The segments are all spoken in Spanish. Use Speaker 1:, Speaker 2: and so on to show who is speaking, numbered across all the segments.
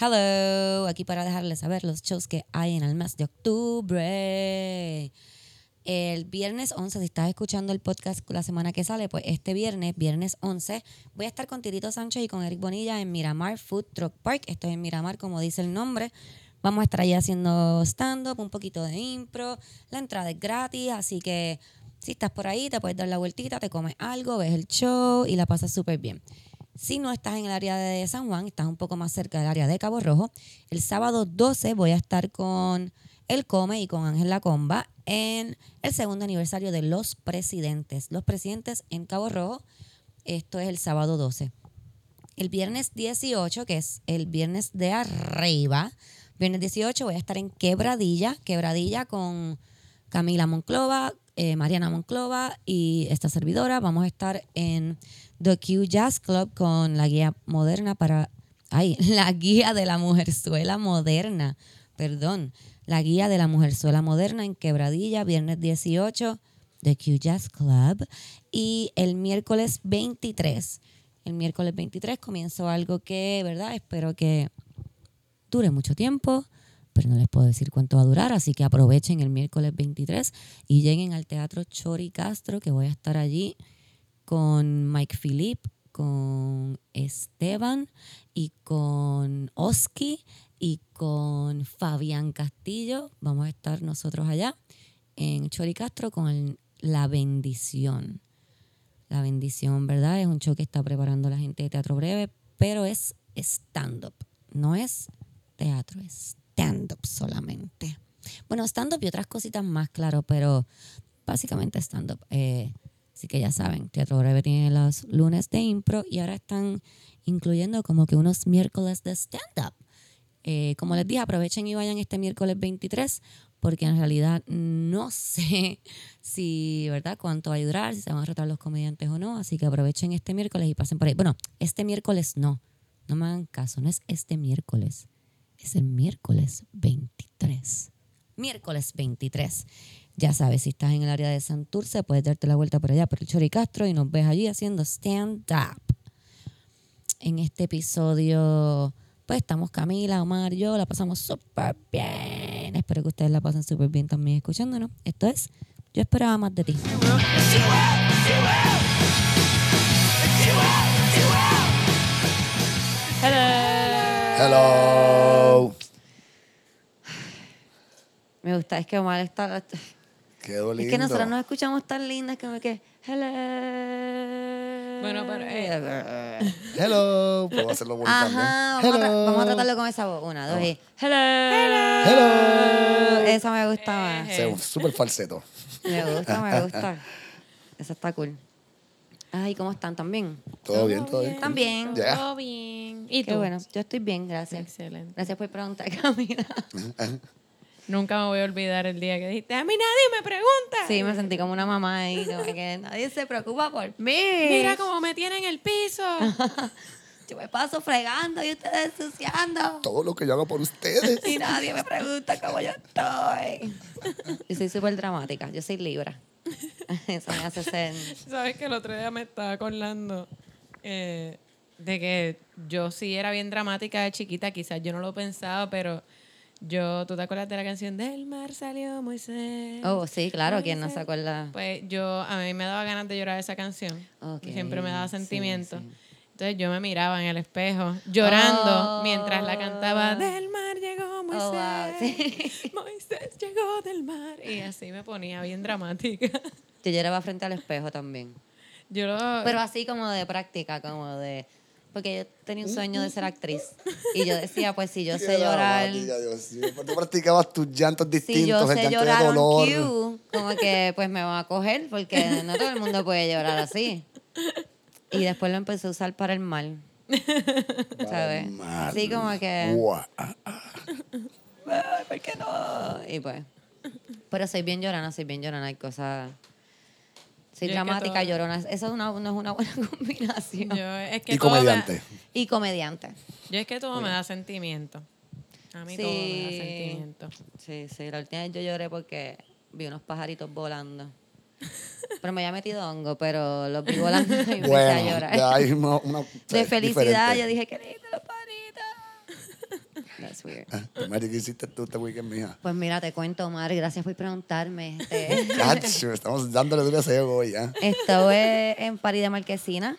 Speaker 1: Hello, aquí para dejarles saber los shows que hay en el mes de octubre. El viernes 11, si estás escuchando el podcast la semana que sale, pues este viernes, viernes 11, voy a estar con Tirito Sánchez y con Eric Bonilla en Miramar Food Truck Park. Estoy en Miramar, como dice el nombre. Vamos a estar allá haciendo stand-up, un poquito de impro. La entrada es gratis, así que si estás por ahí, te puedes dar la vueltita, te comes algo, ves el show y la pasas súper bien. Si no estás en el área de San Juan, estás un poco más cerca del área de Cabo Rojo, el sábado 12 voy a estar con El Come y con Ángel La Comba en el segundo aniversario de Los Presidentes. Los Presidentes en Cabo Rojo, esto es el sábado 12. El viernes 18, que es el viernes de arriba, viernes 18 voy a estar en Quebradilla, Quebradilla con Camila Monclova, eh, Mariana Monclova y esta servidora. Vamos a estar en The Q Jazz Club con la guía moderna para. Ay, la guía de la mujerzuela moderna. Perdón. La guía de la mujerzuela moderna en Quebradilla, viernes 18, The Q Jazz Club. Y el miércoles 23. El miércoles 23 comienzo algo que, ¿verdad? Espero que dure mucho tiempo pero no les puedo decir cuánto va a durar, así que aprovechen el miércoles 23 y lleguen al Teatro Chori Castro, que voy a estar allí con Mike Philip, con Esteban y con Oski y con Fabián Castillo. Vamos a estar nosotros allá en Chori Castro con el- La Bendición. La Bendición, ¿verdad? Es un show que está preparando la gente de Teatro Breve, pero es stand-up, no es teatro, es stand-up solamente. Bueno, stand-up y otras cositas más, claro, pero básicamente stand-up. Eh, así que ya saben, Teatro Breve tiene los lunes de impro y ahora están incluyendo como que unos miércoles de stand-up. Eh, como les dije, aprovechen y vayan este miércoles 23 porque en realidad no sé si, ¿verdad?, cuánto va a durar, si se van a rotar los comediantes o no. Así que aprovechen este miércoles y pasen por ahí. Bueno, este miércoles no. No me hagan caso, no es este miércoles. Es el miércoles 23. Miércoles 23. Ya sabes, si estás en el área de Santurce, puedes darte la vuelta por allá, por el Chori Castro, y nos ves allí haciendo stand-up en este episodio, pues estamos Camila, Omar, yo, la pasamos súper bien. Espero que ustedes la pasen súper bien también escuchándonos. Esto es Yo esperaba más de ti.
Speaker 2: Hello.
Speaker 1: Me gusta, es que Omar está...
Speaker 2: Qué lindo.
Speaker 1: Es que nosotros nos escuchamos tan lindas como que... Hello.
Speaker 3: Bueno, pero,
Speaker 1: eh,
Speaker 2: Hello. Puedo hacerlo por
Speaker 1: Ajá, vamos a, tra- vamos a tratarlo con esa voz. Una, dos y... Hello. Eh.
Speaker 2: Hello.
Speaker 1: Esa me gusta más.
Speaker 2: Se- Súper falseto.
Speaker 1: Me gusta, me gusta. Esa está cool. Ay, ¿cómo están? ¿También?
Speaker 2: Todo bien, todo bien.
Speaker 1: También.
Speaker 2: Ya.
Speaker 3: Todo bien. ¿Y tú?
Speaker 1: Qué bueno. Yo estoy bien, gracias.
Speaker 3: Excelente.
Speaker 1: Gracias por preguntar, Camila.
Speaker 3: Nunca me voy a olvidar el día que dijiste, a mí nadie me pregunta.
Speaker 1: Sí, me sentí como una mamá ahí, como que nadie se preocupa por mí.
Speaker 3: Mira cómo me tiene en el piso.
Speaker 1: Yo me paso fregando y ustedes ensuciando.
Speaker 2: Todo lo que yo hago por ustedes.
Speaker 1: Y nadie me pregunta cómo yo estoy. Yo soy súper dramática. Yo soy Libra. Eso me hace ser...
Speaker 3: Sabes que el otro día me estaba acordando eh, de que yo sí era bien dramática de chiquita, quizás yo no lo pensaba, pero yo, ¿tú te acuerdas de la canción del mar salió Moisés?
Speaker 1: Oh, sí, claro. ¿Quién no se acuerda?
Speaker 3: Pues yo, a mí me daba ganas de llorar esa canción.
Speaker 1: Ok,
Speaker 3: Siempre me daba
Speaker 1: sí,
Speaker 3: sentimiento. Entonces yo me miraba en el espejo llorando
Speaker 1: Oh.
Speaker 3: mientras la cantaba Del mar llegó Moisés.
Speaker 1: Oh, wow, sí.
Speaker 3: Moisés llegó del mar. Y así me ponía bien dramática.
Speaker 1: Yo lloraba frente al espejo también.
Speaker 3: Yo lo.
Speaker 1: Pero así como de práctica, como de... Porque yo tenía un sueño de ser actriz. Y yo decía, pues si yo sé llorar...
Speaker 2: María, Dios mío. Tú practicabas tus llantos distintos,
Speaker 1: si yo
Speaker 2: el
Speaker 1: sé
Speaker 2: llanto
Speaker 1: llorar
Speaker 2: de
Speaker 1: un
Speaker 2: dolor.
Speaker 1: cue, como que pues me van a coger porque no todo el mundo puede llorar así. Y después lo empecé a usar para el mal, ¿sabes?
Speaker 2: mal.
Speaker 1: Sí, como que,
Speaker 2: Guau.
Speaker 1: "Ay, ¿por qué no? Y pues, pero soy bien llorona, soy bien llorona, hay cosas... Soy
Speaker 3: Yo es que
Speaker 1: dramática,
Speaker 3: todo-
Speaker 1: llorona. Esa es una, no es una buena combinación.
Speaker 3: yo, es que
Speaker 2: Y
Speaker 3: todo me-
Speaker 2: comediante.
Speaker 1: Y comediante.
Speaker 3: yo es que todo me da sentimiento. A mí todo me da
Speaker 1: Sí.
Speaker 3: sentimiento.
Speaker 1: Sí, sí, la última vez yo lloré porque vi unos pajaritos volando. Pero me había metido hongo, pero los vi volando y empecé a
Speaker 2: Bueno,
Speaker 1: llorar.
Speaker 2: ya hay una, una-
Speaker 1: De
Speaker 2: sí,
Speaker 1: felicidad,
Speaker 2: diferente.
Speaker 1: yo dije, qué lindo los pajaritos.
Speaker 4: it's weird.
Speaker 2: Ah, ¿Qué madre que hiciste tú este weekend, mija?
Speaker 1: Pues mira, te cuento, Omar, gracias por preguntarme. Este,
Speaker 2: Cacho, estamos dándole duro a ese ego hoy, ¿eh?
Speaker 1: estuve en París de Marquesina.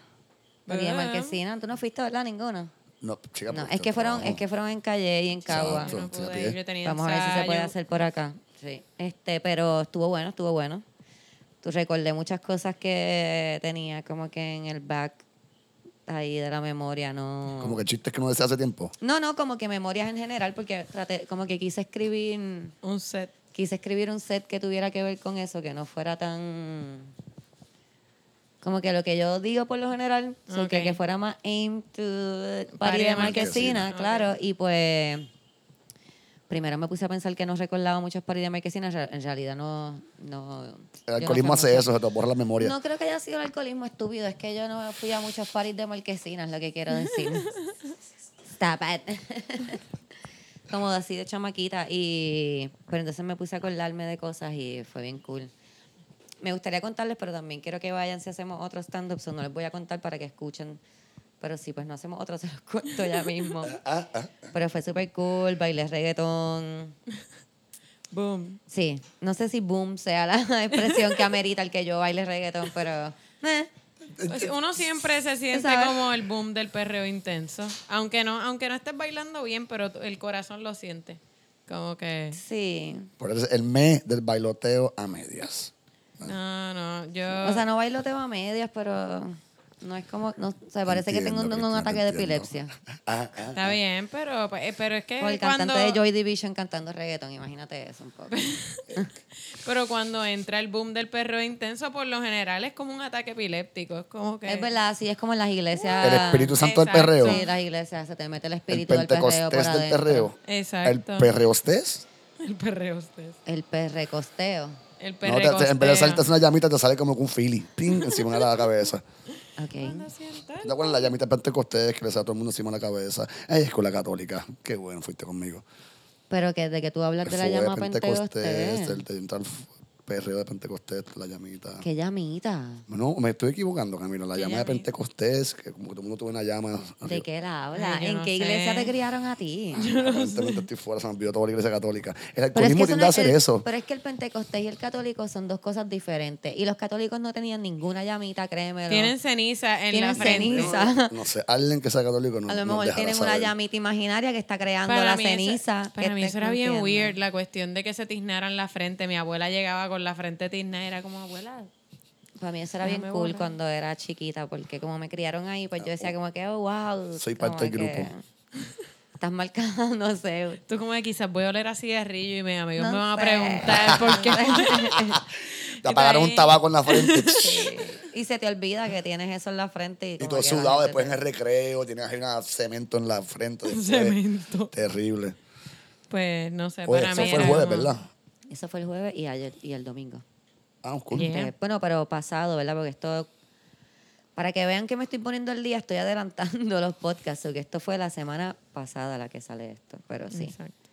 Speaker 1: París de
Speaker 3: ¿Verdad?
Speaker 1: Marquesina. Tú no fuiste, ¿verdad? Ninguna.
Speaker 2: No, chica,
Speaker 1: No,
Speaker 2: pues,
Speaker 1: es que fueron,
Speaker 2: trabajo.
Speaker 1: es que fueron en Calle y en Cagua.
Speaker 3: Yo no
Speaker 2: Se la
Speaker 3: pude
Speaker 2: pide.
Speaker 3: ir, yo tenía
Speaker 1: Vamos a ver si se puede
Speaker 3: ensayo.
Speaker 1: hacer por acá. Sí. Este, pero estuvo bueno, estuvo bueno. Tú recordé muchas cosas que tenía como que en el back ahí de la memoria, no.
Speaker 2: Como que chistes que no decía hace tiempo.
Speaker 1: No, no, como que memorias en general, porque traté, como que quise escribir,
Speaker 3: Un set.
Speaker 1: quise escribir un set que tuviera que ver con eso, que no fuera tan como que lo que yo digo por lo general, o sea, que,
Speaker 3: Ok.
Speaker 1: que fuera más aim to party,
Speaker 3: Party
Speaker 1: de marquesina,
Speaker 3: de
Speaker 2: Marquesina.
Speaker 1: claro, y pues primero me puse a pensar que no recordaba muchos party de marquesina, re- en realidad no no yo
Speaker 2: El
Speaker 1: no
Speaker 2: alcoholismo
Speaker 1: fui a
Speaker 2: hace
Speaker 1: muchos.
Speaker 2: eso, se te borra la memoria.
Speaker 1: No creo que haya sido el alcoholismo estúpido, es que yo no fui a muchos parties de marquesinas, lo que quiero decir. Stop it. Como así de chamaquita. Y, pero entonces me puse a acordarme de cosas y fue bien cool. Me gustaría contarles, pero también quiero que vayan si hacemos otro stand-up. so no les voy a contar para que escuchen. Pero sí, pues no hacemos otro, se los cuento ya mismo.
Speaker 2: Ah,
Speaker 1: Pero fue súper cool, bailé reggaetón.
Speaker 3: Boom.
Speaker 1: Sí, no sé si boom sea la expresión que amerita el que yo baile reggaetón, pero... eh.
Speaker 3: O sea, Pues, Uno siempre se siente
Speaker 1: ¿Sabes?
Speaker 3: como el boom del perreo intenso. Aunque no, aunque no estés bailando bien, pero tu- el corazón lo siente. Como que.
Speaker 1: Sí.
Speaker 2: Por eso es el mes del bailoteo a medias.
Speaker 3: No, no. Yo.
Speaker 2: Ah.
Speaker 1: O sea, no bailo tema a medias, pero no es como. No, o sea, parece que
Speaker 2: Entiendo,
Speaker 1: tengo un, un
Speaker 2: Cristina,
Speaker 1: ataque
Speaker 2: te
Speaker 1: de
Speaker 2: entiendo.
Speaker 1: epilepsia.
Speaker 2: Ah, ah.
Speaker 3: está bien, pero, pues, eh, pero es que.
Speaker 1: O el
Speaker 3: cuando,
Speaker 1: cantante de Joy Division cantando reggaeton, imagínate eso un poco.
Speaker 3: Pero cuando entra el boom del perreo intenso, por lo general es como un ataque epiléptico. Es como que.
Speaker 1: Es verdad, sí, es como en las iglesias.
Speaker 2: El Espíritu Santo del
Speaker 3: Exacto.
Speaker 2: perreo.
Speaker 1: Ah, Sí, las iglesias, se te mete el
Speaker 2: El
Speaker 1: espíritu del perreo por
Speaker 2: pentecostés del
Speaker 1: adentro.
Speaker 2: perreo. El
Speaker 3: Exacto.
Speaker 2: perreostés.
Speaker 3: El perreo usted.
Speaker 1: El perrecosteo.
Speaker 3: El
Speaker 2: No,
Speaker 3: perreo.
Speaker 2: te- te- en vez de saltarte una llamita, te sale como que un fili. Ping, encima de la cabeza.
Speaker 1: Ok.
Speaker 2: ¿Te acuerdas la llamita del pentecostés que le sale a todo el mundo encima de la cabeza? Ay, escuela católica. Qué bueno, fuiste conmigo.
Speaker 1: Pero que de que tú hablas de la
Speaker 2: Fue
Speaker 1: llama
Speaker 2: pentecostés,
Speaker 1: pentecostés.
Speaker 2: el, el, el perreo de pentecostés, la llamita.
Speaker 1: Qué llamita.
Speaker 2: No, me estoy equivocando, Camila. La
Speaker 3: ¿Qué
Speaker 2: llama de
Speaker 3: llamita?
Speaker 2: Pentecostés, que como que todo el mundo tuvo una llama.
Speaker 1: ¿De qué la habla?
Speaker 3: Ay, yo
Speaker 1: ¿En
Speaker 3: no
Speaker 1: qué
Speaker 3: sé.
Speaker 1: iglesia te criaron a ti?
Speaker 2: Aparentemente estoy fuera, se me olvidó toda la iglesia católica. El
Speaker 1: Pero es, que
Speaker 2: alcoholismo
Speaker 1: eso
Speaker 2: tiende
Speaker 1: no
Speaker 2: a
Speaker 1: es-
Speaker 2: hacer
Speaker 1: el-
Speaker 2: eso.
Speaker 1: pero es que el pentecostés y el católico son dos cosas diferentes. Y los católicos no tenían ninguna llamita, créeme.
Speaker 3: Tienen ceniza en
Speaker 1: Tienen
Speaker 3: la frente.
Speaker 1: ceniza. Esa.
Speaker 2: No sé, alguien que sea católico no
Speaker 1: a lo
Speaker 2: nos
Speaker 1: mejor
Speaker 2: dejará
Speaker 1: tienen una
Speaker 2: saber.
Speaker 1: llamita imaginaria que está creando la
Speaker 3: mí eso-
Speaker 1: ceniza.
Speaker 3: para
Speaker 1: que
Speaker 3: mí
Speaker 1: te
Speaker 3: eso era bien
Speaker 1: esculpiendo.
Speaker 3: weird, la cuestión de que se tiznaran la frente. Mi abuela llegaba con la frente tiznada y era como, abuela,
Speaker 1: Para mí eso era bien
Speaker 3: Déjame
Speaker 1: cool
Speaker 3: borrar.
Speaker 1: cuando era chiquita, porque como me criaron ahí, pues yo decía como que, oh, wow.
Speaker 2: Soy
Speaker 1: como
Speaker 2: parte del
Speaker 1: que
Speaker 2: grupo.
Speaker 1: Estás marcada, no sé.
Speaker 3: tú como que quizás voy a oler a cigarrillo y mis amigos
Speaker 1: No
Speaker 3: me van
Speaker 1: sé.
Speaker 3: a preguntar por qué.
Speaker 2: Te apagaron
Speaker 3: Y
Speaker 2: un
Speaker 3: también-
Speaker 2: tabaco en la frente.
Speaker 1: Y se te olvida que tienes eso en la frente. Y,
Speaker 2: Y
Speaker 1: como
Speaker 2: todo
Speaker 1: que la
Speaker 2: sudado
Speaker 1: gente
Speaker 2: después
Speaker 1: te-
Speaker 2: en el recreo, tienes ahí una cemento en la frente. después.
Speaker 3: Cemento.
Speaker 2: Terrible.
Speaker 3: Pues no sé,
Speaker 2: Oye,
Speaker 3: para
Speaker 2: eso
Speaker 3: mí
Speaker 2: fue el
Speaker 3: era
Speaker 2: jueves,
Speaker 3: como-
Speaker 2: ¿verdad?
Speaker 1: Eso fue el jueves y ayer y el domingo.
Speaker 2: Ah, cool.
Speaker 3: Yeah.
Speaker 1: Eh, bueno, pero pasado, ¿verdad? Porque esto. Para que vean que me estoy poniendo el día, estoy adelantando los podcasts, porque esto fue la semana pasada la que sale esto, pero sí.
Speaker 3: Exacto.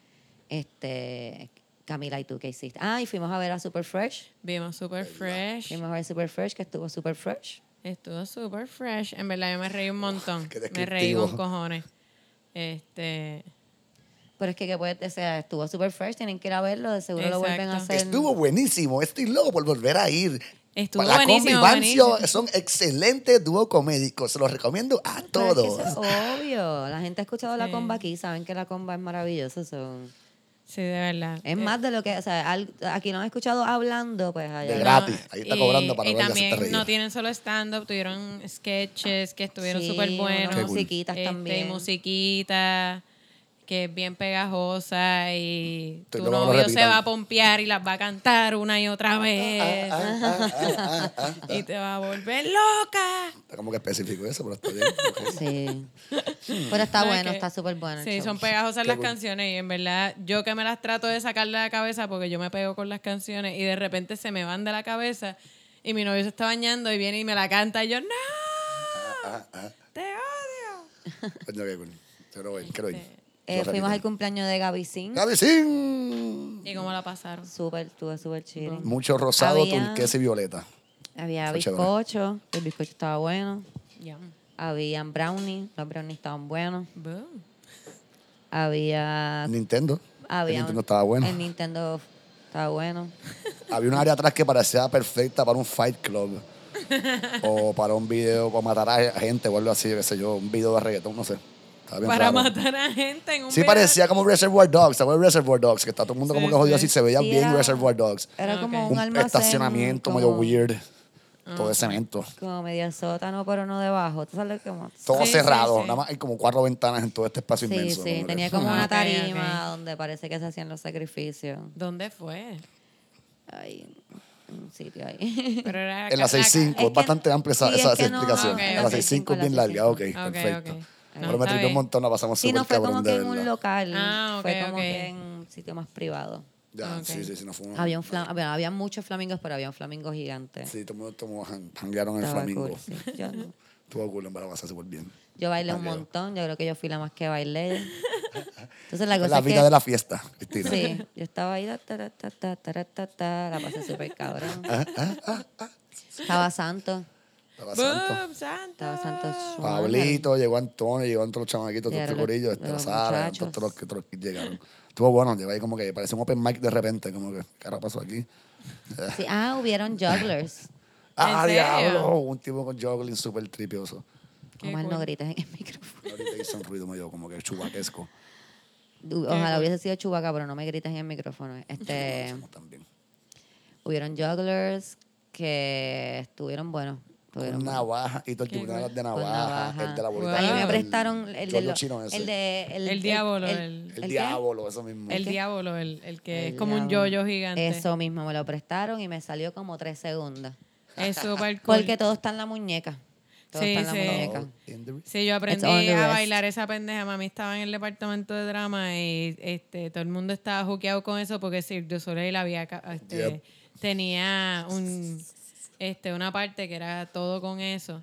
Speaker 1: Este, Camila, ¿y tú qué hiciste? Ah, y fuimos a ver a Super Fresh.
Speaker 3: Vimos super fresh.
Speaker 1: Fuimos a ver Super Fresh, que estuvo Super Fresh.
Speaker 3: Estuvo super fresh. En verdad yo me reí un montón.
Speaker 2: qué
Speaker 3: me reí
Speaker 2: descriptivo.
Speaker 3: con cojones. Este,
Speaker 1: Pero es que, ¿qué puede, o sea, estuvo Super Fresh, tienen que ir a verlo, de seguro lo vuelven a
Speaker 3: Exacto.
Speaker 1: hacer.
Speaker 2: Estuvo buenísimo. Estoy loco por volver a ir.
Speaker 3: Estuvo
Speaker 2: la
Speaker 3: buenísimo,
Speaker 2: Convivancio
Speaker 3: buenísimo.
Speaker 2: son excelentes dúo comédicos. Se los recomiendo a
Speaker 1: Pero es que
Speaker 2: todos.
Speaker 1: eso es obvio, la gente ha escuchado la
Speaker 3: Sí.
Speaker 1: comba aquí, saben que la comba es maravillosa. Son.
Speaker 3: sí, de verdad.
Speaker 1: Es más de lo que, o sea, al- aquí nos han escuchado hablando, pues allá.
Speaker 2: De
Speaker 1: lo-
Speaker 2: gra- gratis. Ahí está
Speaker 3: y-
Speaker 2: cobrando para
Speaker 3: Y
Speaker 2: verla,
Speaker 3: también
Speaker 2: hacerte reír.
Speaker 3: no tienen solo stand-up, tuvieron sketches que estuvieron
Speaker 1: Sí,
Speaker 3: súper buenos.
Speaker 1: unas musiquitas
Speaker 3: Este,
Speaker 1: también.
Speaker 3: Y musiquita que es bien pegajosa y
Speaker 2: Te
Speaker 3: tu
Speaker 2: lo- lo
Speaker 3: novio se
Speaker 2: repitan. Ah,
Speaker 3: va a pompear y las va a cantar una y otra
Speaker 1: Ah,
Speaker 3: vez. y te va a volver loca.
Speaker 2: Está como que específico eso, pero está bien. Ok.
Speaker 1: Sí. Pero está
Speaker 3: No, es
Speaker 1: bueno,
Speaker 3: que-
Speaker 1: está súper bueno. el
Speaker 3: Sí,
Speaker 1: show.
Speaker 3: son pegajosas
Speaker 2: Qué
Speaker 3: las
Speaker 2: cool.
Speaker 3: canciones y en verdad yo que me las trato de sacar de la cabeza porque yo me pego con las canciones y de repente se me van de la cabeza y mi novio se está bañando y viene y me la canta y yo, ¡No! ¡Te odio!
Speaker 2: ah, Coño, qué cool. Quiero ir, quiero ir.
Speaker 1: Eh,
Speaker 2: Lo
Speaker 1: fuimos al
Speaker 2: repito.
Speaker 1: cumpleaños de Gaby Singh.
Speaker 2: Gaby Sin.
Speaker 3: ¿Y cómo la pasaron?
Speaker 1: Súper, estuvo súper chido.
Speaker 2: Mucho rosado,
Speaker 1: Había-
Speaker 2: turquesa y violeta.
Speaker 1: Había
Speaker 2: Fue chévere.
Speaker 1: bizcocho, el bizcocho estaba bueno.
Speaker 3: Ya.
Speaker 1: Habían brownies, los brownies estaban buenos.
Speaker 3: Boom.
Speaker 1: Había.
Speaker 2: Nintendo.
Speaker 1: había
Speaker 2: el
Speaker 1: un-
Speaker 2: Nintendo estaba bueno.
Speaker 1: El Nintendo estaba bueno.
Speaker 2: Había un área atrás que parecía perfecta para un fight club. o para un video para matar a gente o algo así, qué sé yo, un video de reggaetón, no sé. Estaba bien
Speaker 3: Para
Speaker 2: raro.
Speaker 3: matar a gente en un
Speaker 2: Sí
Speaker 3: verano.
Speaker 2: parecía como Reservoir Dogs, ¿sabes Reservoir Dogs? Que está todo el mundo como
Speaker 3: Sí,
Speaker 2: que jodido
Speaker 3: sí.
Speaker 2: así, se veía
Speaker 1: Sí,
Speaker 2: bien
Speaker 1: era-
Speaker 2: Reservoir Dogs.
Speaker 1: Era
Speaker 3: Ah,
Speaker 1: como
Speaker 3: ok.
Speaker 1: un
Speaker 2: Un
Speaker 1: almacén.
Speaker 2: estacionamiento
Speaker 1: como, Mm.
Speaker 2: medio weird, todo de cemento.
Speaker 1: Como medio sótano, pero no debajo. ¿Tú sabes cómo?
Speaker 2: Todo
Speaker 3: Sí, sí,
Speaker 2: cerrado,
Speaker 3: sí.
Speaker 2: nada más hay como cuatro ventanas en todo este espacio
Speaker 1: Sí,
Speaker 2: inmenso.
Speaker 1: sí.
Speaker 2: que-
Speaker 1: Tenía como
Speaker 3: Ah,
Speaker 1: una
Speaker 3: ok,
Speaker 1: tarima
Speaker 3: ok.
Speaker 1: donde parece que se hacían los sacrificios.
Speaker 3: ¿Dónde fue?
Speaker 1: Ahí, en un sitio ahí.
Speaker 3: Pero era
Speaker 2: En la 6.5,
Speaker 1: Es
Speaker 2: es,
Speaker 1: que-
Speaker 2: bastante amplia esa,
Speaker 1: sí,
Speaker 2: esa,
Speaker 1: es que
Speaker 2: esa
Speaker 1: no,
Speaker 2: explicación.
Speaker 3: ok,
Speaker 2: En
Speaker 3: ok,
Speaker 2: la 6.5 es bien
Speaker 1: la 6.5.
Speaker 2: larga, ok,
Speaker 3: Ok,
Speaker 2: perfecto.
Speaker 3: ok.
Speaker 2: Pero me
Speaker 3: Está
Speaker 2: tripió un
Speaker 3: bien.
Speaker 2: montón, la pasamos
Speaker 1: Sí,
Speaker 2: súper
Speaker 1: no fue como
Speaker 2: cabrón, de
Speaker 1: que en un
Speaker 2: verdad.
Speaker 1: local.
Speaker 3: Ah, ok,
Speaker 1: fue como
Speaker 3: ok.
Speaker 1: que en un sitio más privado.
Speaker 2: Ya,
Speaker 3: Ok.
Speaker 2: sí, sí, sí, no fue un-
Speaker 1: Había, un flam- había, había muchos flamingos, pero había un flamingo gigante.
Speaker 2: Mm. Sí, todo el mundo tomó, jan- janguearon en el
Speaker 1: Estaba
Speaker 2: flamingo.
Speaker 1: cool, sí. Yo, no.
Speaker 2: Estuvo cool, en verdad, pasé súper bien.
Speaker 1: Yo bailé un
Speaker 2: Jangueo.
Speaker 1: montón. Yo creo que yo fui la más que bailé. Entonces la
Speaker 2: Es
Speaker 1: cosa
Speaker 2: La
Speaker 1: es
Speaker 2: vida
Speaker 1: que...
Speaker 2: de la fiesta, Cristina.
Speaker 1: Sí, yo estaba ahí, ta, ta, ta, ta, ta, ta, ta, la pasé súper cabrón.
Speaker 2: Ah,
Speaker 1: Estaba santo,
Speaker 2: Estaba Santo.
Speaker 3: ¡Bum! Santo.
Speaker 1: estaba santo.
Speaker 3: Ah.
Speaker 1: Schumacher.
Speaker 2: Pablito, llegó Antonio, llegó todos los chamaquitos, todos
Speaker 1: Llegaron
Speaker 2: los
Speaker 1: los-
Speaker 2: corillos,
Speaker 1: los
Speaker 2: esta este, Sara,
Speaker 1: muchachos.
Speaker 2: todos los que todos los que llegaron. Estuvo bueno, llegó ahí como que parece un open mic de repente, como que, ¿qué ahora pasó aquí?
Speaker 1: Sí, ah, hubieron jugglers.
Speaker 2: ¡Ah,
Speaker 3: serio?
Speaker 2: diablo! Un tipo con juggling súper tripioso.
Speaker 3: Qué
Speaker 1: Omar, no
Speaker 3: cool.
Speaker 1: grites en el micrófono.
Speaker 2: Ahorita hizo un ruido medio como que chubaquesco.
Speaker 1: Du- Ojalá hubiese sido Chubaca, pero no me grites en el micrófono. Este,
Speaker 2: Somos también.
Speaker 1: hubieron jugglers que estuvieron buenos.
Speaker 2: Con
Speaker 1: Estuvieron
Speaker 2: navaja y todo el
Speaker 3: Qué
Speaker 2: tipo de
Speaker 3: cool.
Speaker 2: de
Speaker 1: buenos, con
Speaker 2: navaja, el de la bolita.
Speaker 1: A mí me
Speaker 3: Wow.
Speaker 1: prestaron el, de
Speaker 2: yoyo
Speaker 1: lo-
Speaker 2: chino ese.
Speaker 1: el de
Speaker 3: El diablo, el-
Speaker 2: El diablo, eso mismo.
Speaker 3: El diablo, el, el que es
Speaker 1: El
Speaker 3: como un
Speaker 1: diablo.
Speaker 3: yoyo gigante.
Speaker 1: Eso mismo, me lo prestaron y me salió como tres segundos.
Speaker 3: Es súper cool.
Speaker 1: Porque todo está en la muñeca. Todo
Speaker 3: Sí,
Speaker 1: está en
Speaker 3: sí.
Speaker 1: la
Speaker 2: All
Speaker 1: muñeca.
Speaker 2: in the-
Speaker 3: Sí, yo aprendí
Speaker 1: on the
Speaker 3: a
Speaker 1: wrist.
Speaker 3: bailar esa pendeja. Mami estaba en el departamento de drama y este, todo el mundo estaba juqueado con eso porque Cirque du Soleil había, ca- este,
Speaker 2: Yep.
Speaker 3: tenía un, este, una parte que era todo con eso.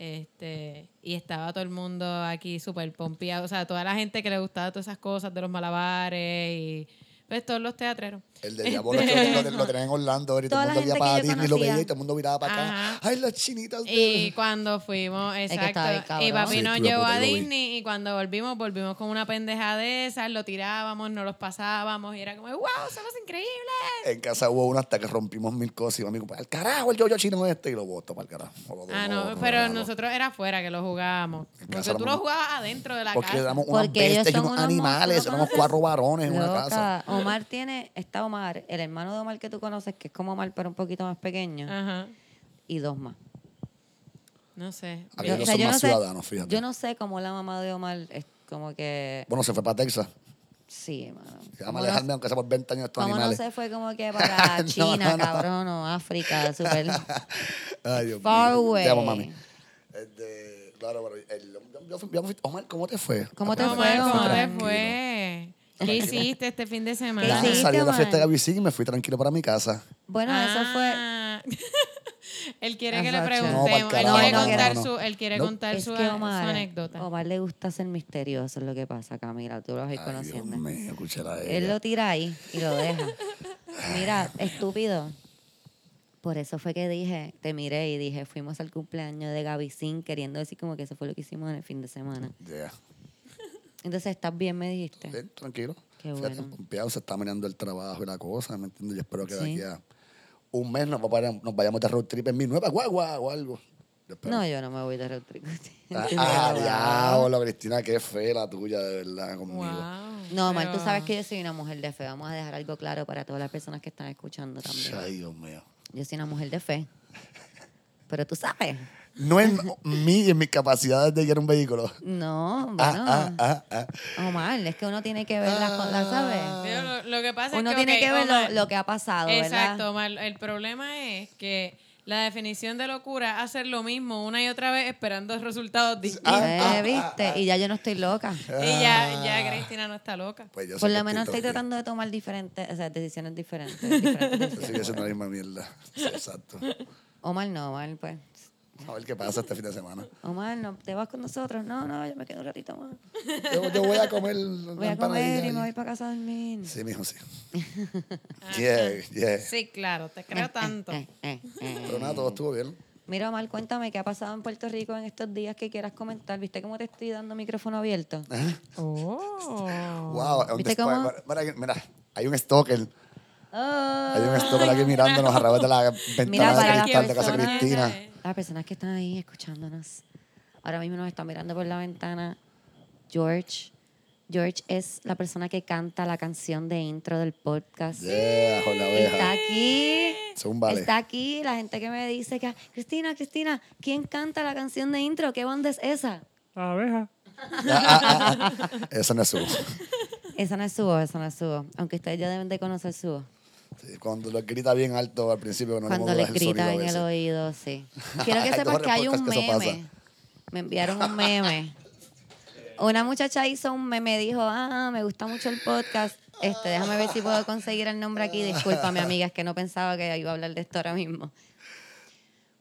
Speaker 3: Este, y estaba todo el mundo aquí súper pompeado. O sea, toda la gente que le gustaba todas esas cosas de los malabares y pues todos los teatreros.
Speaker 2: El de Diablo lo, lo, lo tenían en Orlando ahorita. Todo
Speaker 1: Toda
Speaker 2: el
Speaker 1: la
Speaker 2: mundo iba
Speaker 1: gente que
Speaker 2: para
Speaker 1: yo
Speaker 2: Disney y lo
Speaker 1: conocía.
Speaker 2: veía y todo el mundo miraba para acá.
Speaker 3: Ajá.
Speaker 2: ¡Ay, las chinitas! de-
Speaker 3: Y cuando fuimos,
Speaker 1: que estaba bien
Speaker 3: exacto.
Speaker 1: cabrón.
Speaker 3: y papi
Speaker 2: Sí,
Speaker 3: nos
Speaker 2: estuve a
Speaker 3: llevó
Speaker 2: punto, yo
Speaker 3: a
Speaker 2: lo vi.
Speaker 3: Disney y cuando volvimos, volvimos con una pendeja de esas, lo tirábamos, no los pasábamos y era como, wow, somos increíbles.
Speaker 2: En casa hubo una hasta que rompimos mil cosas y mi amigo, al carajo, el yo-yo chino este. Y lo botó para el carajo. O lo-
Speaker 3: Ah,
Speaker 2: lo-
Speaker 3: no,
Speaker 2: lo-
Speaker 3: pero
Speaker 2: lo-
Speaker 3: nosotros era afuera que lo jugábamos.
Speaker 2: En casa
Speaker 3: Porque tú
Speaker 2: éramos-
Speaker 3: lo jugabas adentro de la
Speaker 2: Porque
Speaker 3: casa.
Speaker 2: éramos unas
Speaker 1: Porque ellos
Speaker 2: bestias y
Speaker 1: son
Speaker 2: unos
Speaker 1: unos
Speaker 2: animales.
Speaker 1: monstruos.
Speaker 2: Éramos cuatro varones en una
Speaker 1: Loca,
Speaker 2: casa.
Speaker 1: Omar tiene, está Omar, el hermano de Omar que tú conoces, que es como Omar, pero un poquito más pequeño,
Speaker 3: Ajá.
Speaker 1: y dos más.
Speaker 3: No sé.
Speaker 2: A Ellos mí- son más ciudadanos, fíjate.
Speaker 1: yo no sé cómo la mamá de Omar es como que.
Speaker 2: Bueno, se fue para Texas.
Speaker 1: Sí, mano.
Speaker 2: Se
Speaker 1: Cómo
Speaker 2: llama
Speaker 1: no-
Speaker 2: alejarme, aunque sea por 20 años de estos
Speaker 1: cómo no
Speaker 2: animales.
Speaker 1: se fue como que para
Speaker 2: No,
Speaker 1: China,
Speaker 2: no, no.
Speaker 1: cabrón, o África, súper.
Speaker 2: Ay, Dios
Speaker 1: Far
Speaker 2: mío.
Speaker 1: away.
Speaker 2: Te amo, mami. Este, claro, pero el, yo, yo fui- yo fui- Omar, ¿cómo te fue?
Speaker 1: ¿Cómo te
Speaker 3: No,
Speaker 2: Acuérdate,
Speaker 1: fue,
Speaker 3: Omar,
Speaker 2: fui
Speaker 3: ¿cómo te
Speaker 1: Omar?
Speaker 2: tranquilo.
Speaker 3: fue? ¿Qué hiciste este fin de
Speaker 1: ¿Qué
Speaker 3: semana?
Speaker 2: Nada,
Speaker 1: hiciste,
Speaker 2: Salí de la
Speaker 1: Omar?
Speaker 2: fiesta de Gaby Sig y me fui tranquilo para mi casa.
Speaker 1: Bueno, eso fue.
Speaker 3: Ah. él quiere que le
Speaker 1: Exacto.
Speaker 2: No, pa'l
Speaker 3: preguntemos. Él
Speaker 1: carajo,
Speaker 3: quiere
Speaker 1: no, no,
Speaker 3: contar
Speaker 2: no, no.
Speaker 3: su, él quiere
Speaker 2: No.
Speaker 3: contar
Speaker 1: Es
Speaker 3: su,
Speaker 1: que
Speaker 3: su
Speaker 1: Omar,
Speaker 3: anécdota.
Speaker 1: Omar le gusta ser misterioso, es lo que pasa, Camila. Tú lo vas a ir
Speaker 2: Ay, Dios
Speaker 1: conociendo.
Speaker 2: mío, escúchala a
Speaker 1: Él
Speaker 2: ella.
Speaker 1: lo tira ahí y lo deja. Mira, estúpido. Por eso fue que dije, te miré y dije, fuimos al cumpleaños de Gaby Sin, queriendo decir como que eso fue lo que hicimos en el fin de semana.
Speaker 2: Ya.
Speaker 1: Entonces, ¿estás bien? Me dijiste.
Speaker 2: Bien, tranquilo.
Speaker 1: Qué
Speaker 2: Fíjate,
Speaker 1: bueno.
Speaker 2: pompeado, se está mirando el trabajo y la cosa, ¿me entiendes? Yo espero que de
Speaker 1: Sí.
Speaker 2: aquí a un mes nos, va a parar- nos vayamos de road trip en mi nueva guagua o algo. Yo espero.
Speaker 1: No, yo no me voy de retruco.
Speaker 2: Ah, ah, diablo, Cristina, qué fe la tuya, de verdad, conmigo.
Speaker 1: No, Omar, tú
Speaker 3: pero-
Speaker 1: sabes que yo soy una mujer de fe. Vamos a dejar algo claro para todas las personas que están escuchando también.
Speaker 2: Ay, Dios mío.
Speaker 1: Yo soy una mujer de fe. Pero tú sabes.
Speaker 2: No en mí y en mis capacidades de guiar un vehículo.
Speaker 1: No, bueno.
Speaker 2: Ah, ah, ah, ah.
Speaker 1: Omar, es que uno tiene que ver las cosas, ¿sabes?
Speaker 3: Pero Ah. lo, lo que pasa
Speaker 1: Uno
Speaker 3: es que,
Speaker 1: tiene
Speaker 3: ok,
Speaker 1: que ver lo,
Speaker 3: Omar,
Speaker 1: lo que ha pasado,
Speaker 3: Exacto,
Speaker 1: ¿verdad?
Speaker 3: Omar, El problema es que la definición de locura es hacer lo mismo una y otra vez esperando resultados distintos.
Speaker 2: Ah,
Speaker 1: Eh, ¿Viste? Y ya yo no estoy loca.
Speaker 3: Y ya, ya Cristina no está loca.
Speaker 2: Pues yo sé
Speaker 1: Por
Speaker 2: que
Speaker 1: lo
Speaker 2: estoy
Speaker 1: menos estoy
Speaker 2: todavía.
Speaker 1: tratando de tomar diferentes, o sea, decisiones diferentes. diferentes
Speaker 2: Yo
Speaker 1: decisiones.
Speaker 2: sigo haciendo la misma mierda. Sí, exacto.
Speaker 1: Omar no, Omar, pues.
Speaker 2: A ver qué pasa este fin de semana.
Speaker 1: Omar, no, te vas con nosotros. No, no, yo me quedo un ratito más.
Speaker 2: Yo, yo voy a comer. una
Speaker 1: Voy a
Speaker 2: empanadilla
Speaker 1: comer y
Speaker 2: allí.
Speaker 1: me voy para casa a dormir.
Speaker 2: Sí, mijo, sí. yeah, yeah.
Speaker 3: Sí, claro, te creo tanto.
Speaker 1: Eh, eh, eh.
Speaker 2: Pero nada, todo estuvo bien.
Speaker 1: Mira, Omar, cuéntame qué ha pasado en Puerto Rico en estos días que quieras comentar. ¿Viste cómo te estoy dando micrófono abierto?
Speaker 3: Oh.
Speaker 2: Wow, on
Speaker 1: ¿Viste
Speaker 2: the spot.
Speaker 1: cómo?
Speaker 2: Mira, mira, mira, hay un stalker.
Speaker 1: Oh.
Speaker 2: Hay un stalker aquí mirándonos a través de la ventana
Speaker 1: para
Speaker 2: de
Speaker 1: las
Speaker 2: cristal de casa
Speaker 1: personas-
Speaker 2: Cristina.
Speaker 1: Las personas que están ahí escuchándonos, ahora mismo nos están mirando por la ventana. George. George es la persona que canta la canción de intro del podcast.
Speaker 2: Yeah, con la
Speaker 1: Está
Speaker 2: oveja.
Speaker 1: aquí.
Speaker 2: Zúmbale.
Speaker 1: Está aquí la gente que me dice que, Cristina, Cristina, ¿quién canta la canción de intro? ¿Qué banda es esa?
Speaker 3: La abeja.
Speaker 2: Ah, Eso no es su.
Speaker 1: Esa no es su voz, esa no es su voz. Aunque ustedes ya deben de conocer su voz.
Speaker 2: Sí, Cuando lo grita bien alto al principio, que no
Speaker 1: Cuando
Speaker 2: le
Speaker 1: les
Speaker 2: modulas el sonido
Speaker 1: grita
Speaker 2: a
Speaker 1: en el
Speaker 2: veces.
Speaker 1: oído, sí. Quiero
Speaker 2: Hay
Speaker 1: que
Speaker 2: dos
Speaker 1: sepas que hay un
Speaker 2: podcasts que eso
Speaker 1: meme. Me enviaron un meme. Una muchacha hizo un meme, dijo, ah, me gusta mucho el podcast. Este, déjame ver si puedo conseguir el nombre aquí. Discúlpame, amiga, es que no pensaba que iba a hablar de esto ahora mismo.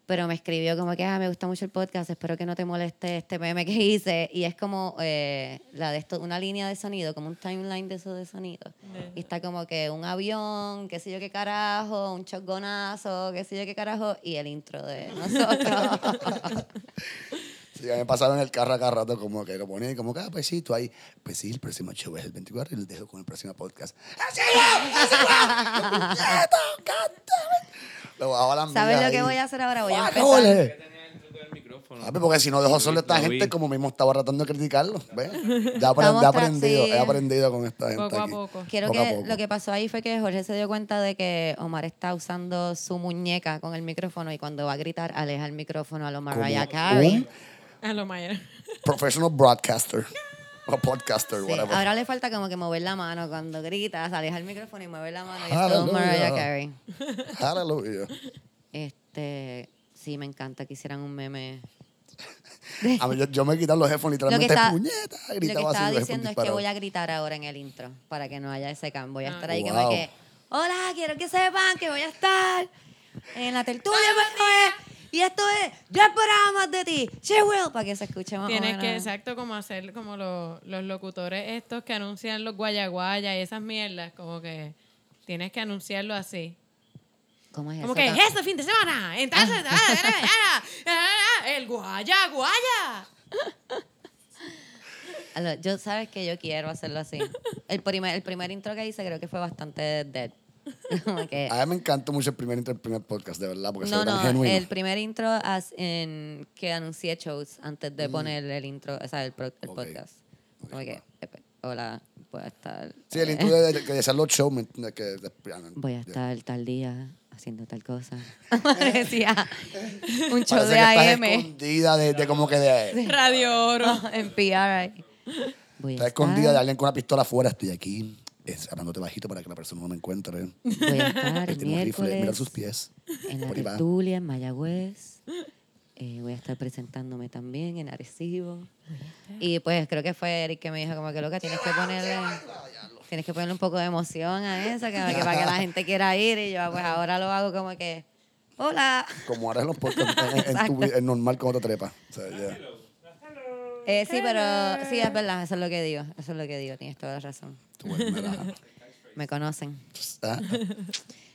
Speaker 1: Pero me escribió como que, ah, me gusta mucho el podcast, espero que no te moleste este meme que hice. Y es como eh, la de esto, una línea de sonido, como un timeline de eso de sonido. Y está como que un avión, qué sé yo qué carajo, un choconazo, qué sé yo qué carajo, y el intro de nosotros.
Speaker 2: Sí, a mí me pasaron en el carro a cada rato, como que lo ponían y como que, ah, pues sí, tú ahí. Pues sí, el próximo show es el 24 y les dejo con el próximo podcast. ¡Así es! ¡Así es! ¡Nieto! ¡Cántame! Lo bajo a las
Speaker 1: ¿Sabes
Speaker 2: millas
Speaker 1: lo que
Speaker 2: ahí.
Speaker 1: voy a hacer ahora? Voy a
Speaker 2: ¡Ah,
Speaker 1: empezar.
Speaker 2: ole!
Speaker 4: tenía el truco del micrófono.
Speaker 2: Ah, pues porque si no dejo solo a esta
Speaker 4: Lo vi.
Speaker 2: gente, como mismo estaba tratando de criticarlo. ¿ves? Ya,
Speaker 1: Estamos
Speaker 2: apre- ya he
Speaker 1: tras-
Speaker 2: aprendido,
Speaker 1: sí.
Speaker 2: he aprendido con esta gente.
Speaker 3: Poco a
Speaker 2: aquí.
Speaker 3: poco.
Speaker 1: Quiero
Speaker 2: Poco a
Speaker 1: que
Speaker 2: poco.
Speaker 1: lo que pasó ahí fue que Jorge se dio cuenta de que Omar está usando su muñeca con el micrófono y cuando va a gritar aleja el micrófono a lo
Speaker 2: Como
Speaker 1: Mariah
Speaker 2: un
Speaker 1: Carey.
Speaker 3: A lo mayor.
Speaker 2: professional broadcaster o podcaster,
Speaker 1: Sí,
Speaker 2: whatever.
Speaker 1: Ahora le falta como que mover la mano cuando gritas, aleja el micrófono y mover la mano y es todo
Speaker 2: Hallelujah.
Speaker 1: Mariah Carey.
Speaker 2: Hallelujah.
Speaker 1: Este, sí, me encanta que hicieran un meme.
Speaker 2: A mí, yo, yo me quitaba los headphones
Speaker 1: Lo que,
Speaker 2: literalmente,
Speaker 1: está- lo
Speaker 2: puñeta,
Speaker 1: que
Speaker 2: gritaba así.
Speaker 1: estaba
Speaker 2: los
Speaker 1: diciendo
Speaker 2: headphones
Speaker 1: es que voy
Speaker 2: disparados.
Speaker 1: a gritar ahora en el intro para que no haya ese cambio. Voy
Speaker 3: Ah.
Speaker 1: a estar ahí que
Speaker 2: Wow.
Speaker 1: va que, hola, quiero que sepan que voy a estar en la tertulia. pues, eh, y esto es, yo esperaba más de ti, She Will, para que se escuche más o
Speaker 3: Tienes que,
Speaker 1: menos.
Speaker 3: exacto, como hacer como lo- los locutores estos que anuncian los guayaguayas y esas mierdas, como que tienes que anunciarlo así.
Speaker 1: ¿Cómo es eso?
Speaker 3: Como que
Speaker 1: Tan-
Speaker 3: este fin de semana, entonces, ah, ah, ah, ah, ah, el guaya, guaya.
Speaker 1: Aló, Yo sabes que yo quiero hacerlo así. El primer, el primer intro que hice creo que fue bastante dead. Como que-
Speaker 2: A mí me encantó mucho el primer, inter- el primer podcast, de verdad, Ah, porque
Speaker 1: No,
Speaker 2: se ve tan
Speaker 1: no,
Speaker 2: genuino.
Speaker 1: el primer intro as en que anuncié shows antes de poner el intro, o sea, el, pro- el
Speaker 2: Mm. Ok.
Speaker 1: podcast. Como que, epe, hola, voy a estar.
Speaker 2: Sí, el intro de, de, de hacer los shows, ¿me entiendes? Que, de-
Speaker 1: Voy a
Speaker 2: de-
Speaker 1: estar tal día haciendo tal cosa. Decía un show de
Speaker 2: Parece que estás
Speaker 1: AM
Speaker 2: escondida de, de como que de...
Speaker 3: Radio Oro.
Speaker 1: en PRI. Voy
Speaker 2: Está
Speaker 1: a
Speaker 2: escondida de
Speaker 1: estar,
Speaker 2: alguien con una pistola afuera. Estoy aquí, es, hablándote bajito para que la persona no me encuentre.
Speaker 1: voy a estar
Speaker 2: Él
Speaker 1: el
Speaker 2: tiene un rifle, mira
Speaker 1: miércoles
Speaker 2: sus pies.
Speaker 1: en la
Speaker 2: Por ahí va.
Speaker 1: tertulia en Mayagüez. Eh, voy a estar presentándome también en Arecibo. Y pues creo que fue Eric que me dijo como que loca, tienes que ponerle, tienes que ponerle un poco de emoción a eso, que, que para que la gente quiera ir. Y yo pues ahora lo hago como que, hola.
Speaker 2: Como ahora en los podcasts, en- en, tu vida, es normal cuando te trepas. O sea, ya.
Speaker 1: Eh, sí, pero sí, es verdad, eso es lo que digo, eso es lo que digo, tienes toda la razón.
Speaker 2: Tú, bueno, mira.
Speaker 1: Me conocen.
Speaker 2: Ah,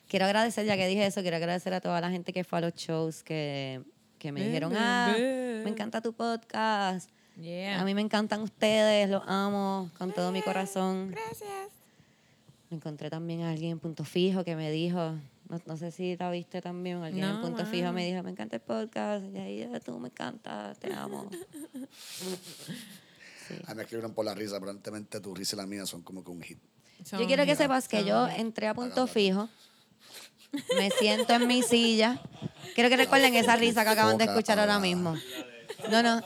Speaker 1: Quiero agradecer, ya que dije eso, quiero agradecer a toda la gente que fue a los shows, que, que me
Speaker 3: Ven,
Speaker 1: dijeron,
Speaker 3: ven,
Speaker 1: ah,
Speaker 3: ven".
Speaker 1: me encanta tu podcast.
Speaker 3: Yeah.
Speaker 1: A mí me encantan ustedes, los amo con todo mi corazón.
Speaker 3: Gracias.
Speaker 1: Me encontré también a alguien en Punto Fijo que me dijo, no, no sé si la viste también, alguien en
Speaker 3: No, ah.
Speaker 1: Punto Fijo
Speaker 3: mano.
Speaker 1: me dijo, me encanta el podcast, y ahí "Ah, tú me encantas, te amo. Sí.
Speaker 2: ah, me escribieron por la risa, pero aparentemente tu risa y la mía son como que un hit.
Speaker 1: Yo quiero que sepas que yo entré a punto fijo, me siento en mi silla. Quiero que recuerden esa risa que acaban de escuchar ahora mismo. No, no.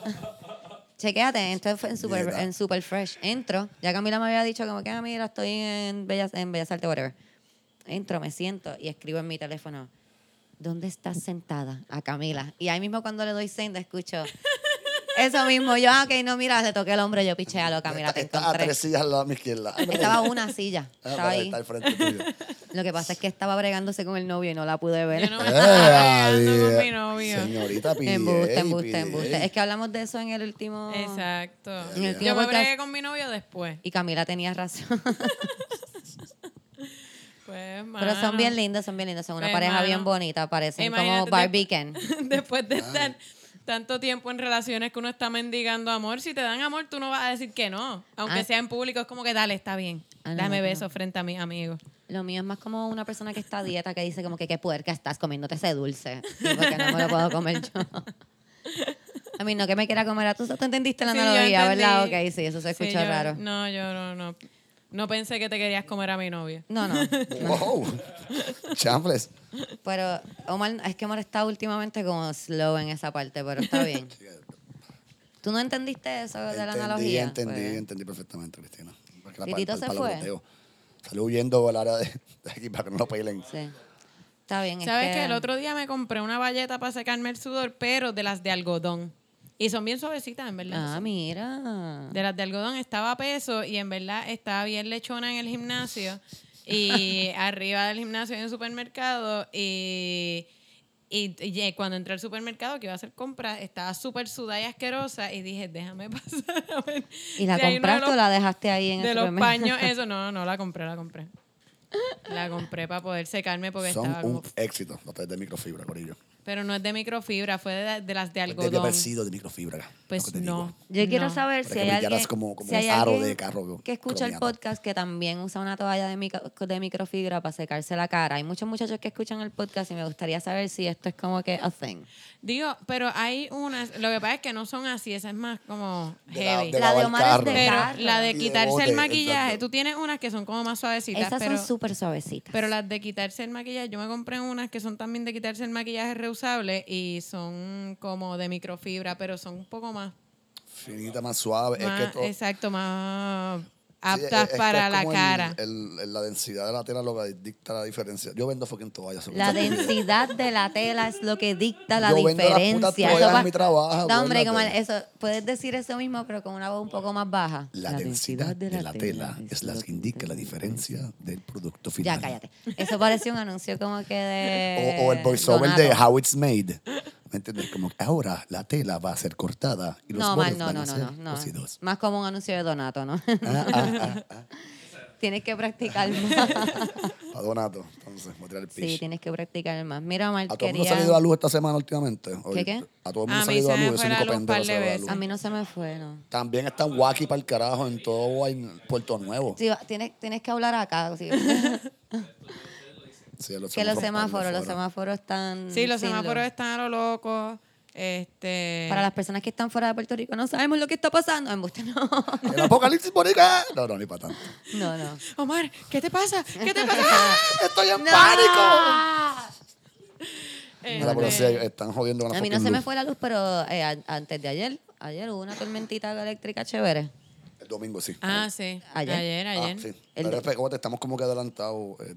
Speaker 1: Chequéate, esto fue en super,
Speaker 2: Mira.
Speaker 1: en super Fresh. Entro, ya Camila me había dicho como que, ah, mira, estoy en Bellas, en Bellas Artes, whatever. Entro, me siento y escribo en mi teléfono, ¿dónde estás sentada? A Camila. Y ahí mismo cuando le doy send, escucho eso mismo. Yo, ah, ok, no, mira, le toqué el hombro, yo pichealo, Camila, Ah, te
Speaker 2: Está- está a
Speaker 1: encontré.
Speaker 2: tres sillas al lado de mi izquierda. Ah,
Speaker 1: Estaba a una silla,
Speaker 2: ah,
Speaker 1: estaba
Speaker 2: pero
Speaker 1: ahí.
Speaker 2: Está al frente tuyo. Eh,
Speaker 1: Lo que pasa es que estaba bregándose con el novio y no la pude ver.
Speaker 3: Yo no me
Speaker 2: Eh,
Speaker 3: estaba peleando con
Speaker 2: ay, eh,
Speaker 3: mi novio.
Speaker 2: Señorita pide.
Speaker 1: embuste,
Speaker 2: y
Speaker 1: embuste,
Speaker 2: pide.
Speaker 1: embuste. Es que hablamos de eso en el último.
Speaker 3: Exacto.
Speaker 1: eh, En el
Speaker 3: Yo
Speaker 1: último
Speaker 3: me
Speaker 1: podcast.
Speaker 3: bregué con mi novio después.
Speaker 1: Y Camila tenía razón.
Speaker 3: Pues,
Speaker 1: Pero son
Speaker 3: mano.
Speaker 1: bien lindos, son bien lindos. Son una
Speaker 3: Pues,
Speaker 1: pareja bien
Speaker 3: mano.
Speaker 1: bonita. Parecen como
Speaker 3: Imagínate,
Speaker 1: Barbie
Speaker 3: despu-
Speaker 1: Ken.
Speaker 3: Después de estar tanto tiempo en relaciones que uno está mendigando amor, si te dan amor, tú no vas a decir que no. Aunque
Speaker 1: Ah.
Speaker 3: sea en público, es como que dale, está bien.
Speaker 1: Ah, no,
Speaker 3: Dame
Speaker 1: no.
Speaker 3: besos frente a mis amigos.
Speaker 1: Lo mío es más como una persona que está a dieta que dice como que qué puerca estás comiéndote ese dulce. Porque no me lo puedo comer yo. A mí no que me quiera comer a tú. Tú entendiste la
Speaker 3: Sí, yo
Speaker 1: analogía, ¿verdad?
Speaker 3: entendí.
Speaker 1: Ok, sí, eso se
Speaker 3: Sí,
Speaker 1: escucha
Speaker 3: yo-
Speaker 1: raro.
Speaker 3: No, yo no, no. No pensé que te querías comer a mi novia.
Speaker 1: No, no.
Speaker 2: Wow. Chanfles.
Speaker 1: Pero Omar, es que Omar está últimamente como slow en esa parte, pero está bien. ¿Tú no entendiste eso de la
Speaker 2: Entendí,
Speaker 1: analogía?
Speaker 2: entendí,
Speaker 1: Pues,
Speaker 2: entendí perfectamente, Cristina. Porque la
Speaker 1: Titito
Speaker 2: pal-
Speaker 1: se
Speaker 2: pal-
Speaker 1: fue.
Speaker 2: paloteo. Salí huyendo de la área de, de aquí para que no lo pelen.
Speaker 1: sí. Está bien. es
Speaker 3: ¿Sabes
Speaker 1: que
Speaker 3: que el otro día me compré una valleta para secarme el sudor, pero de las de algodón. Y son bien suavecitas, en verdad.
Speaker 1: Ah, mira.
Speaker 3: De las de algodón estaba a peso y en verdad estaba bien lechona en el gimnasio y arriba del gimnasio en el supermercado y, y, y eh, cuando entré al supermercado que iba a hacer compras estaba súper sudada y asquerosa y dije déjame pasar a ver
Speaker 1: ¿Y la
Speaker 3: si hay uno de
Speaker 1: compraste
Speaker 3: los-
Speaker 1: o la dejaste ahí en
Speaker 3: de
Speaker 1: el
Speaker 3: los
Speaker 1: supermercado?
Speaker 3: paños eso no no la compré la compré la compré para poder secarme porque
Speaker 2: Son
Speaker 3: estaba
Speaker 2: un
Speaker 3: como-
Speaker 2: éxito los tres de microfibra, Corillo.
Speaker 3: pero no es de microfibra fue de, de
Speaker 2: Pues
Speaker 3: las de
Speaker 2: Debió
Speaker 3: algodón
Speaker 2: haber sido de microfibra. lo
Speaker 3: pues
Speaker 2: que te
Speaker 3: no
Speaker 2: digo.
Speaker 1: Yo quiero
Speaker 3: no.
Speaker 1: saber si
Speaker 2: Para que
Speaker 1: hay
Speaker 2: brillaras
Speaker 1: alguien
Speaker 2: como- como
Speaker 1: si
Speaker 2: un
Speaker 1: hay
Speaker 2: aro
Speaker 1: alguien
Speaker 2: de carro
Speaker 1: que escucha el
Speaker 2: cromiado.
Speaker 1: podcast que también usa una toalla de, micro- de microfibra para secarse la cara. Hay muchos muchachos que escuchan el podcast y me gustaría saber si esto es como que a thing.
Speaker 3: Digo, pero hay unas, lo que pasa es que no son así, esa es más como
Speaker 2: De la-
Speaker 3: heavy.
Speaker 2: de
Speaker 1: La de
Speaker 2: lavar
Speaker 1: Omar es de
Speaker 2: carro.
Speaker 3: pero
Speaker 1: carro.
Speaker 3: la
Speaker 2: Y
Speaker 3: de
Speaker 2: de
Speaker 3: quitarse
Speaker 2: bote,
Speaker 3: el maquillaje,
Speaker 2: exacto.
Speaker 3: tú tienes unas que son como más suavecitas,
Speaker 1: Esas
Speaker 3: pero,
Speaker 1: son súper suavecitas.
Speaker 3: pero las de quitarse el maquillaje, yo me compré unas que son también de quitarse el maquillaje reusable y son como de microfibra, pero son un poco más,
Speaker 2: Finita, más suave.
Speaker 3: más-
Speaker 2: es que todo,
Speaker 3: exacto, más
Speaker 2: Sí, es-
Speaker 3: aptas
Speaker 2: es que
Speaker 3: para
Speaker 2: es
Speaker 3: la
Speaker 2: como el-
Speaker 3: cara.
Speaker 2: el- el- la densidad de la tela lo que dicta la diferencia. Yo vendo fucking toallas. eso
Speaker 1: La
Speaker 2: es mi vida.
Speaker 1: densidad de la tela es lo que dicta la
Speaker 2: Yo vendo las putas
Speaker 1: diferencia.
Speaker 2: toallas
Speaker 1: Eso
Speaker 2: en
Speaker 1: pa-
Speaker 2: mi trabajo,
Speaker 1: No, hombre,
Speaker 2: acuérdate.
Speaker 1: como el- eso, puedes decir eso mismo, pero con una voz un poco más baja.
Speaker 2: La, densidad, de la tela, es la que indica la diferencia del producto final.
Speaker 1: Ya, cállate. Eso parecía un anuncio como que de.
Speaker 2: O, o
Speaker 3: Eh,
Speaker 2: el voiceover
Speaker 1: Donato.
Speaker 2: de How It's Made. ¿Me entiendes? Como que ahora la tela va a ser cortada y los
Speaker 1: No, mal,
Speaker 2: bordes
Speaker 1: no,
Speaker 2: van
Speaker 1: no,
Speaker 2: a
Speaker 1: no,
Speaker 2: ser Ah,
Speaker 1: no, no.
Speaker 2: cosidos.
Speaker 1: Más como un anuncio de Donato, ¿no?
Speaker 2: ah.
Speaker 1: Tienes que practicar más.
Speaker 2: A Donato, entonces, voy a tirar el pitch.
Speaker 1: Sí, tienes que practicar más. Mira, Omar,
Speaker 2: ¿A todo el mundo ha
Speaker 1: quería...
Speaker 2: salido a luz esta semana últimamente? Oye,
Speaker 1: qué?
Speaker 2: A todo el
Speaker 3: A
Speaker 2: mundo ha
Speaker 3: mí
Speaker 2: salido
Speaker 3: se
Speaker 2: a
Speaker 3: me
Speaker 2: luz, es
Speaker 3: fue
Speaker 2: el
Speaker 3: la
Speaker 2: único
Speaker 3: luz un par
Speaker 2: pendejo que
Speaker 3: de
Speaker 2: se ha dado a
Speaker 3: veces. Ah,
Speaker 1: a
Speaker 2: luz.
Speaker 1: mí no se me fue, no.
Speaker 2: También están wacky para el carajo en todo en Puerto Nuevo.
Speaker 1: Sí, va- tienes, tienes que hablar acá. sí.
Speaker 2: Sí, los
Speaker 1: que los
Speaker 2: semáforos
Speaker 1: semáforos, los
Speaker 2: fuera.
Speaker 1: semáforos están...
Speaker 3: Sí, los
Speaker 1: sin luz.
Speaker 3: semáforos están a lo loco. Este,
Speaker 1: Para las personas que están fuera de Puerto Rico, no sabemos lo que está pasando. Embuste, no.
Speaker 2: El apocalipsis boricua. No, no, ni para tanto.
Speaker 1: No, no.
Speaker 3: Omar, ¿qué te pasa? ¿Qué te pasa?
Speaker 2: Estoy en
Speaker 1: ¡No!
Speaker 2: pánico. Mira, pero
Speaker 3: Este,
Speaker 2: sí, están jodiendo con la
Speaker 1: A mí no
Speaker 2: fucking
Speaker 1: se me
Speaker 2: luz.
Speaker 1: fue la luz, pero eh, an- antes de ayer, ayer hubo una tormentita eléctrica chévere.
Speaker 2: El domingo sí.
Speaker 3: Ah, sí.
Speaker 1: Ayer.
Speaker 3: Ayer, ayer.
Speaker 2: Ah, sí.
Speaker 1: El
Speaker 2: Pero
Speaker 1: do-
Speaker 2: espérate, estamos como que adelantados, eh,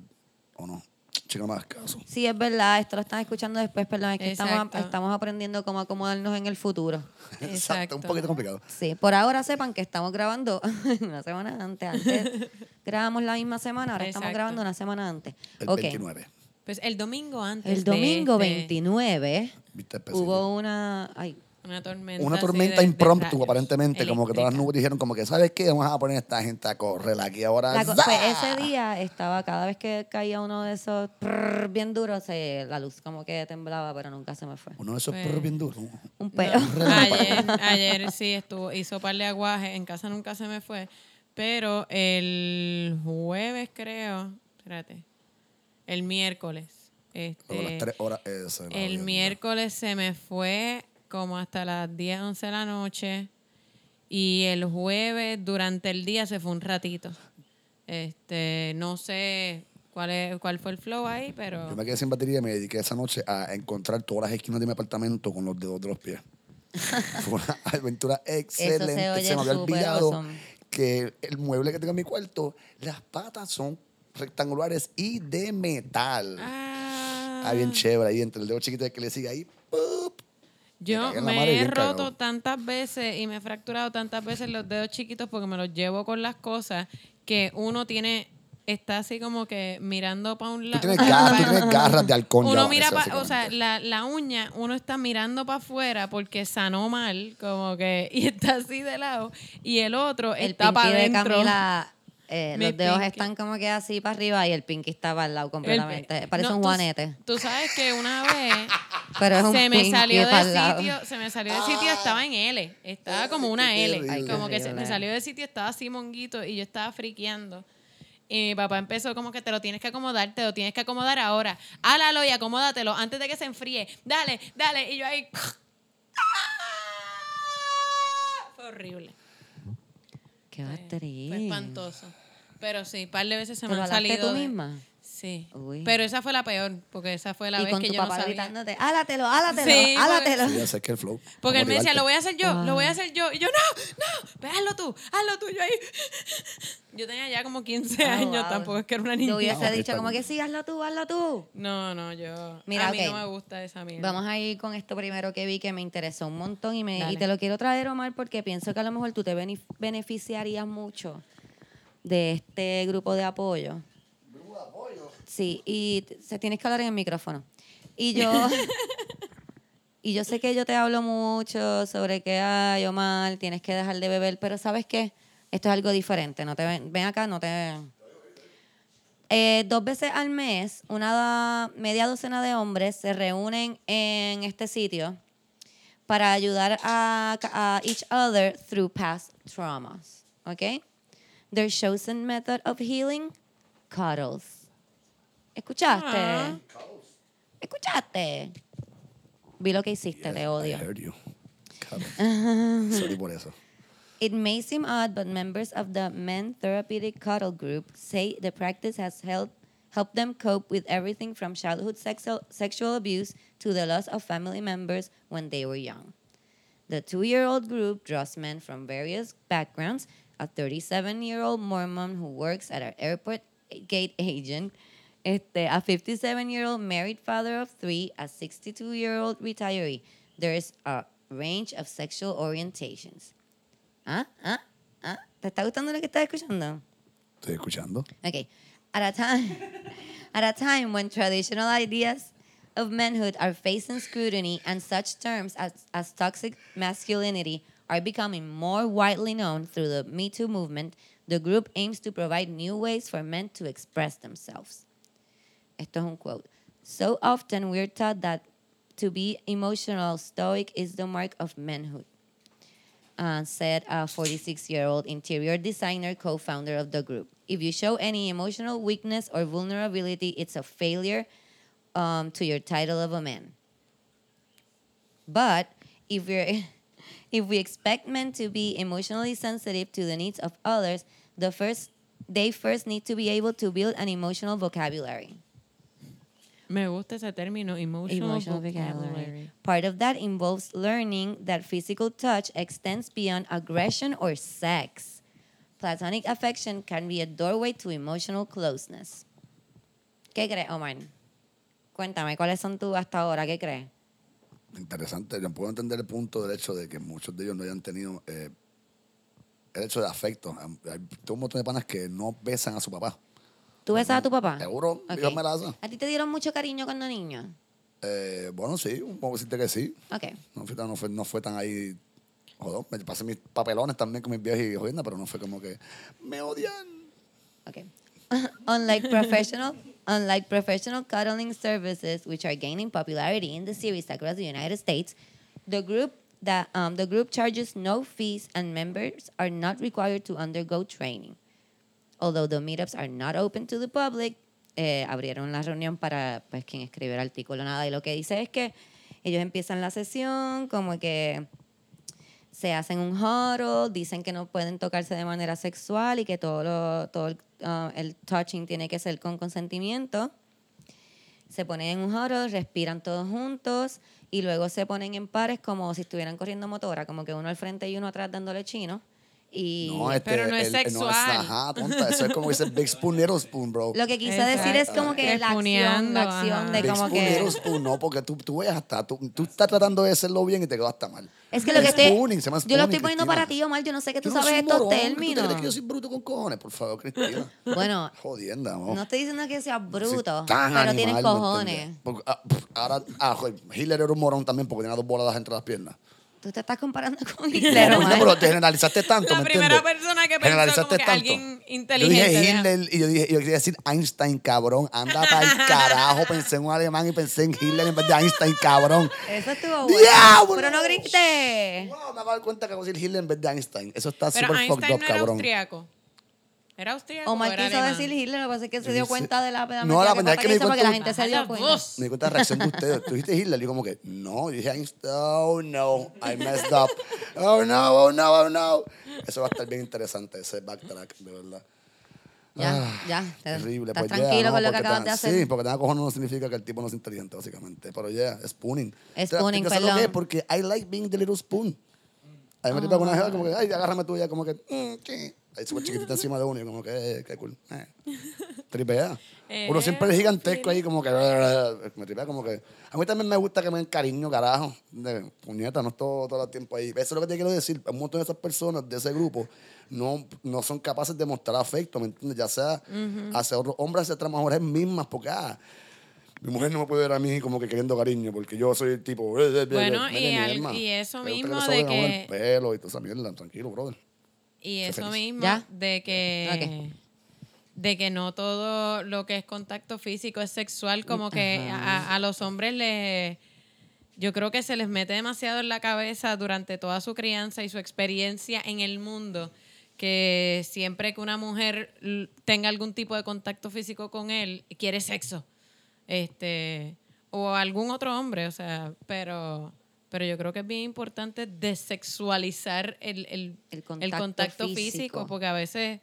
Speaker 2: ¿o no? Chica, no me hagas caso.
Speaker 1: Sí, es verdad, esto lo están escuchando después, perdón, es que estamos,
Speaker 3: Exacto.
Speaker 1: estamos aprendiendo cómo acomodarnos en el futuro.
Speaker 2: Exacto. Un
Speaker 3: Exacto.
Speaker 2: poquito complicado.
Speaker 1: Sí, por ahora sepan que estamos grabando una semana antes. Antes grabamos la misma semana, ahora estamos
Speaker 3: Exacto.
Speaker 1: grabando una semana antes.
Speaker 2: El
Speaker 1: Ok.
Speaker 2: 29.
Speaker 3: Pues el domingo antes.
Speaker 1: El
Speaker 3: de
Speaker 1: domingo
Speaker 3: este,
Speaker 1: 29
Speaker 2: Viste específico.
Speaker 1: hubo una... Ay,
Speaker 3: Una tormenta.
Speaker 2: Una
Speaker 3: así
Speaker 2: tormenta
Speaker 3: de- de
Speaker 2: impromptu,
Speaker 3: rayos
Speaker 2: aparentemente, como que todas las
Speaker 3: eléctricas.
Speaker 2: nubes dijeron como que, ¿sabes qué? Vamos a poner a esta gente a correr aquí ahora.
Speaker 1: la co-
Speaker 2: ¡Za!
Speaker 1: pues ese día estaba, cada vez que caía uno de esos prrr, bien duros, se- la luz como que temblaba, pero nunca se me fue.
Speaker 2: Uno de esos
Speaker 3: Pues-
Speaker 2: perros bien duros.
Speaker 1: Un
Speaker 3: No,
Speaker 1: pedo.
Speaker 3: ayer, ayer sí estuvo, hizo par de aguaje, en casa nunca se me fue, pero el jueves creo, espérate, el miércoles,
Speaker 2: Luego
Speaker 3: este,
Speaker 2: las tres horas. Eso, no,
Speaker 3: el
Speaker 2: Dios mío.
Speaker 3: miércoles se me fue como hasta las 10, 11 de la noche y el jueves durante el día se fue un ratito. Este, no sé cuál es, cuál fue el flow ahí, pero
Speaker 2: Yo me quedé sin batería y me dediqué esa noche a encontrar todas las esquinas de mi apartamento con los dedos de los pies. Fue una aventura excelente.
Speaker 1: oye
Speaker 2: me había
Speaker 1: súper
Speaker 2: olvidado
Speaker 1: awesome.
Speaker 2: que el mueble que tengo en mi cuarto, las patas son rectangulares y de metal.
Speaker 3: Ah.
Speaker 2: Ah, bien chévere. Ahí entre el dedo chiquito que le sigue ahí. ¡pup! Me
Speaker 3: Yo
Speaker 2: cagué
Speaker 3: me,
Speaker 2: en la madre
Speaker 3: he
Speaker 2: bien
Speaker 3: roto
Speaker 2: cagado.
Speaker 3: tantas veces y me he fracturado tantas veces los dedos chiquitos porque me los llevo con las cosas que uno tiene, está así como que mirando para un
Speaker 2: Tú
Speaker 3: lado.
Speaker 2: tienes, garras, tú tienes garras de halcón.
Speaker 3: Uno
Speaker 2: ya,
Speaker 3: mira,
Speaker 2: eso,
Speaker 3: pa- o sea,
Speaker 2: básicamente.
Speaker 3: la, la uña, uno está mirando para afuera porque sanó mal, como que, y está así de lado, y el otro
Speaker 1: El
Speaker 3: está
Speaker 1: pinky
Speaker 3: para
Speaker 1: de
Speaker 3: adentro.
Speaker 1: Camila eh,
Speaker 3: Mi
Speaker 1: los dedos
Speaker 3: pinky.
Speaker 1: están como que así para arriba y el pinky estaba al lado completamente.
Speaker 3: El pe-
Speaker 1: Parece
Speaker 3: No,
Speaker 1: un
Speaker 3: tú-
Speaker 1: juanete.
Speaker 3: Tú sabes que una vez
Speaker 1: Pero es un
Speaker 3: se me
Speaker 1: pinky
Speaker 3: salió
Speaker 1: pa'l
Speaker 3: de
Speaker 1: lado.
Speaker 3: sitio, se me salió de sitio, estaba en L, estaba como una
Speaker 2: Ay, qué
Speaker 3: L,
Speaker 2: terrible.
Speaker 3: como que se
Speaker 1: horrible.
Speaker 3: me salió de sitio, estaba así monguito y yo estaba friqueando. Y mi papá empezó como que te lo tienes que acomodar, te lo tienes que acomodar ahora. Hálalo y acomódatelo antes de que se enfríe. Dale, dale. Y yo ahí. ¡Ah! Fue horrible.
Speaker 1: Qué batería.
Speaker 3: Fue espantoso. Pero sí, par de veces se
Speaker 1: ¿Te
Speaker 3: me
Speaker 1: lo
Speaker 3: han
Speaker 1: jalaste
Speaker 3: salido.
Speaker 1: tú
Speaker 3: de-
Speaker 1: misma?
Speaker 3: Sí.
Speaker 1: Uy.
Speaker 3: Pero esa fue la peor, porque esa fue la
Speaker 1: y
Speaker 3: vez
Speaker 1: con
Speaker 3: que
Speaker 1: tu
Speaker 3: yo
Speaker 1: papá
Speaker 3: no sabía.
Speaker 1: gritándote, álatelo, álatelo,
Speaker 3: Sí,
Speaker 1: álatelo.
Speaker 2: Sí, ya sé que el flow.
Speaker 3: Porque él me decía, lo voy a hacer yo,
Speaker 1: Wow.
Speaker 3: lo voy a hacer yo. Y yo, no, no, pues hazlo tú, hazlo tú. Yo ahí. Yo tenía ya como 15
Speaker 1: Ah,
Speaker 3: años,
Speaker 1: wow.
Speaker 3: tampoco es que era una
Speaker 1: Yo
Speaker 3: niña.
Speaker 1: hubiese
Speaker 2: No,
Speaker 1: dicho
Speaker 2: está
Speaker 1: como
Speaker 2: bien.
Speaker 1: que sí, hazlo tú, hazlo tú.
Speaker 3: No, no, yo.
Speaker 1: Mira,
Speaker 3: a mí
Speaker 1: ok.
Speaker 3: no me gusta esa mierda.
Speaker 1: Vamos a ir con esto primero que vi que me interesó un montón y, me, y
Speaker 3: Dale.
Speaker 1: te lo quiero traer, Omar, porque pienso que a lo mejor tú te bene- beneficiarías mucho de este grupo de apoyo. ¿Grupo de apoyo? Sí, y t- se tienes que hablar en el micrófono. Y yo... y yo sé que yo te hablo mucho sobre que, ay, Omar, tienes que dejar de beber, pero ¿sabes qué? Esto es algo diferente. No te ven, ven acá, no te... Eh, dos veces al mes, una media docena de hombres se reúnen en este sitio para ayudar a, a each other through past traumas. ¿Ok? Their chosen method of healing, cuddles. ¿Escuchaste?
Speaker 3: Ah.
Speaker 1: ¿Escuchaste? Vi lo que hiciste, te odio.
Speaker 2: I heard you. Claro. Sorry por eso.
Speaker 1: It may seem odd, but members of the Men Therapeutic Cuddle Group say the practice has helped help them cope with everything from childhood sexual, sexual abuse to the loss of family members when they were young. The two year old group draws men from various backgrounds a 37 year old Mormon who works at an airport gate agent, este, a 57 year old married father of three, a 62 year old retiree. There's a range of sexual orientations. ¿Ah? ¿Ah? ¿Ah? ¿Te está gustando lo que estás escuchando?
Speaker 2: Estoy escuchando.
Speaker 1: Okay. At a time at a time when traditional ideas of manhood are facing scrutiny and such terms as, as toxic masculinity are becoming more widely known through the Me Too movement, the group aims to provide new ways for men to express themselves. Esto es un quote. So often we're taught that to be emotional, stoic is the mark of manhood uh, said a 46 year old interior designer, co founder of the group. If you show any emotional weakness or vulnerability, it's a failure um, to your title of a man. But if we're if we expect men to be emotionally sensitive to the needs of others, the first they first need to be able to build an emotional vocabulary.
Speaker 3: Me gusta ese término, emotional,
Speaker 1: Emotional
Speaker 3: vocabulary.
Speaker 1: vocabulary. Part of that involves learning that physical touch extends beyond aggression or sex. Platonic affection can be a doorway to emotional closeness. ¿Qué crees, Omar? Cuéntame, ¿cuáles son tú hasta ahora? ¿Qué crees?
Speaker 2: Interesante. Yo puedo entender el punto del hecho de que muchos de ellos no hayan tenido eh, el hecho de afecto. Am- Hay todo un montón de panas que no besan a su papá.
Speaker 1: ¿Tú besas a tu
Speaker 3: Ah,
Speaker 1: papá?
Speaker 2: Seguro,
Speaker 1: Ok.
Speaker 2: Dios me la hace.
Speaker 1: ¿A ti te dieron mucho cariño cuando niño?
Speaker 2: Eh, bueno, sí, puedo decirte que sí.
Speaker 1: Ok.
Speaker 2: No fue tan, no fue, no fue tan ahí. Jodón, me pasé mis papelones también con mis viejos y jodiendo, pero no fue como que me odian.
Speaker 1: Okay. unlike professional, unlike professional cuddling services, which are gaining popularity in the series across the United States, the group that um, the group charges no fees and members are not required to undergo training. Although the meetups are not open to the public, eh, abrieron la reunión para pues quien escribe el artículo nada y lo que dice es que ellos empiezan la sesión como que se hacen un huddle, dicen que no pueden tocarse de manera sexual y que todo, lo- todo el, ah, el touching tiene que ser con consentimiento. Se ponen en un huddle, respiran todos juntos y luego se ponen en pares como si estuvieran corriendo motora, como que uno al frente y uno atrás dándole chino. Y
Speaker 2: este,
Speaker 3: Pero no es sexual.
Speaker 2: ajá, tonta, eso es como dice Big Spoon, Little Spoon, bro.
Speaker 1: lo que quise
Speaker 3: Exacto.
Speaker 1: decir es como que la acción,
Speaker 3: Espuneando,
Speaker 1: la acción de
Speaker 2: Big
Speaker 1: como
Speaker 2: Spoon,
Speaker 1: que...
Speaker 2: Little Spoon, no, porque tú, tú ves hasta, tú, tú estás tratando de hacerlo bien y te quedó hasta mal.
Speaker 1: Es que lo que estoy...
Speaker 2: Spooning, se llama
Speaker 1: yo lo estoy
Speaker 2: spooning,
Speaker 1: poniendo
Speaker 2: Cristina.
Speaker 1: para ti, Omar, yo no sé que tú
Speaker 2: Yo no
Speaker 1: sabes
Speaker 2: soy
Speaker 1: estos
Speaker 2: morón, ¿Tú te crees que yo
Speaker 1: términos.
Speaker 2: soy bruto con cojones? Por favor, Cristina.
Speaker 1: Bueno,
Speaker 2: Jodienda, vamos.
Speaker 1: No estoy diciendo que seas bruto,
Speaker 2: Sí, tan
Speaker 1: pero
Speaker 2: animal,
Speaker 1: tienes
Speaker 2: ¿me
Speaker 1: cojones.
Speaker 2: entiendes? Porque, ah, pff, ahora, ah, joder, Hitler era un morón también porque tenía dos boladas entre las piernas.
Speaker 1: tú te estás comparando con
Speaker 2: No,
Speaker 1: Hitler.
Speaker 2: no,
Speaker 1: Omar.
Speaker 2: pero te generalizaste tanto,
Speaker 3: La
Speaker 2: ¿me
Speaker 3: primera
Speaker 2: entiendes?
Speaker 3: persona que pensó
Speaker 2: Generalizaste
Speaker 3: como que
Speaker 2: tanto.
Speaker 3: alguien
Speaker 2: Yo
Speaker 3: inteligente,
Speaker 2: dije Hitler y yo, dije, yo quería decir Einstein, cabrón. Anda para el carajo. Pensé en un alemán y pensé en Hitler en vez de Einstein, cabrón.
Speaker 1: Eso estuvo bueno.
Speaker 2: ¡Diablo!
Speaker 1: Pero no grites.
Speaker 2: Wow, me acabo de dar cuenta que voy a decir Hitler en vez de Einstein. Eso está
Speaker 3: Pero
Speaker 2: súper fucked
Speaker 3: Einstein
Speaker 2: up,
Speaker 3: no era
Speaker 2: cabrón.
Speaker 3: austriaco. Era austriaco.
Speaker 1: Omar
Speaker 3: o era
Speaker 1: quiso
Speaker 3: alemán?
Speaker 1: decir Hitler, lo que pasa es que se dio
Speaker 2: Sí.
Speaker 1: cuenta de la pedagogía.
Speaker 2: No, la pendeja es que me di
Speaker 1: porque
Speaker 2: cuenta-
Speaker 1: la gente se
Speaker 3: Baja la
Speaker 1: dio cuenta.
Speaker 3: voz.
Speaker 2: Me di cuenta de la reacción de ustedes. Tú dijiste Hitler. Yo como que, no. Yo dije Einstein. Oh, no. I messed up. Oh, no. Oh, no. Oh, no. Eso va a estar bien interesante, ese backtrack, de verdad.
Speaker 1: Ya,
Speaker 2: Ah,
Speaker 1: ya. te-
Speaker 2: Terrible.
Speaker 1: Estás
Speaker 2: pues, yeah,
Speaker 1: tranquilo
Speaker 2: no,
Speaker 1: con lo que
Speaker 2: porque
Speaker 1: acabas
Speaker 2: tan-
Speaker 1: de
Speaker 2: Sí,
Speaker 1: hacer.
Speaker 2: porque tener cojones no significa que el tipo no es inteligente, básicamente. Pero ya, yeah, spooning.
Speaker 1: Es
Speaker 2: Te- te-
Speaker 1: spooning,
Speaker 2: te- ¿sabes lo
Speaker 1: perdón.
Speaker 2: que es? Porque I like being the little spoon. A mí me tipo con una jeva como que, ay, agárrame tú, y ella como que, mm, sí. Ahí súper chiquitita encima de uno, y yo como que, eh, qué cool. Eh. Tripea.
Speaker 3: Eh,
Speaker 2: Uno siempre es gigantesco ahí, como que, me tripea como que. A mí también me gusta que me den cariño, carajo. De, puñeta, no estoy todo el tiempo ahí. Eso es lo que te quiero decir. Un montón de esas personas de ese grupo no, no son capaces de mostrar afecto, ¿me entiendes? Ya sea hacia otros hombres, hacia otras mujeres mismas, porque, ah, mi mujer no me puede ver a mí como que queriendo cariño, porque yo soy el tipo. eh, eh, eh,
Speaker 3: Bueno,
Speaker 2: eh,
Speaker 3: y
Speaker 2: mire, mi
Speaker 3: al-
Speaker 2: alma.
Speaker 3: y eso
Speaker 2: Me gusta
Speaker 3: mismo
Speaker 2: le
Speaker 3: de
Speaker 2: soben a uno el
Speaker 3: que-
Speaker 2: pelo y toda esa mierda, tranquilo, brother.
Speaker 3: Y
Speaker 2: Qué
Speaker 3: eso
Speaker 2: feliz.
Speaker 3: mismo
Speaker 1: ¿Ya?
Speaker 3: de que de que no todo lo que es contacto físico es sexual, como que a, a los hombres les yo creo que se les mete demasiado en la cabeza durante toda su crianza y su experiencia en el mundo que siempre que una mujer l- tenga algún tipo de contacto físico con él, quiere sexo. Este o algún otro hombre, o sea, pero pero yo creo que es bien importante desexualizar el, el,
Speaker 1: El contacto
Speaker 3: físico.
Speaker 1: físico.
Speaker 3: porque a veces,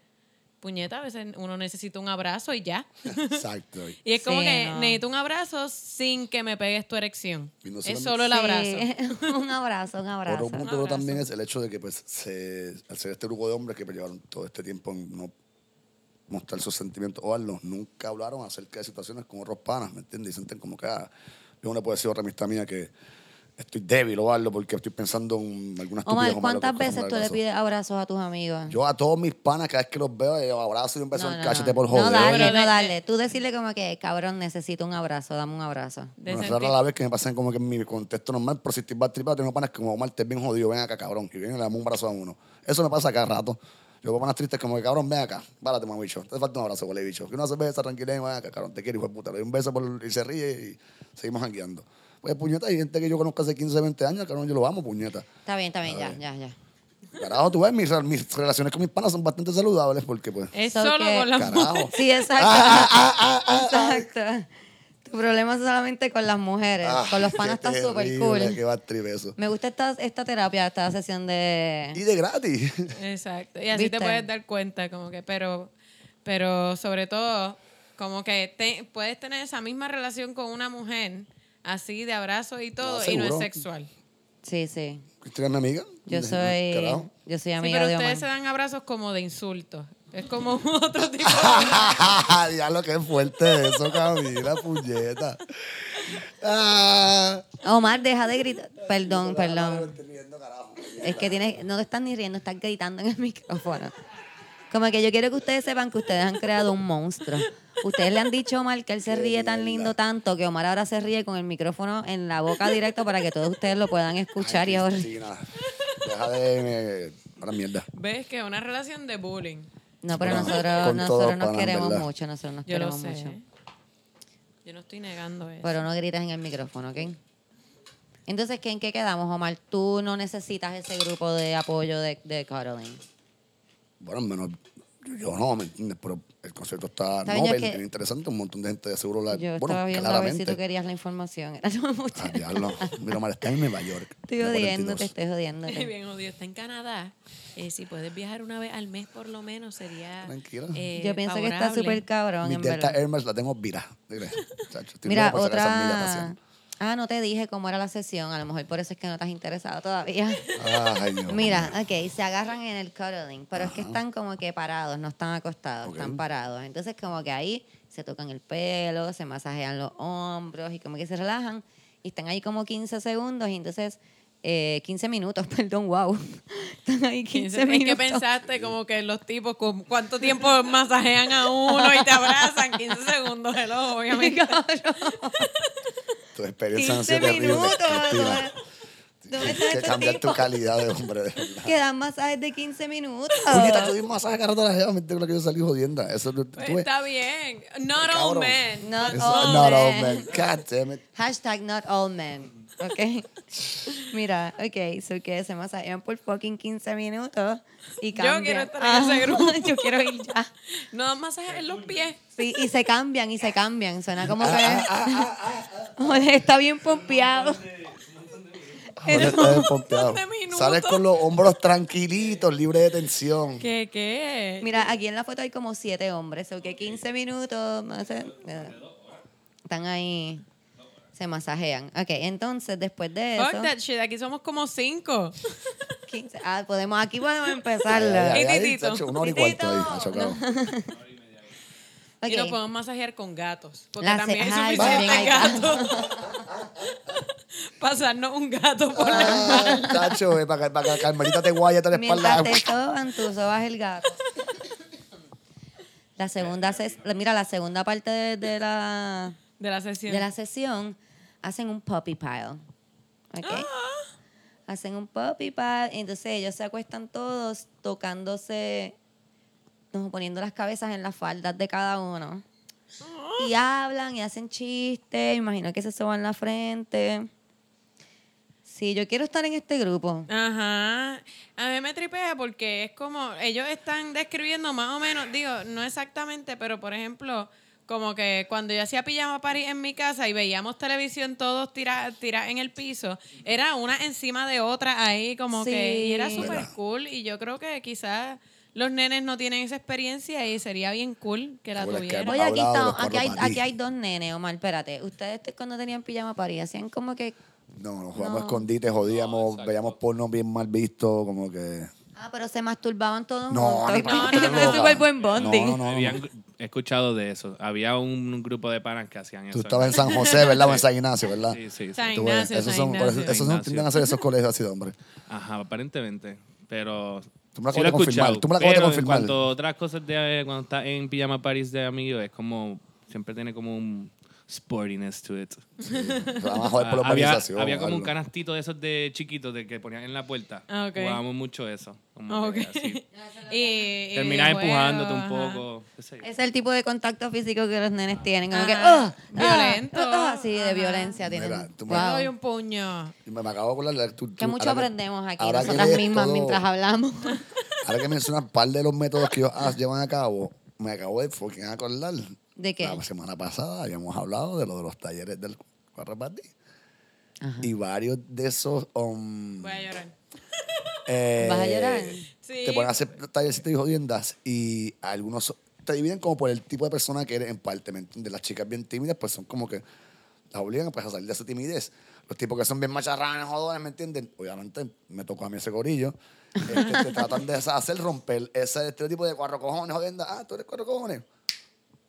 Speaker 3: puñeta, a veces uno necesita un abrazo y ya.
Speaker 2: Exacto.
Speaker 3: Y es como
Speaker 1: Sí,
Speaker 3: que
Speaker 1: no.
Speaker 3: necesito un abrazo sin que me pegues tu erección.
Speaker 2: Y no
Speaker 3: es
Speaker 2: solamente-
Speaker 3: solo el abrazo.
Speaker 1: Sí. un abrazo, un abrazo.
Speaker 2: Otro punto
Speaker 3: abrazo.
Speaker 2: también es el hecho de que, pues, se, al ser este grupo de hombres que pues, llevaron todo este tiempo en no mostrar sus sentimientos o algo, nunca hablaron acerca de situaciones con otros panas, ¿me entiendes? Y sienten como que, ah, yo no puedo decir otra amistad mía que estoy débil o algo porque estoy pensando en algunas
Speaker 1: Omar, ¿cuántas veces tú le
Speaker 2: pides
Speaker 1: pides abrazos a tus amigos?
Speaker 2: Yo a todos mis panas, cada vez que los veo, yo abrazo y un beso
Speaker 1: no,
Speaker 2: en
Speaker 1: no,
Speaker 2: cachete
Speaker 1: no.
Speaker 2: por joder.
Speaker 1: No, dale,
Speaker 3: Pero
Speaker 1: no,
Speaker 3: de-
Speaker 1: dale. Tú decirle como que, cabrón, necesito un abrazo, dame un abrazo.
Speaker 3: De
Speaker 2: Bueno, es
Speaker 3: sentir-
Speaker 2: rara la vez que me pasan como que en mi contexto normal, pero si estoy bat tripado, tengo panas como Omar, te es bien jodido, ven acá, cabrón, y vienen y le damos un brazo a uno. Eso me pasa cada rato. Yo veo panas tristes como que, cabrón, ven acá, párate, mami, bicho. Te falta un abrazo, huele, bicho. Que no se besa, tranquila, ven acá, cabrón, te quiero, hijo de puta. Le doy un beso por, y se ríe y seguimos jangueando. Pues, puñeta, hay gente que yo conozco hace 15, 20 años, cabrón, yo lo amo, puñeta.
Speaker 1: Está bien, está bien, ya, ya, ya.
Speaker 2: Carajo, tú ves, mis, mis relaciones con mis panas son bastante saludables porque, pues,
Speaker 3: Es
Speaker 1: So
Speaker 3: solo
Speaker 1: que-
Speaker 3: con las mujeres.
Speaker 2: carajo.
Speaker 1: Sí,
Speaker 2: Ah,
Speaker 1: exacto.
Speaker 2: ah, ah, ah, ah.
Speaker 1: Exacto. Tu problema es solamente con las mujeres.
Speaker 2: Ah,
Speaker 1: con los
Speaker 2: qué
Speaker 1: panas está Eh. súper
Speaker 2: terrible, Qué
Speaker 1: cool.
Speaker 2: bat trip eso.
Speaker 1: Me gusta esta, esta terapia, esta sesión
Speaker 2: Y
Speaker 1: de...
Speaker 2: de gratis.
Speaker 3: Exacto. Y así
Speaker 1: ¿Viste?
Speaker 3: te puedes dar cuenta, como que, pero, pero sobre todo, como que te- puedes tener esa misma relación con una mujer, así de abrazo y todo, y no es
Speaker 2: seguro.
Speaker 3: sexual.
Speaker 1: Sí, sí.
Speaker 2: ¿Usted es mi amiga?
Speaker 1: Yo soy,
Speaker 2: Carajo.
Speaker 1: yo soy
Speaker 3: Sí,
Speaker 1: amiga
Speaker 3: pero
Speaker 1: de
Speaker 3: ustedes
Speaker 1: Omar.
Speaker 3: se dan abrazos como de insultos. Es como otro tipo.
Speaker 2: Diablo, qué fuerte eso, Camila, puñeta. Ah.
Speaker 1: Omar, deja de gritar. Perdón, perdón.
Speaker 2: Estoy riendo, carajo.
Speaker 1: Es que tienes, no te están ni riendo, están gritando en el micrófono. Como que yo quiero que ustedes sepan que ustedes han creado un monstruo. Ustedes le han dicho a Omar que él se ríe tan lindo tanto que Omar ahora se ríe con el micrófono en la boca directo para que todos ustedes lo puedan escuchar
Speaker 2: Ay,
Speaker 1: y ahora.
Speaker 2: Cristina, Deja de... eh, Para mierda.
Speaker 3: Ves que es una relación de bullying.
Speaker 1: No, pero
Speaker 2: Con-
Speaker 1: nosotros,
Speaker 2: con todos
Speaker 1: nosotros nos
Speaker 2: panas,
Speaker 1: queremos
Speaker 2: ¿verdad?
Speaker 1: mucho, nosotros nos
Speaker 3: Yo lo
Speaker 1: queremos
Speaker 3: sé. ¿eh?
Speaker 1: mucho.
Speaker 3: Yo no estoy negando eso.
Speaker 1: Pero no gritas en el micrófono, ¿ok? Entonces, ¿qué- ¿en qué quedamos, Omar? Tú no necesitas ese grupo de apoyo de, de cuddling.
Speaker 2: Bueno, al menos yo, yo no, ¿me entiendes? Pero el concepto está
Speaker 1: Está bien,
Speaker 2: novel,
Speaker 1: es que-
Speaker 2: bien interesante. Un montón de gente de seguro la...
Speaker 1: Yo
Speaker 2: Ah, bueno,
Speaker 1: estaba viendo a ver si
Speaker 2: claramente.
Speaker 1: tú querías la información. Era todo mucho.
Speaker 2: Ah, diablo. Mira, mal, está en Nueva York.
Speaker 1: Estoy
Speaker 2: la
Speaker 1: odiando, este te estoy
Speaker 2: 42.
Speaker 1: odiando.
Speaker 3: Bien, odio. Está en Canadá. Eh, si puedes viajar una vez al mes por lo menos sería.
Speaker 2: Tranquila.
Speaker 3: eh,
Speaker 1: Yo pienso que está
Speaker 3: favorable.
Speaker 1: súper cabrón,
Speaker 2: Mi eh,
Speaker 1: en
Speaker 2: Delta
Speaker 1: verdad.
Speaker 2: Hermes la tengo vira. Mira, chacho, estoy
Speaker 1: Mira,
Speaker 2: loco por sacar esas millas para
Speaker 1: otra.
Speaker 2: hacer.
Speaker 1: Ah, no te dije cómo era la sesión. A lo mejor por eso es que no estás interesado todavía.
Speaker 2: Ay, Dios
Speaker 1: Mira,
Speaker 2: mío.
Speaker 1: ok, se agarran en el cuddling, pero es que están como que parados, no están acostados,
Speaker 2: Ok.
Speaker 1: están parados. Entonces, como que ahí se tocan el pelo, se masajean los hombros y como que se relajan y están ahí como 15 segundos y entonces, eh, 15 minutos, perdón, wow. Están ahí 15
Speaker 3: ¿En qué
Speaker 1: minutos.
Speaker 3: pensaste? Como que los tipos, con ¿cuánto tiempo masajean a uno y te abrazan? 15 segundos, hello, obviamente. Pues,
Speaker 1: Cabrón.
Speaker 2: Tus experiencias han sido
Speaker 1: 15
Speaker 2: terribles,
Speaker 1: minutos,
Speaker 2: Cristina.
Speaker 1: Eduardo.
Speaker 2: Estoy
Speaker 1: ¿Dónde está
Speaker 2: que
Speaker 1: ese
Speaker 2: cambiar tu
Speaker 1: tipo?
Speaker 2: calidad de hombre, de verdad.
Speaker 1: Que dan masajes de 15 minutos.
Speaker 2: Puñeta, tú di un masaje agarrando la jeva, me tengo que yo salí jodienda. Eso no
Speaker 3: Pues
Speaker 2: tuve.
Speaker 3: está bien. Not all
Speaker 2: Cabrón.
Speaker 3: men.
Speaker 1: Not
Speaker 2: Eso-
Speaker 1: all
Speaker 2: no, no,
Speaker 1: men.
Speaker 2: man. God damn it.
Speaker 1: Hashtag not all men. Ok. Mira, ok, so que se masajean por fucking 15 minutos y
Speaker 3: Yo
Speaker 1: cambian.
Speaker 3: quiero estar en ese
Speaker 1: Ah,
Speaker 3: grupo.
Speaker 1: Yo quiero ir ya.
Speaker 3: No dan masajes en los pies.
Speaker 1: Sí, y se cambian y se cambian. Suena como que.
Speaker 2: Ah, ah, ah,
Speaker 1: Jorge está bien pompeado.
Speaker 2: ah. Joder, estás desponteado.
Speaker 3: de minutos.
Speaker 2: Sales con los hombros tranquilitos, libre de tensión.
Speaker 3: ¿Qué, qué?
Speaker 1: Mira, aquí en la foto hay como siete hombres, o que 15 minutos más. eh, Están ahí. Se masajean. Ok, entonces después de eso.
Speaker 3: Fuck that shit. Aquí somos como cinco.
Speaker 1: 15 ah, podemos, aquí podemos
Speaker 2: Ay,
Speaker 1: empezarla.
Speaker 2: ay, ay,
Speaker 3: Titito.
Speaker 2: tacho, una hora y cuarto ahí,
Speaker 1: Titito.
Speaker 2: ha chocado.
Speaker 1: Ok.
Speaker 3: Y nos podemos masajear con gatos. Porque
Speaker 1: La se-
Speaker 3: también
Speaker 1: Ay,
Speaker 3: hay
Speaker 1: también hay
Speaker 3: suficiente gato. Pasarnos un gato por la
Speaker 2: Ah, Tacho, eh, para que, para que Carmelita te guaye toda la espalda.
Speaker 1: Mientras te soban, tú sobas el gato. La segunda, ses- mira, la segunda parte de, de la,
Speaker 3: de la sesión.
Speaker 1: de la sesión hacen un puppy pile. Ok.
Speaker 2: Ah.
Speaker 1: Hacen un puppy pile. Entonces ellos se acuestan todos tocándose, no, poniendo las cabezas en las faldas de cada uno.
Speaker 2: Ah.
Speaker 1: Y hablan y hacen chistes. Imagino que se soban la frente. Sí, yo quiero estar en este grupo.
Speaker 3: Ajá. A mí me tripea porque es como, ellos están describiendo más o menos, digo, no exactamente, pero por ejemplo, como que cuando yo hacía pijama party en mi casa y veíamos televisión todos tirados tira en el piso, era una encima de otra ahí, como
Speaker 1: Sí.
Speaker 3: que, y era súper
Speaker 2: ¿Verdad?
Speaker 3: cool. Y yo creo que quizás los nenes no tienen esa experiencia y sería bien cool que la
Speaker 2: Bueno, es que
Speaker 3: tuvieran.
Speaker 1: Oye, aquí,
Speaker 2: Hablado de
Speaker 1: estamos,
Speaker 2: los
Speaker 1: aquí, hay,
Speaker 2: cuernos
Speaker 1: aquí
Speaker 2: pandí.
Speaker 1: hay dos nenes, Omar, espérate. Ustedes te- cuando tenían pijama party hacían como que...
Speaker 2: No, nos jugamos
Speaker 1: No.
Speaker 2: a escondite, jodíamos, veíamos porno bien mal visto, como que.
Speaker 1: Ah, pero se masturbaban todos
Speaker 2: No, ni
Speaker 1: juntos.
Speaker 2: pa'
Speaker 1: Eso
Speaker 2: loca.
Speaker 1: es súper buen bonding.
Speaker 2: No, no, no, no.
Speaker 4: Habían escuchado de eso. Había un, un grupo de panas que hacían
Speaker 2: Tú
Speaker 4: eso.
Speaker 2: estabas en San José, ¿verdad? O en San Ignacio, ¿verdad?
Speaker 4: Sí, sí, sí.
Speaker 3: San
Speaker 2: Tú ves,
Speaker 3: Ignacio,
Speaker 2: esos
Speaker 3: San
Speaker 2: son, por eso-
Speaker 3: Ignacio.
Speaker 2: esos no tienden a hacer esos colegios así de hombre.
Speaker 4: Ajá, aparentemente. Pero.
Speaker 2: Tú me la acabas
Speaker 4: sí lo he
Speaker 2: de confirmar,
Speaker 4: escuchado,
Speaker 2: tú me la acabas de
Speaker 4: pero en
Speaker 2: confirmar.
Speaker 4: cuanto a otras cosas de eh, cuando estás en Pijama Paris de amigos, es como. Siempre tiene como un sportiness to it.
Speaker 2: Te van a joder por la
Speaker 4: Ah, había,
Speaker 2: urbanización,
Speaker 4: había como un
Speaker 2: algo.
Speaker 4: canastito de esos de chiquitos de que ponían en la puerta.
Speaker 3: Ah, ok.
Speaker 4: Jugábamos mucho eso. como que
Speaker 3: Ok.
Speaker 4: así.
Speaker 3: Y- y videojuegos,
Speaker 4: Terminabas empujándote un
Speaker 3: ajá.
Speaker 4: poco. qué sé yo.
Speaker 1: Es el tipo de contacto físico que los nenes tienen. Como que...
Speaker 3: Ajá.
Speaker 1: ¡ah!
Speaker 3: Violento.
Speaker 1: ¡ah! ah! sí, de
Speaker 3: Ajá.
Speaker 1: violencia tienen.
Speaker 2: Mira, tú me-
Speaker 3: Te
Speaker 1: Wow.
Speaker 3: doy un puño.
Speaker 2: Y Me, me acabo de acordar de tú-
Speaker 1: Que
Speaker 2: tú-
Speaker 1: mucho
Speaker 2: ahora
Speaker 1: aprendemos aquí
Speaker 2: ahora que
Speaker 1: nosotras
Speaker 2: lees
Speaker 1: mismas
Speaker 2: todo-
Speaker 1: mientras hablamos.
Speaker 2: Ahora que mencionas un par de los métodos que ellos ah, llevan a cabo, me acabo de fucking acordar.
Speaker 1: ¿De qué?
Speaker 2: La semana pasada habíamos hablado de lo de los talleres del Cuarrapati. Y varios de esos. um,
Speaker 3: Voy a llorar.
Speaker 2: eh,
Speaker 1: ¿Vas a llorar?
Speaker 3: Sí.
Speaker 2: Te ponen a hacer tallercitos y jodiendas y algunos son- te dividen como por el tipo de persona que eres en parte, ¿me entiendes? Las chicas bien tímidas pues son como que las obligan pues, a salir de esa timidez. Los tipos que son bien macharranes, jodones, ¿me entienden? Obviamente me tocó a mí ese gorillo. Este, te tratan de hacer romper ese estereotipo de cuatro cojones, jodienda. Ah, tú eres cuatro cojones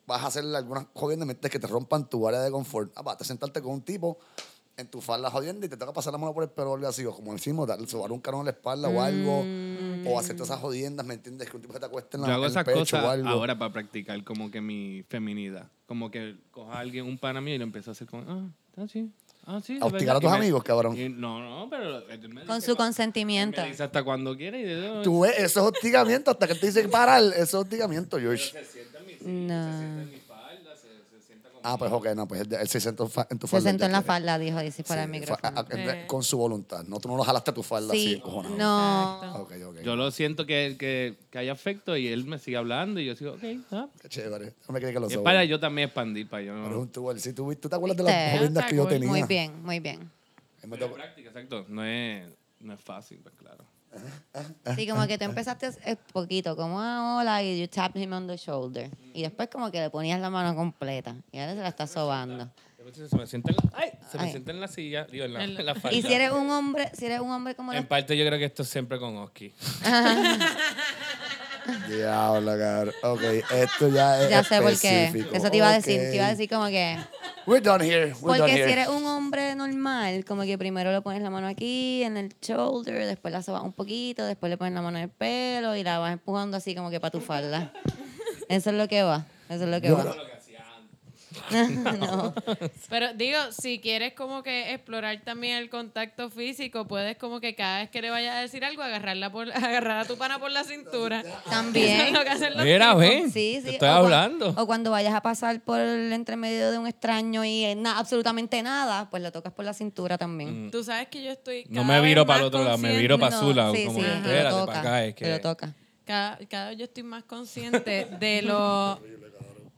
Speaker 2: vas a hacer algunas jodiendas mientras que te rompan tu área de confort. Ah, vas a sentarte con un tipo, entufar la jodienda y te toca pasar la mano por el pelo o algo así. O como decimos, darle, sobar un carón en la espalda o algo.
Speaker 1: Mm,
Speaker 2: O hacerte esas jodiendas, ¿me entiendes? Que un tipo se te acueste en, la,
Speaker 4: Yo hago
Speaker 2: en el
Speaker 4: esas
Speaker 2: pecho
Speaker 4: cosas
Speaker 2: o algo.
Speaker 4: ahora para practicar como que mi feminidad. Como que coja a alguien, un pana mío, y lo empiezo a hacer con... Ah, está así. Ah, sí. de
Speaker 2: ¿A hostigar a
Speaker 4: verdad".
Speaker 2: tus
Speaker 4: Y me-
Speaker 2: amigos, cabrón?
Speaker 4: y- no, no, pero... él me
Speaker 1: Con
Speaker 4: dice
Speaker 1: su
Speaker 4: cua-
Speaker 1: consentimiento.
Speaker 4: él me dice hasta cuando quiera y de...
Speaker 2: Tú ves, eso es hostigamiento. Hasta que te dicen parar, eso es hostigamiento, George.
Speaker 1: No.
Speaker 2: Ah, pues ok, no, pues él, él se sentó en fa- en tu
Speaker 1: Se
Speaker 2: falda.
Speaker 1: sentó en la
Speaker 2: ¿entiendes?
Speaker 1: falda, dijo, dice para el
Speaker 2: Sí, fa-
Speaker 1: micrófono. Eh.
Speaker 2: a- a- Con su voluntad. No, tú no lo jalaste a tu falda así,
Speaker 1: Sí,
Speaker 2: encojonado.
Speaker 1: no.
Speaker 2: Ok, ok.
Speaker 4: Yo lo siento que, que, que hay afecto y él me sigue hablando y yo sigo, ok, ah.
Speaker 2: Qué chévere. No me crees que lo
Speaker 4: Es
Speaker 2: sobo.
Speaker 4: para yo también expandir, para yo...
Speaker 2: Pero es
Speaker 4: No,
Speaker 2: un tubo. Si tú, tú te acuerdas de
Speaker 1: Viste,
Speaker 2: las jodiendas que yo
Speaker 3: está cool.
Speaker 2: tenía.
Speaker 1: Muy bien, muy bien.
Speaker 2: Él me
Speaker 4: Pero es
Speaker 2: tocó-
Speaker 4: práctica, exacto. No es, no es fácil, pues claro.
Speaker 1: Sí, como que tú empezaste eh, poquito, como ah, hola, y you tapped him on the shoulder. Y después como que le ponías la mano completa. Y ahora se la está sobando.
Speaker 4: Se me sienta en la, ay, se me
Speaker 1: Ay.
Speaker 4: sienta en la silla, digo, en la,
Speaker 3: En la-
Speaker 4: en la falda.
Speaker 1: Y si eres un hombre, si eres un hombre como
Speaker 4: En
Speaker 1: los...
Speaker 4: parte yo creo que esto es siempre con Oski.
Speaker 2: Diablo, cabrón. Ok, esto ya
Speaker 4: Eh,
Speaker 2: es
Speaker 1: Ya sé por qué.
Speaker 2: específico.
Speaker 1: Eso te iba a decir,
Speaker 2: Ok.
Speaker 1: te iba a decir como que...
Speaker 2: We're done here. We're done
Speaker 1: Porque si
Speaker 2: here.
Speaker 1: eres un hombre normal, como que primero le pones la mano aquí, en el shoulder, después la sobas un poquito, después le pones la mano en el pelo y la vas empujando así como que para tu falda. Eso es lo que va, eso es lo que
Speaker 2: Yo
Speaker 1: va.
Speaker 2: creo-
Speaker 1: no.
Speaker 3: Pero digo, si quieres como que explorar también el contacto físico, puedes como que cada vez que le vayas a decir algo, agarrarla por, agarrar a tu pana por la cintura. Eso es
Speaker 1: También.
Speaker 3: lo que hacen los
Speaker 4: Mira,
Speaker 3: tipos.
Speaker 4: ven.
Speaker 1: Sí, sí.
Speaker 4: ¿Eh? Te estoy
Speaker 1: o cua-
Speaker 4: hablando.
Speaker 1: o cuando vayas a pasar por el entremedio de un extraño y eh, na- absolutamente nada, pues lo tocas por la cintura
Speaker 4: Mm.
Speaker 1: también.
Speaker 3: Tú sabes que yo estoy.
Speaker 4: No
Speaker 3: cada
Speaker 4: me viro
Speaker 3: vez
Speaker 4: para el
Speaker 3: más
Speaker 4: otro lado, me
Speaker 3: consciente-
Speaker 4: viro para su lado,
Speaker 1: sí,
Speaker 4: como
Speaker 1: sí,
Speaker 4: que,
Speaker 1: te lo
Speaker 4: espérate, pa'
Speaker 1: toca,
Speaker 4: acá, es
Speaker 1: te
Speaker 4: que-
Speaker 1: lo toca.
Speaker 3: Cada, cada vez yo estoy más consciente de lo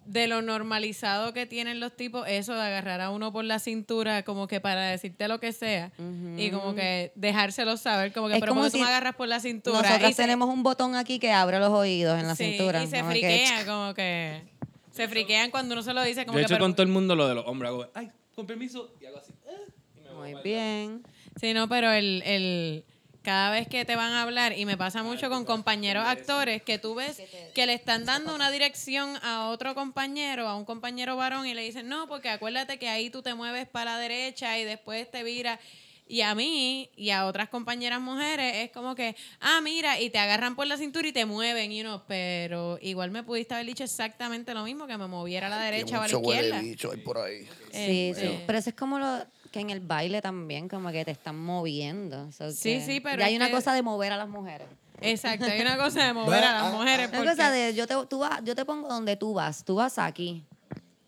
Speaker 3: de lo normalizado que tienen los tipos eso de agarrar a uno por la cintura como que para decirte lo que sea y como que dejárselo saber como que
Speaker 1: Es
Speaker 3: pero
Speaker 1: como
Speaker 3: porque tú
Speaker 1: si
Speaker 3: me agarras por la cintura
Speaker 1: Nosotras
Speaker 3: Y se-
Speaker 1: tenemos un botón aquí que abre los oídos en la
Speaker 3: sí,
Speaker 1: cintura.
Speaker 3: y se
Speaker 1: como que-
Speaker 3: friquea como que se friquean cuando uno se lo dice como
Speaker 4: Yo he
Speaker 3: que
Speaker 4: hecho
Speaker 3: pero-
Speaker 4: con todo el mundo lo de los hombres. Hago, ay, con permiso, y hago así. ah, y me voy
Speaker 1: Muy
Speaker 4: para el-
Speaker 1: bien.
Speaker 3: Sí, no, pero el, el- cada vez que te van a hablar, y me pasa mucho con compañeros actores, que tú ves que le están dando una dirección a otro compañero, a un compañero varón, y le dicen, no, porque acuérdate que ahí tú te mueves para la derecha y después te viras. Y a mí y a otras compañeras mujeres es como que, ah, mira, y te agarran por la cintura y te mueven, y no, pero igual me pudiste haber dicho exactamente lo mismo, que me moviera a la derecha o a la
Speaker 2: mucho huele
Speaker 3: izquierda.
Speaker 2: bicho hay por ahí.
Speaker 1: Sí,
Speaker 3: Eh,
Speaker 1: sí.
Speaker 3: eh.
Speaker 1: Pero eso es como lo que en el baile también, como que te están moviendo. so
Speaker 3: Sí,
Speaker 1: que-
Speaker 3: sí, pero
Speaker 1: ya hay
Speaker 3: es
Speaker 1: una
Speaker 3: que-
Speaker 1: cosa de mover a las mujeres.
Speaker 3: Exacto, hay una cosa de mover a las mujeres.
Speaker 1: Una cosa
Speaker 3: porque-
Speaker 1: de yo te, tú vas- yo te pongo donde tú vas, tú vas aquí.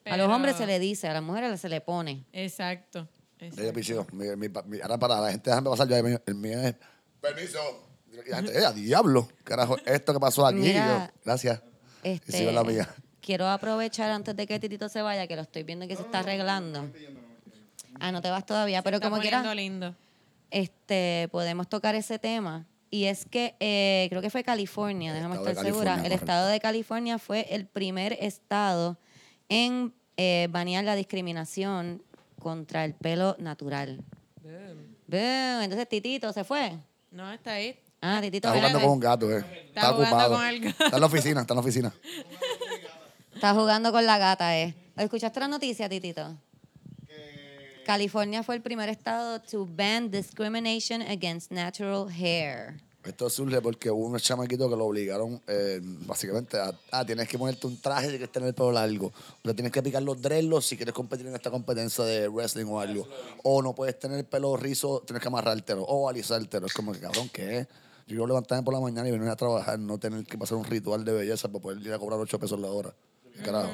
Speaker 1: A los
Speaker 3: Pero-
Speaker 1: hombres se le dice, a las mujeres se le pone.
Speaker 3: Exacto.
Speaker 2: Mira,
Speaker 3: exacto.
Speaker 2: picheo, mi- mi- mi- ahora para la gente, déjame pasar yo. el mío- El mío es. Permiso. Y la gente, eh, a diablo. Carajo, esto que pasó aquí.
Speaker 1: Mira.
Speaker 2: yo, gracias.
Speaker 1: Este,
Speaker 2: Y sigo la mía.
Speaker 1: Quiero aprovechar antes de que Titito se vaya, que lo estoy viendo que se está arreglando. Ah, no te vas todavía, pero
Speaker 3: Está
Speaker 1: como quieras,
Speaker 3: poniendo lindo.
Speaker 1: este, podemos tocar ese tema. Y es que eh, creo que fue California,
Speaker 2: El
Speaker 1: déjame
Speaker 2: estado de
Speaker 1: estar segura.
Speaker 2: California,
Speaker 1: El
Speaker 2: correcto.
Speaker 1: estado de California fue el primer estado en eh, banear la discriminación contra el pelo natural. Boom. Entonces Titito se fue.
Speaker 3: No, está ahí.
Speaker 1: Ah, Titito
Speaker 2: Está
Speaker 1: ¿verdad?
Speaker 2: jugando con un gato, eh. Está,
Speaker 3: jugando
Speaker 2: ocupado.
Speaker 3: con el gato.
Speaker 2: Está en la oficina, está en la oficina.
Speaker 1: Está jugando con la gata, eh. ¿Escuchaste la noticia, Titito? California fue el primer estado to ban discrimination against natural hair.
Speaker 2: Esto surge porque hubo un chamaquito que lo obligaron, eh, básicamente, a, ah, tienes que ponerte un traje de que esté en el pelo largo. Le tienes que picar los dreadlocks si quieres competir en esta competencia de wrestling o algo. O no puedes tener el pelo rizo, tienes que amarrártelo o alisártelo. Es como que, cabrón, ¿qué es? Yo quiero levantarme por la mañana y venir a trabajar, no tener que pasar un ritual de belleza para poder ir a cobrar 8 pesos la hora. ¿Qué Carajo.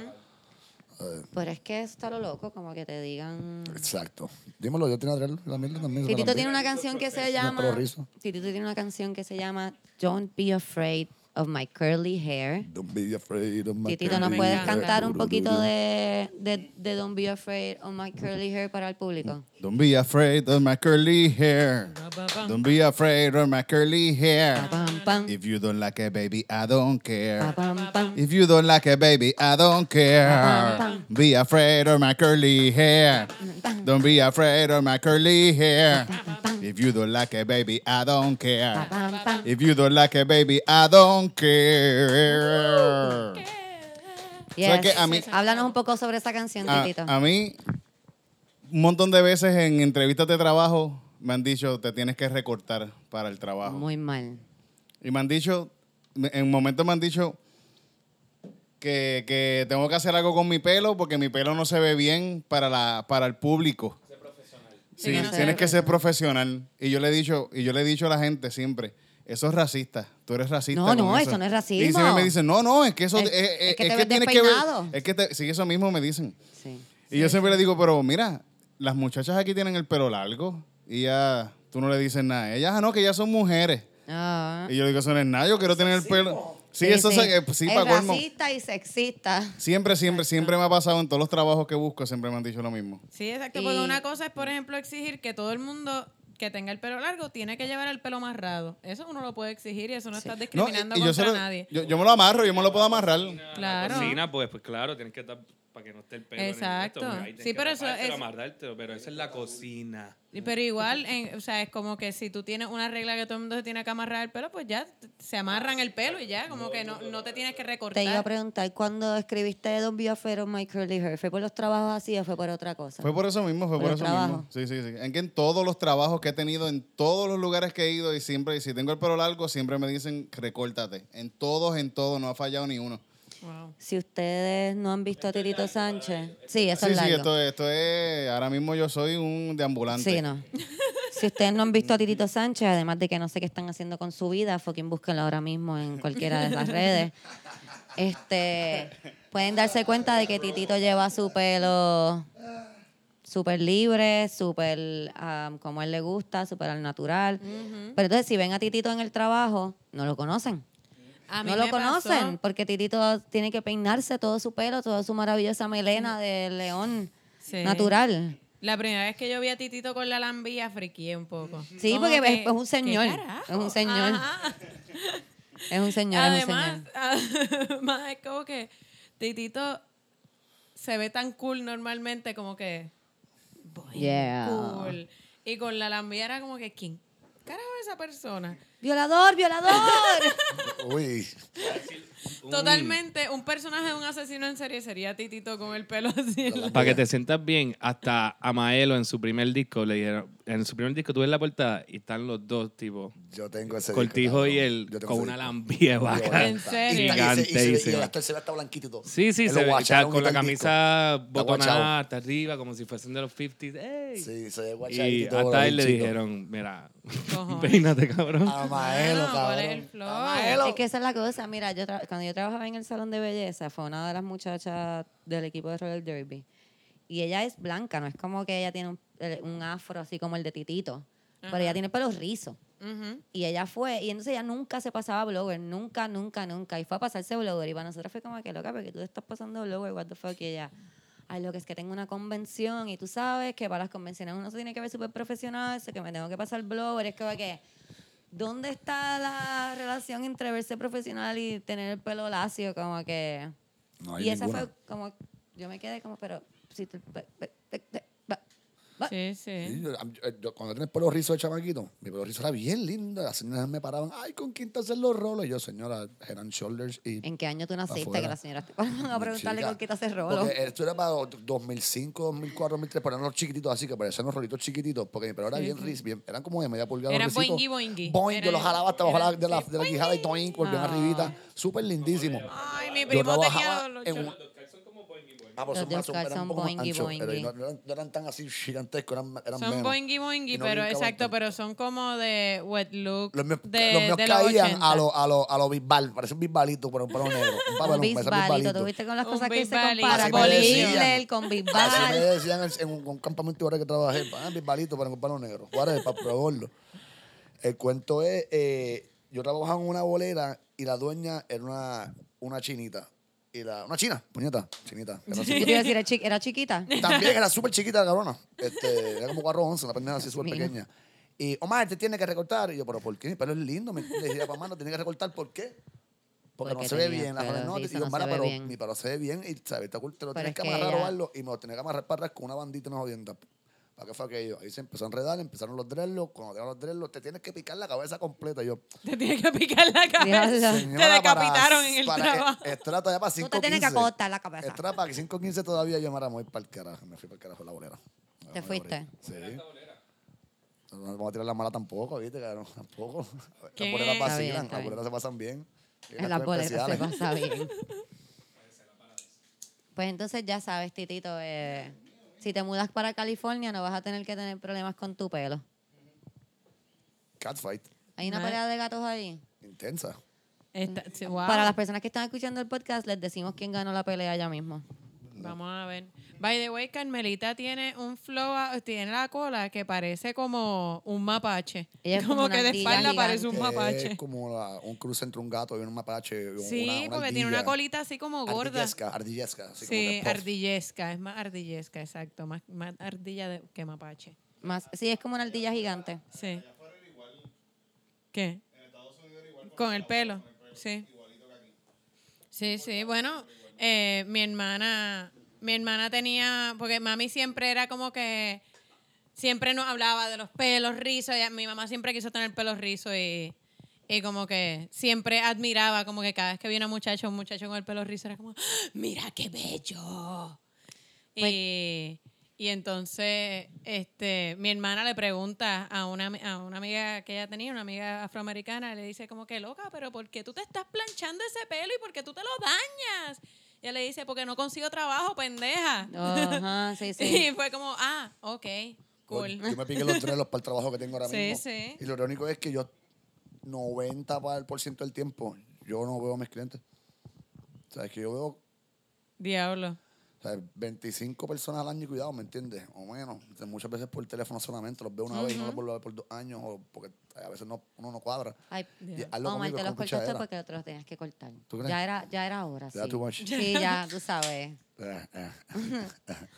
Speaker 1: Pero es que eso está lo loco, como que te digan.
Speaker 2: Exacto. Dímelo, yo tenía dreadlocks la mierda también.
Speaker 5: Pues
Speaker 2: se la
Speaker 1: Titito
Speaker 2: cambié.
Speaker 1: tiene una canción que se
Speaker 2: Una
Speaker 1: llama.
Speaker 2: prorrizo.
Speaker 1: Titito tiene una canción que se llama Don't Be Afraid of My Curly Hair.
Speaker 2: Don't be afraid of my
Speaker 1: Titito, ¿nos
Speaker 2: curly
Speaker 1: puedes
Speaker 2: hair.
Speaker 1: cantar un poquito de, de, de Don't Be Afraid of My Curly Hair para el público?
Speaker 5: Don't be afraid of my curly hair. Don't be afraid of my curly hair.
Speaker 1: Pa, pam, pam,
Speaker 5: If you don't like it, baby, I don't care.
Speaker 1: pa, pam, pam.
Speaker 5: If you don't like it, baby, I don't care. Be afraid of my curly hair. Don't be afraid of my curly hair. If you don't like it, baby, I don't care. If you don't like it, baby, I don't care.
Speaker 1: Yes.
Speaker 5: que a mí- Ah,
Speaker 1: Háblanos un poco sobre esa canción,
Speaker 5: A,
Speaker 1: Titito.
Speaker 5: a mí, un montón de veces en entrevistas de trabajo me han dicho, te tienes que recortar para el trabajo.
Speaker 1: Muy mal.
Speaker 5: Y me han dicho, me- en momentos me han dicho que, que tengo que hacer algo con mi pelo porque mi pelo no se ve bien para, la, para el público. Sí,
Speaker 1: Sí, que no se
Speaker 5: tienes
Speaker 1: ve
Speaker 5: que ser profesional. Y yo le he dicho, y yo le he dicho a la gente siempre, eso es racista. Tú eres racista.
Speaker 1: No,
Speaker 5: con
Speaker 1: no, eso no es racismo.
Speaker 5: Y siempre me dicen, no, no, es que eso
Speaker 1: Es-
Speaker 5: eh, eh,
Speaker 1: es que te
Speaker 5: es
Speaker 1: ves
Speaker 5: tienes que ver-
Speaker 1: despeinado.
Speaker 5: es que te- sí, eso mismo me dicen.
Speaker 1: Sí.
Speaker 5: Y yo siempre le digo, pero mira, las muchachas aquí tienen el pelo largo y ya tú no le dices nada. Ellas, ah, no, que ya son mujeres.
Speaker 1: Ah.
Speaker 5: Y yo digo, eso no es nada, yo quiero tener el pelo. Sí, eso se- eh, sí,
Speaker 1: es
Speaker 5: para colmo.
Speaker 1: racista y sexista.
Speaker 5: Siempre, siempre, siempre me ha pasado en todos los trabajos que busco, siempre me han dicho lo mismo.
Speaker 3: Sí, exacto. Porque
Speaker 1: Y-
Speaker 3: una cosa es, por ejemplo, exigir que todo el mundo que tenga el pelo largo tiene que llevar el pelo amarrado. Eso uno lo puede exigir y eso no estás
Speaker 5: No,
Speaker 3: discriminando
Speaker 5: y- y yo,
Speaker 3: contra
Speaker 5: se lo-
Speaker 3: nadie.
Speaker 5: yo, yo me lo amarro, yo me lo puedo amarrar.
Speaker 3: Claro.
Speaker 4: La cocina, pues, pues claro, tienes que estar para que no esté el pelo. en el
Speaker 3: Exacto.
Speaker 4: resto, ahí
Speaker 3: Sí,
Speaker 4: tienes que
Speaker 3: pero eso
Speaker 4: tapártelo,
Speaker 3: es-
Speaker 4: amarrártelo, pero esa es la cocina.
Speaker 3: Y- Pero igual, en- o sea, es como que si tú tienes una regla que todo el mundo se tiene que amarrar el pelo, pues ya t- se amarran el pelo y ya, como que no, no te tienes que recortar.
Speaker 1: Te iba a preguntar, cuando escribiste Don Biafero My Curly Hair, ¿fue por los trabajos así o fue por otra cosa?
Speaker 5: Fue por eso mismo, fue
Speaker 1: Por
Speaker 5: por,
Speaker 1: el
Speaker 5: eso
Speaker 1: trabajo.
Speaker 5: mismo. Sí, sí, sí. En que en todos los trabajos que he tenido, en todos los lugares que he ido y siempre, y si tengo el pelo largo, siempre me dicen, recórtate. En todos, en todos, no ha fallado ni uno.
Speaker 3: Wow.
Speaker 1: Si ustedes no han visto a Tirito Sánchez, sí, eso
Speaker 5: Sí,
Speaker 1: es
Speaker 5: sí,
Speaker 1: largo.
Speaker 5: esto, esto es. Ahora mismo yo soy un deambulante.
Speaker 1: Sí, no. Si ustedes no han visto a Titito Sánchez, además de que no sé qué están haciendo con su vida, fucking búsquenlo ahora mismo en cualquiera de las redes. Este, pueden darse cuenta de que Titito lleva su pelo súper libre, súper ah, como a él le gusta, súper al natural. Pero entonces, si ven a Titito en el trabajo, no lo conocen
Speaker 3: A mí
Speaker 1: no lo
Speaker 3: me pasó-
Speaker 1: conocen porque Titito tiene que peinarse todo su pelo, toda su maravillosa melena de león
Speaker 3: Sí.
Speaker 1: natural.
Speaker 3: La primera vez que yo vi a Titito con la lambía, friqué un poco.
Speaker 1: Sí,
Speaker 3: Como
Speaker 1: porque es-
Speaker 3: que,
Speaker 1: es un señor,
Speaker 3: ¿qué carajo?
Speaker 1: es un señor.
Speaker 3: Ajá.
Speaker 1: Es un señor, es
Speaker 3: Además,
Speaker 1: un señor.
Speaker 3: además, es como que Titito se ve tan cool normalmente, como que. "Voy,
Speaker 1: Yeah.
Speaker 3: Cool. Y con la lambía era como que, ¿quién carajo es esa persona?
Speaker 1: Violador, violador.
Speaker 2: Uy,
Speaker 3: Totalmente, un personaje de un asesino en serie sería Titito con el pelo así. en la-
Speaker 4: Para que te sientas bien, hasta a Maelo en su primer disco le dijeron, en su primer disco tú ves la portada y están los dos tipo
Speaker 2: yo tengo ese.
Speaker 4: Cortijo y él
Speaker 2: Yo tengo ese
Speaker 4: con una
Speaker 2: disco.
Speaker 4: lambia vaca.
Speaker 3: ¿En serio?
Speaker 2: Y está- y se- y se- y
Speaker 4: Gigante,
Speaker 2: se-
Speaker 4: y
Speaker 2: hasta él se ve hasta blanquito y todo.
Speaker 4: Sí, sí,
Speaker 2: Él
Speaker 4: se
Speaker 2: lo
Speaker 4: ve,
Speaker 2: guacharon
Speaker 4: está con
Speaker 2: y
Speaker 4: la
Speaker 2: todo el disco.
Speaker 4: camisa
Speaker 2: Está guachado.
Speaker 4: botonada hasta arriba, como si fuesen de los 50s. ¡Ey!
Speaker 2: Sí, se ve guachadito.
Speaker 4: y
Speaker 2: todo,
Speaker 4: hasta él le
Speaker 2: bichito.
Speaker 4: dijeron, mira,
Speaker 3: Cojones.
Speaker 4: peínate, cabrón.
Speaker 2: A Maelo,
Speaker 3: Ah, ¿cuál es el
Speaker 2: cabrón.
Speaker 3: flow?
Speaker 2: A Maelo.
Speaker 1: Es que esa es la cosa. Mira, yo tra- cuando yo trabajaba en el salón de belleza, fue una de las muchachas del equipo de roller derby. Y ella es blanca, no es como que ella tiene un, eh, un afro así como el de Titito. Pero ella tiene el pelo rizo.
Speaker 3: Ujú.
Speaker 1: Y ella fue, y entonces ella nunca se pasaba blogger, nunca, nunca, nunca. Y fue a pasarse blogger. Y para nosotros fue como que loca, porque tú te estás pasando blogger, what the fuck. Y ella, ay, lo que es que tengo una convención, y tú sabes que para las convenciones uno se tiene que ver súper profesional, eso que me tengo que pasar blogger. Es como que, ¿dónde está la relación entre verse profesional y tener el pelo lacio? Como que.
Speaker 2: No hay
Speaker 1: y esa
Speaker 2: ninguna.
Speaker 1: fue como, yo me quedé como, pero. Si tú- pe- pe- pe- pe- pa- pa-
Speaker 3: Sí, sí.
Speaker 2: Sí, yo- yo- yo- cuando tenés pelo rizo de chamaquito, mi pelo rizo era bien lindo. Las señoras me paraban, ay, ¿con quién te hacen los rolos? Y yo, señora, head and shoulders. Y
Speaker 1: ¿En qué año tú naciste?
Speaker 2: Afuera.
Speaker 1: Que la señora te van a preguntarle
Speaker 2: Chica,
Speaker 1: con qué te haces rolo.
Speaker 2: Porque esto era para 2005, 2004, 2003, pero eran los chiquititos, así que parecían los rolitos chiquititos, porque mi pelo era bien riz, bien, eran como de media pulgada.
Speaker 3: Era
Speaker 2: los risitos.
Speaker 3: boingui, boingui.
Speaker 2: Boing,
Speaker 3: Era
Speaker 2: yo los
Speaker 3: el-
Speaker 2: jalaba hasta abajo
Speaker 3: era-
Speaker 2: la- de la,
Speaker 3: sí,
Speaker 2: de la quijada y toing, volvían arribita. Súper lindísimo.
Speaker 3: Ay, mi
Speaker 2: Yo
Speaker 3: primo tenía
Speaker 2: trabajaba
Speaker 3: los
Speaker 2: en
Speaker 3: chor-
Speaker 2: un... Ah, pues
Speaker 1: Los
Speaker 2: son más, son,
Speaker 1: Oscar
Speaker 2: eran
Speaker 1: son
Speaker 2: un poco más
Speaker 1: boingui,
Speaker 2: anchos, pero
Speaker 1: boingui.
Speaker 2: no, no eran, no eran tan así gigantescos, eran, eran
Speaker 3: Son
Speaker 2: menos.
Speaker 3: boingy boingy,
Speaker 2: Y no
Speaker 3: pero
Speaker 2: brincaban
Speaker 3: exacto,
Speaker 2: tanto.
Speaker 3: pero son como de wet look.
Speaker 2: Los míos,
Speaker 3: de,
Speaker 2: los míos
Speaker 3: de
Speaker 2: caían
Speaker 3: 80.
Speaker 2: a los a lo, a lo bisbal, parece un bisbalito, pero un pelo negro.
Speaker 1: Un
Speaker 2: Un palo, un- parece un
Speaker 1: bisbalito,
Speaker 2: bisbalito.
Speaker 1: tuviste con las
Speaker 3: Un
Speaker 1: cosas que se
Speaker 3: bisbalito.
Speaker 1: comparan
Speaker 2: Así
Speaker 1: con
Speaker 2: me decían.
Speaker 1: Hitler, con
Speaker 2: Así me
Speaker 1: Bisbal.
Speaker 2: decían en- en un, un campamento ahora que trabajé. Ah, bisbalito para un palo negro. Guarda, para probarlo. El cuento es, eh, yo trabajaba en una bolera y la dueña era una, una chinita. Y la, una china, puñeta, chinita. Era
Speaker 1: Yo
Speaker 2: así.
Speaker 1: te iba a decir, era chi- era chiquita.
Speaker 2: También era súper chiquita la cabrona. Este, era como 4 onzas, una pendeja así súper
Speaker 1: mío.
Speaker 2: pequeña. Y Omar, te tiene que recortar. Y yo, pero ¿por qué? Mi pelo es lindo. Me le decía, mamá, no tiene que recortar. ¿Por qué? Porque,
Speaker 1: Porque
Speaker 2: no se ve
Speaker 1: tenía
Speaker 2: bien. La
Speaker 1: pelo
Speaker 2: joven no,
Speaker 1: liso,
Speaker 2: y yo,
Speaker 1: no
Speaker 2: "Mara,
Speaker 1: se ve
Speaker 2: pero
Speaker 1: bien".
Speaker 2: mi pelo se ve bien. Y sabes, te, te lo
Speaker 1: Pero
Speaker 2: tienes
Speaker 1: es
Speaker 2: que
Speaker 1: que
Speaker 2: amarrar o
Speaker 1: ella-
Speaker 2: algo. Y me lo tenía que amarrar para atrás con una bandita y una jodienda. ¿Para qué fue aquello? Ahí se empezó a enredar, empezaron los dreadlocks. Cuando llegaron los dreadlocks, te tienes que picar la cabeza completa. Y yo,
Speaker 3: Te tiene que picar la cabeza.
Speaker 1: Diablo.
Speaker 3: Te
Speaker 2: "Señora, para-
Speaker 3: decapitaron en el
Speaker 2: para-
Speaker 3: trabajo.
Speaker 2: eh, Esto era todavía para
Speaker 1: Tú
Speaker 2: 5.15.
Speaker 1: te tienes que acotar la cabeza.
Speaker 2: Esto era para 5.15 todavía. Yo, Mara, me voy para el carajo. Me fui para el carajo la bolera.
Speaker 1: ¿Te
Speaker 2: Me
Speaker 1: fuiste?
Speaker 2: morí. Sí. No nos vamos a tirar la mala tampoco, ¿viste, cabrón? Tampoco.
Speaker 3: ¿Qué?
Speaker 2: Las boleras
Speaker 1: Está bien,
Speaker 2: vacilan,
Speaker 1: está
Speaker 2: las
Speaker 1: bien.
Speaker 2: boleras se pasan bien.
Speaker 1: En las boleras se
Speaker 2: especiales.
Speaker 1: pasa bien. Pues entonces ya sabes, Titito, eh, si te mudas para California no vas a tener que tener problemas con tu pelo.
Speaker 2: Catfight,
Speaker 1: Hay una
Speaker 3: No.
Speaker 1: pelea de gatos ahí.
Speaker 2: intensa.
Speaker 3: Esta- sí, wow.
Speaker 1: Para las personas que están escuchando el podcast, les decimos quién ganó la pelea ya mismo.
Speaker 3: Vamos a ver. By the way, Carmelita tiene un flow, a- tiene la cola que parece como un mapache.
Speaker 1: Ella es
Speaker 3: como
Speaker 1: como una
Speaker 3: que de
Speaker 1: ardilla
Speaker 3: espalda parece un
Speaker 1: gigante.
Speaker 3: mapache.
Speaker 2: Es Eh, como la- un cruce entre un gato y un mapache. y
Speaker 3: sí,
Speaker 2: una, una
Speaker 3: porque tiene
Speaker 2: ardilla.
Speaker 3: una colita así como gorda.
Speaker 2: Ardillesca, ardillesca. Así como
Speaker 3: Sí,
Speaker 2: que puff.
Speaker 3: ardillesca, es más ardillesca, exacto, más, más ardilla de- que mapache.
Speaker 1: Más, sí, es como una ardilla gigante.
Speaker 3: Sí. ¿Qué? Con el pelo, sí. Sí, sí, bueno, eh, mi hermana, mi hermana tenía, porque mami siempre era como que, siempre nos hablaba de los pelos rizos, ella- mi mamá siempre quiso tener pelos rizos y, y como que siempre admiraba, como que cada vez que vi una muchacha, un muchacho con el pelo rizo era como, "¡Ah! mira qué bello. Y, Y entonces, este, mi hermana le pregunta a una, ami- a una amiga que ella tenía, una amiga afroamericana, le dice como que loca, pero ¿por qué tú te estás planchando ese pelo y por qué tú te lo dañas? Y ella le dice, porque no consigo trabajo, pendeja.
Speaker 1: Ajá, sí,
Speaker 3: Y
Speaker 1: sí.
Speaker 3: fue como, ah, ok, cool.
Speaker 2: Yo me piqué los trelos para el trabajo que tengo ahora
Speaker 3: Sí,
Speaker 2: mismo.
Speaker 3: sí.
Speaker 2: Y lo irónico es que yo 90% del tiempo yo no veo a mis clientes. O sea, es que yo veo
Speaker 3: Diablo.
Speaker 2: o sea, 25 personas al año y cuidado, ¿me entiendes? O menos. O sea, muchas veces por teléfono solamente los veo una vez y no los vuelvo a ver por dos años o porque a veces no, uno no cuadra.
Speaker 1: Ay,
Speaker 2: Y hazlo
Speaker 1: Omar,
Speaker 2: conmigo,
Speaker 1: te
Speaker 2: es
Speaker 1: los
Speaker 2: como
Speaker 1: cortaste
Speaker 2: pichadera.
Speaker 1: porque te los tenías que cortar.
Speaker 2: ¿Tú crees?
Speaker 1: Ya era, ya era hora, sí.
Speaker 2: Ya too much.
Speaker 1: Sí, ya, tú sabes.
Speaker 2: Eh, eh.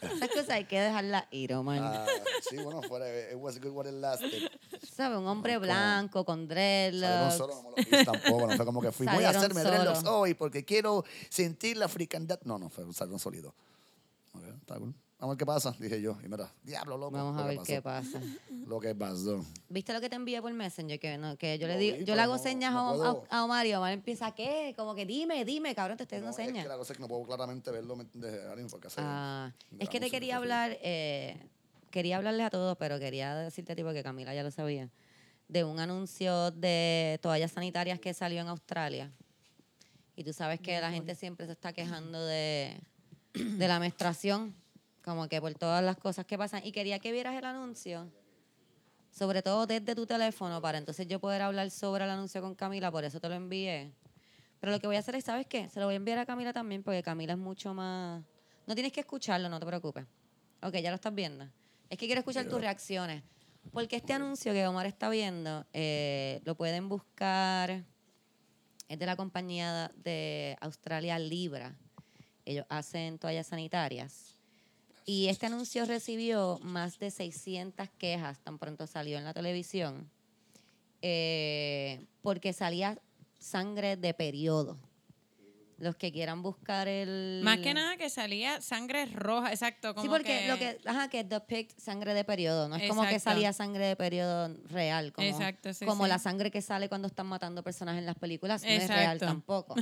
Speaker 1: Esas cosas hay que dejarlas ir, Omar.
Speaker 2: Ah, sí, bueno, fuera. eh, It was good eh, what it lasted.
Speaker 1: ¿Sabes? Un hombre
Speaker 2: como-
Speaker 1: blanco con
Speaker 2: Salieron
Speaker 1: dreadlocks.
Speaker 2: solos, no me lo hice tampoco. No fue como que fui, voy a
Speaker 1: Salieron
Speaker 2: hacerme dreadlocks
Speaker 1: solos.
Speaker 2: hoy porque quiero sentir la fricandad. No, no, fue, salieron sólidos. Ok, está cool. Vamos a ver qué pasa, dije yo. Y mira, diablo, loco.
Speaker 1: Vamos
Speaker 2: lo
Speaker 1: a
Speaker 2: que
Speaker 1: ver
Speaker 2: pasó.
Speaker 1: qué pasa.
Speaker 2: Lo que pasó.
Speaker 1: ¿Viste lo que te envié por Messenger? Que, no, que yo le
Speaker 2: Lo
Speaker 1: digo,
Speaker 2: vi,
Speaker 1: yo
Speaker 2: pero
Speaker 1: le hago
Speaker 2: no-
Speaker 1: señas
Speaker 2: no
Speaker 1: a-
Speaker 2: puedo.
Speaker 1: a, a Omar y Omar empieza, ¿qué? Como que dime, dime, cabrón, te estoy
Speaker 2: No,
Speaker 1: dando
Speaker 2: Es
Speaker 1: señas.
Speaker 2: que la cosa es que no puedo claramente verlo ¿me entiendes? Alguien, porque hace-
Speaker 1: Ah,
Speaker 2: de la
Speaker 1: es que te
Speaker 2: música
Speaker 1: quería
Speaker 2: se fue.
Speaker 1: hablar, eh, quería hablarles a todos, pero quería decirte, tipo, que Camila ya lo sabía, de un anuncio de toallas sanitarias que salió en Australia. Y tú sabes que la gente siempre se está quejando de, de la menstruación, como que por todas las cosas que pasan. Y quería que vieras el anuncio, sobre todo desde tu teléfono, para entonces yo poder hablar sobre el anuncio con Camila, por eso te lo envié. Pero lo que voy a hacer es, ¿sabes qué? Se lo voy a enviar a Camila también, porque Camila es mucho más... No tienes que escucharlo, no te preocupes. Ok, ya lo estás viendo. Es que quiero escuchar tus reacciones. Porque este anuncio que Omar está viendo, eh, lo pueden buscar. Es de la compañía de Australia Libra. Ellos hacen toallas sanitarias. Y este anuncio recibió más de 600 quejas tan pronto salió en la televisión. eh, porque salía sangre de periodo. Los que quieran buscar el...
Speaker 3: Más que nada que salía sangre roja, exacto. Como
Speaker 1: Sí, porque
Speaker 3: que,
Speaker 1: lo que, ajá, que depict sangre de periodo, no es como que
Speaker 3: Exacto.
Speaker 1: salía sangre de periodo real, como,
Speaker 3: Exacto, sí,
Speaker 1: como
Speaker 3: sí.
Speaker 1: la sangre que sale cuando están matando personas en las películas, no es real
Speaker 3: Exacto.
Speaker 1: tampoco.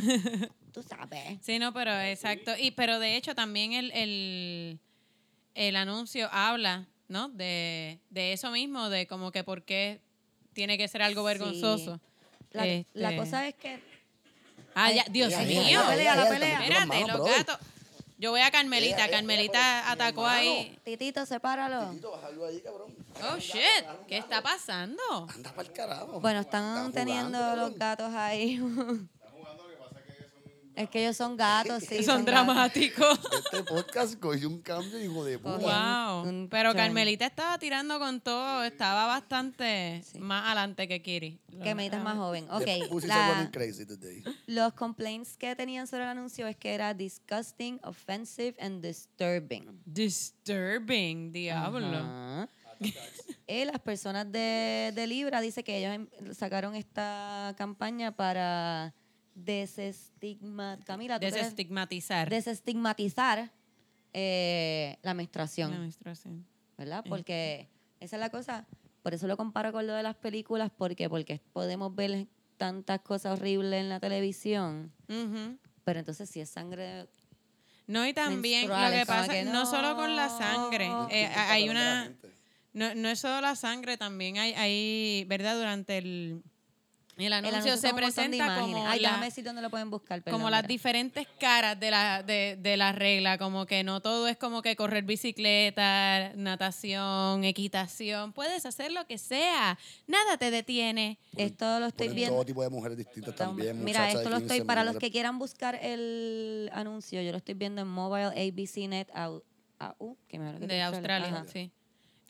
Speaker 1: Tú sabes.
Speaker 3: Sí, no, pero exacto. Y pero de hecho también el, el, el anuncio habla, ¿no? De, de eso mismo, de como que por qué tiene que ser algo
Speaker 1: Sí.
Speaker 3: vergonzoso.
Speaker 1: La, la
Speaker 3: Este-
Speaker 1: cosa es que
Speaker 3: Ah, ya, Dios
Speaker 2: Ella,
Speaker 3: mío.
Speaker 2: ella, ella,
Speaker 1: La pelea, la
Speaker 2: ella,
Speaker 1: pelea.
Speaker 2: tranquilo,
Speaker 3: Espérate,
Speaker 2: hermano,
Speaker 3: los
Speaker 2: brother.
Speaker 3: gatos. Yo voy a Carmelita.
Speaker 2: Ella, ella,
Speaker 3: Carmelita
Speaker 2: ella, porque-
Speaker 3: atacó
Speaker 2: mi
Speaker 3: ahí.
Speaker 1: Titito, sepáralo.
Speaker 2: Tito, bájalo ahí, cabrón.
Speaker 3: Oh, shit. ¿Qué está pasando?
Speaker 2: Anda para el carajo.
Speaker 1: Bueno, están
Speaker 2: Está
Speaker 1: teniestando
Speaker 2: jugando,
Speaker 1: los
Speaker 2: cabrón.
Speaker 1: gatos ahí. Es que ellos son gatos, sí.
Speaker 3: Son
Speaker 1: dramáticos.
Speaker 3: dramáticos.
Speaker 2: Este podcast cogió un cambio, hijo de puta.
Speaker 1: Cogió.
Speaker 3: Wow.
Speaker 1: un
Speaker 3: Pero
Speaker 1: chon.
Speaker 3: Carmelita estaba tirando con todo. Estaba bastante
Speaker 1: Sí.
Speaker 3: más adelante que Kiri.
Speaker 1: Que me más joven. Ok,
Speaker 2: The pussies
Speaker 1: la-
Speaker 2: are running crazy today.
Speaker 1: los complaints que tenían sobre el anuncio es que era disgusting, offensive and disturbing.
Speaker 3: Disturbing, diablo.
Speaker 1: Ajá. Eh, las personas de, de Libra dice que ellos em- sacaron esta campaña para desestigmatizar, Camila, ¿tú crees?
Speaker 3: Desestigmatizar.
Speaker 1: desestigmatizar eh, la
Speaker 3: la
Speaker 1: menstruación,
Speaker 3: menstruación.
Speaker 1: ¿verdad? Porque esa es la cosa. Por eso lo comparo con lo de las películas, porque porque podemos ver tantas cosas horribles en la televisión,
Speaker 3: Ujú.
Speaker 1: pero entonces si es sangre de-
Speaker 3: No, y también lo
Speaker 1: Menstruales,
Speaker 3: que
Speaker 1: como
Speaker 3: pasa,
Speaker 1: que
Speaker 3: no.
Speaker 1: no.
Speaker 3: solo con la sangre, eh,
Speaker 2: Está
Speaker 3: hay
Speaker 2: tratando a la
Speaker 3: una...
Speaker 2: gente.
Speaker 3: No, no es solo la sangre, también hay, hay ¿verdad? Durante el, el
Speaker 1: el
Speaker 3: anuncio,
Speaker 1: anuncio
Speaker 3: se
Speaker 1: son un montón de
Speaker 3: presenta como,
Speaker 1: imágenes. Ay,
Speaker 3: la-
Speaker 1: déjame decir dónde lo pueden buscar.
Speaker 3: como
Speaker 1: perdón,
Speaker 3: las
Speaker 1: mira.
Speaker 3: diferentes caras de la, de, de la regla, como que no todo es como que correr bicicleta, natación, equitación, puedes hacer lo que sea, nada te detiene.
Speaker 1: Esto lo estoy
Speaker 2: Ponen
Speaker 1: viendo.
Speaker 2: todo tipo de mujeres distintas
Speaker 1: Tom-
Speaker 2: también.
Speaker 1: Mira,
Speaker 2: muchachas de
Speaker 1: esto lo estoy
Speaker 2: 15
Speaker 1: para los
Speaker 2: mujeres.
Speaker 1: que quieran buscar el anuncio. Yo lo estoy viendo en Mobile ABC Net AU, AU, que me imagino que
Speaker 3: De
Speaker 1: es
Speaker 3: Australia,
Speaker 1: Ajá.
Speaker 3: sí.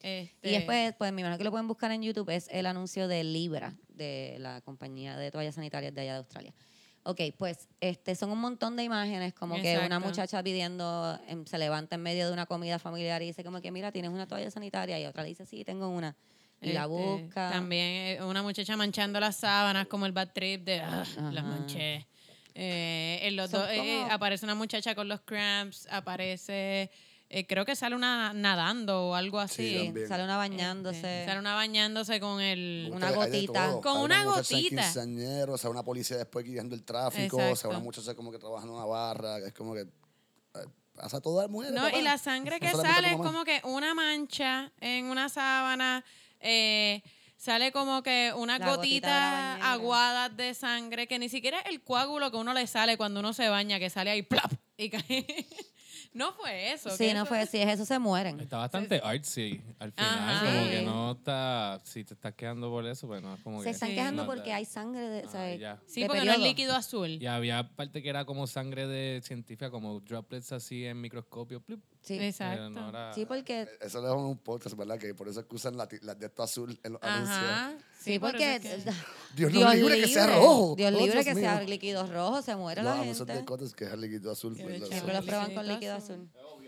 Speaker 3: Este,
Speaker 1: Y después, pues me imagino que lo pueden buscar en YouTube, es el anuncio de Libra, de la compañía de toallas sanitarias de allá de Australia. Ok, pues este, son un montón de imágenes, como que una
Speaker 3: Exacto.
Speaker 1: muchacha pidiendo, em, se levanta en medio de una comida familiar y dice como que, mira, tienes una toalla sanitaria y otra le dice, sí, tengo una. Y la
Speaker 3: este,
Speaker 1: busca.
Speaker 3: También eh, una muchacha manchando las sábanas como el bad trip de "Ah, las manché. Eh, en los
Speaker 1: Son
Speaker 3: dos, eh, eh,
Speaker 1: como-
Speaker 3: aparece una muchacha con los cramps, aparece, eh, creo que sale una nadando o algo así.
Speaker 1: Sí,
Speaker 2: también.
Speaker 1: sale una
Speaker 3: Este,
Speaker 1: bañándose.
Speaker 3: sale una bañándose con el...
Speaker 1: Una
Speaker 2: Ustedes, Mm, hay de
Speaker 1: gotita.
Speaker 2: todo.
Speaker 3: Con
Speaker 2: Hay
Speaker 3: una
Speaker 2: muchacha de
Speaker 3: gotita.
Speaker 2: quinceañero, o sea, una policía después guiando el tráfico, o sea,
Speaker 3: Exacto.
Speaker 2: una muchacha como que trabaja en una barra, que es como que eh, pasa toda la mujer.
Speaker 3: No, y la sangre que sale es como que una mancha en una sábana, eh, sale como que una
Speaker 6: La gotita de la
Speaker 3: gotita,
Speaker 6: bañera.
Speaker 3: aguada de sangre, que ni siquiera es el coágulo que uno le sale cuando uno se baña, que sale ahí plop y cae. no fue eso.
Speaker 1: Sí,
Speaker 3: que
Speaker 1: no
Speaker 3: eso-
Speaker 1: fue, si es eso se mueren.
Speaker 7: Está bastante artsy al final.
Speaker 3: Ajá.
Speaker 7: Como
Speaker 1: Sí.
Speaker 7: que no está. Si te estás quejando por eso, pues no es como
Speaker 1: Se
Speaker 7: que.
Speaker 1: están
Speaker 3: Sí.
Speaker 1: quejando
Speaker 7: no
Speaker 1: porque
Speaker 7: está-
Speaker 1: hay sangre de, o sea,
Speaker 7: Ah, ya.
Speaker 3: Sí,
Speaker 1: de
Speaker 3: porque no
Speaker 1: periodo.
Speaker 3: es líquido azul.
Speaker 7: Y había parte que era como sangre de científica, como droplets así en microscopio. plup.
Speaker 1: Sí.
Speaker 7: Pero
Speaker 3: Exacto.
Speaker 7: no era-
Speaker 1: Sí, porque
Speaker 2: Eso lo dejo en un podcast, ¿verdad? Que por eso acusan la, ti- la de esto azul en los
Speaker 3: Ajá.
Speaker 2: anuncios.
Speaker 1: Sí,
Speaker 3: por eso
Speaker 1: porque
Speaker 3: es que-
Speaker 2: Dios no libre que sea rojo.
Speaker 1: Dios
Speaker 2: Oh,
Speaker 1: libre
Speaker 2: Dios
Speaker 1: que
Speaker 2: mío.
Speaker 1: sea líquido rojo, se muere
Speaker 2: Los
Speaker 1: la
Speaker 2: anuncios de
Speaker 1: gente.
Speaker 2: Cotes que es el líquido azul.
Speaker 3: Qué
Speaker 2: pues, los-
Speaker 3: chévere.
Speaker 1: Siempre los prueban con
Speaker 3: Líquido
Speaker 1: líquido azul.
Speaker 3: azul.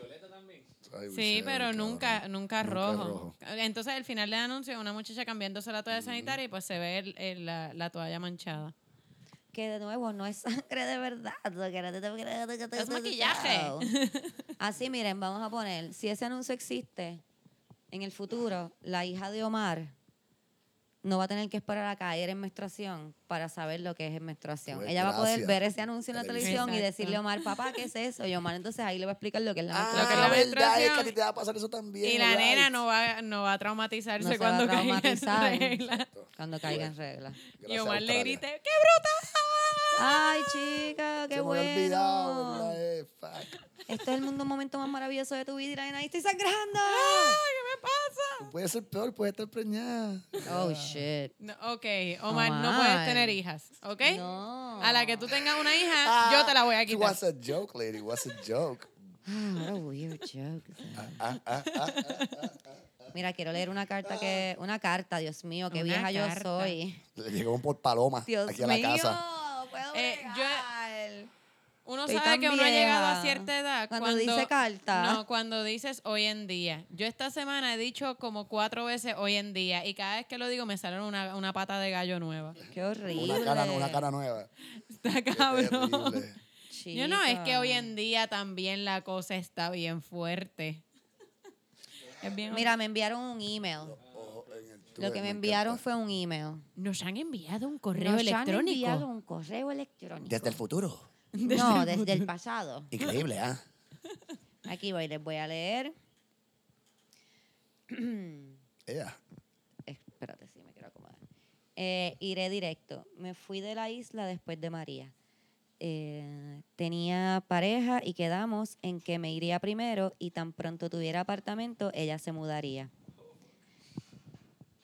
Speaker 2: Ay, güey,
Speaker 3: Sí,
Speaker 2: chévere,
Speaker 3: pero
Speaker 2: cabrón.
Speaker 3: nunca, nunca rojo.
Speaker 2: rojo.
Speaker 3: Entonces, al final del anuncio, una muchacha cambiándose la toalla sanitaria y pues se ve el- el- la, la toalla manchada.
Speaker 1: Que de nuevo no es sangre de verdad.
Speaker 3: Es
Speaker 1: Es
Speaker 3: maquillaje.
Speaker 1: Así, miren, vamos a poner, si ese anuncio existe, en el futuro, la hija de Omar no va a tener que esperar a caer en menstruación para saber lo que es menstruación.
Speaker 2: Pues,
Speaker 1: Ella va a poder
Speaker 2: gracias,
Speaker 1: ver ese anuncio en la
Speaker 2: televisión.
Speaker 1: televisión y
Speaker 3: Exacto.
Speaker 1: decirle a Omar, papá, ¿qué es eso? Y Omar entonces ahí le va a explicar lo que es la
Speaker 2: Ah,
Speaker 3: Lo que es
Speaker 1: menstruación.
Speaker 3: la
Speaker 2: verdad es que a ti
Speaker 3: menstruación.
Speaker 2: te va a pasar eso también.
Speaker 3: Y la
Speaker 2: alright.
Speaker 3: nena no va, no va a traumatizarse
Speaker 1: No se va a
Speaker 3: cuando caiga en
Speaker 1: traumatizar.
Speaker 3: regla.
Speaker 1: Cuando caiga en regla.
Speaker 3: Y
Speaker 2: Gracias,
Speaker 3: Omar le
Speaker 2: Australia.
Speaker 3: grite, ¡qué
Speaker 1: Ay, chica, qué
Speaker 2: Se me
Speaker 1: bueno.
Speaker 2: había olvidado, ¿verdad? Eh, fuck.
Speaker 1: Esto es el mundo, un momento más maravilloso de tu vida. Y la nena, ahí estoy sangrando.
Speaker 2: ¡Ah! Puede ser peor, puede estar preñada.
Speaker 1: Oh, shit.
Speaker 3: bruto! No, ok, Omar, no puedes
Speaker 1: Omar.
Speaker 3: tener hijas, ¿ok?
Speaker 1: No.
Speaker 3: A la que tú tengas una hija,
Speaker 2: Ah,
Speaker 3: yo te la voy a
Speaker 2: It
Speaker 3: quitar.
Speaker 2: was a joke, lady. It was a joke.
Speaker 1: Ah, what a weird joke.
Speaker 2: Ah,
Speaker 1: Mira, quiero leer una carta que... Una carta, Dios mío, qué
Speaker 3: Una
Speaker 1: vieja yo
Speaker 3: carta.
Speaker 1: soy.
Speaker 2: Le llegó un por paloma
Speaker 1: Dios
Speaker 2: aquí a la
Speaker 1: mío.
Speaker 2: casa.
Speaker 1: puedo
Speaker 3: Eh, yo-
Speaker 1: bregar.
Speaker 3: Uno
Speaker 1: Estoy
Speaker 3: sabe
Speaker 1: tan
Speaker 3: que uno ha llegado
Speaker 1: vieja.
Speaker 3: a cierta edad.
Speaker 1: Cuando dice carta.
Speaker 3: No, cuando dices hoy en día. Yo esta semana he dicho como cuatro veces hoy en día y cada vez que lo digo me sale una, una pata de gallo nueva.
Speaker 1: Qué horrible.
Speaker 2: Una cara, una cara nueva.
Speaker 3: Está
Speaker 2: Qué
Speaker 3: cabrón.
Speaker 2: terrible.
Speaker 3: Yo no, es que hoy
Speaker 1: Chica.
Speaker 3: en día también la cosa está bien fuerte. Es bien-
Speaker 1: Mira, me enviaron un email.
Speaker 2: Ojo en el tubo,
Speaker 1: Lo que me
Speaker 2: encanta.
Speaker 1: enviaron fue un email.
Speaker 3: nos han enviado un correo
Speaker 1: Nos han
Speaker 3: electrónico.
Speaker 1: enviado un correo electrónico.
Speaker 2: Desde el futuro.
Speaker 1: No, desde el pasado.
Speaker 2: Increíble, ¿ah?
Speaker 1: Aquí voy, les voy a leer.
Speaker 2: Ella.
Speaker 1: Espérate, sí, me quiero acomodar. Eh, iré directo. Me fui de la isla después de María. Eh, tenía pareja y quedamos en que me iría primero y tan pronto tuviera apartamento, ella se mudaría.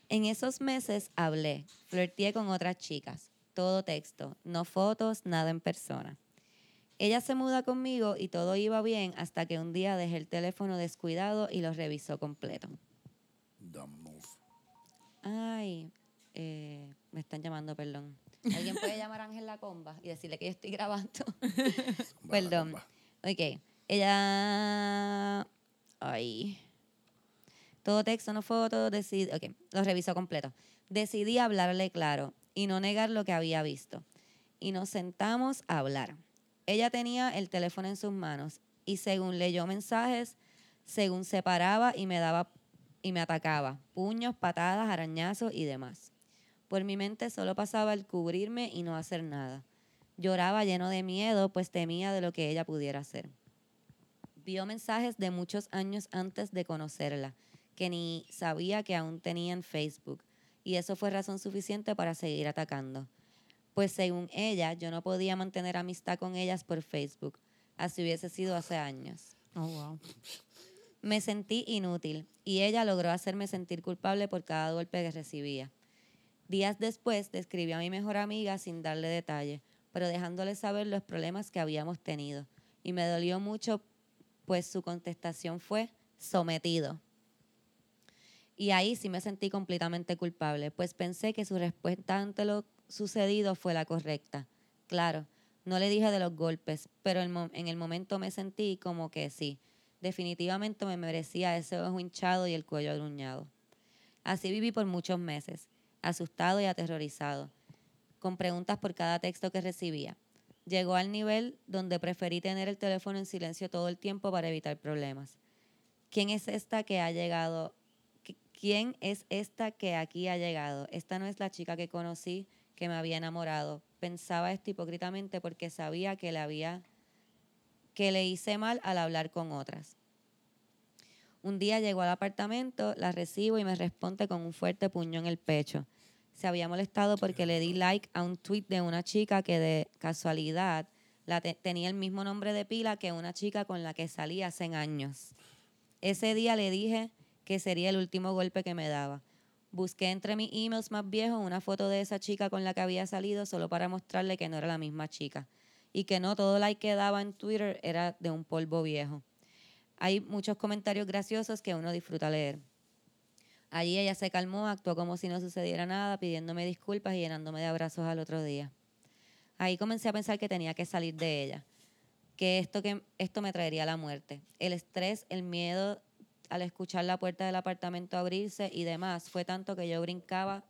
Speaker 1: En esos meses hablé, flirteé con otras chicas, todo texto, no fotos, nada en persona. Ella se muda conmigo y todo iba bien hasta que un día dejé el teléfono descuidado y lo revisó completo.
Speaker 2: Don't move.
Speaker 1: Ay, eh, me están llamando, perdón. ¿Alguien puede llamar a Ángel La Comba y decirle que yo estoy grabando? perdón.
Speaker 2: Comba.
Speaker 1: Ok. Ella. Ay. Todo texto, no foto, decidí. Ok, lo reviso completo. Decidí hablarle claro y no negar lo que había visto. Y nos sentamos a hablar. Ella tenía el teléfono en sus manos y según leyó mensajes, según se paraba y me daba y me atacaba, puños, patadas, arañazos y demás. Por mi mente solo pasaba el cubrirme y no hacer nada. Lloraba lleno de miedo, pues temía de lo que ella pudiera hacer. Vio mensajes de muchos años antes de conocerla, que ni sabía que aún tenía en Facebook, y eso fue razón suficiente para seguir atacando. Pues según ella, yo no podía mantener amistad con ellas por Facebook, así hubiese sido hace años.
Speaker 3: Oh, wow.
Speaker 1: Me sentí inútil y ella logró hacerme sentir culpable por cada golpe que recibía. Días después describí a mi mejor amiga sin darle detalle, pero dejándole saber los problemas que habíamos tenido. Y me dolió mucho, pues su contestación fue sometido. Y ahí sí me sentí completamente culpable, pues pensé que su respuesta ante lo sucedido fue la correcta. Claro, no le dije de los golpes, pero el mo- en el momento me sentí como que sí, definitivamente me merecía ese ojo hinchado y el cuello aruñado. Así viví por muchos meses, asustado y aterrorizado, con preguntas por cada texto que recibía. Llegó al nivel donde preferí tener el teléfono en silencio todo el tiempo para evitar problemas. ¿Quién es esta que ha llegado? qui- ¿Quién es esta que aquí ha llegado? Esta no es la chica que conocí, que me había enamorado. Pensaba esto hipócritamente porque sabía que le había que le hice mal al hablar con otras. Un día llegó al apartamento, la recibo y me responde con un fuerte puño en el pecho. Se había molestado porque le di like a un tweet de una chica que de casualidad la te- tenía el mismo nombre de pila que una chica con la que salí hace años. Ese día le dije que sería el último golpe que me daba. Busqué entre mis emails más viejos una foto de esa chica con la que había salido solo para mostrarle que no era la misma chica y que no todo like que daba en Twitter era de un polvo viejo. Hay muchos comentarios graciosos que uno disfruta leer. Allí ella se calmó, actuó como si no sucediera nada, pidiéndome disculpas y llenándome de abrazos al otro día. Ahí comencé a pensar que tenía que salir de ella, que esto, que esto me traería la muerte. El estrés, el miedo al escuchar la puerta del apartamento abrirse y demás fue tanto que yo brincaba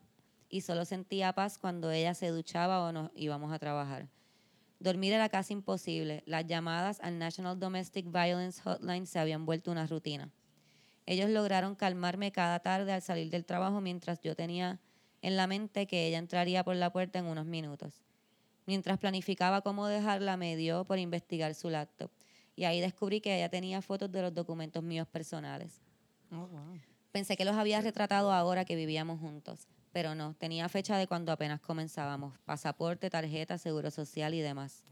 Speaker 1: y solo sentía paz cuando ella se duchaba o nos íbamos a trabajar. Dormir era casi imposible. Las llamadas al National Domestic Violence Hotline se habían vuelto una rutina. Ellos lograron calmarme cada tarde al salir del trabajo mientras yo tenía en la mente que ella entraría por la puerta en unos minutos. Mientras planificaba cómo dejarla, me dio por investigar su laptop. Y ahí descubrí que ella tenía fotos de los documentos míos personales. Oh, Pensé que los había retratado ahora que vivíamos juntos, pero no, tenía fecha de cuando apenas comenzábamos. Pasaporte, tarjeta, seguro social y demás.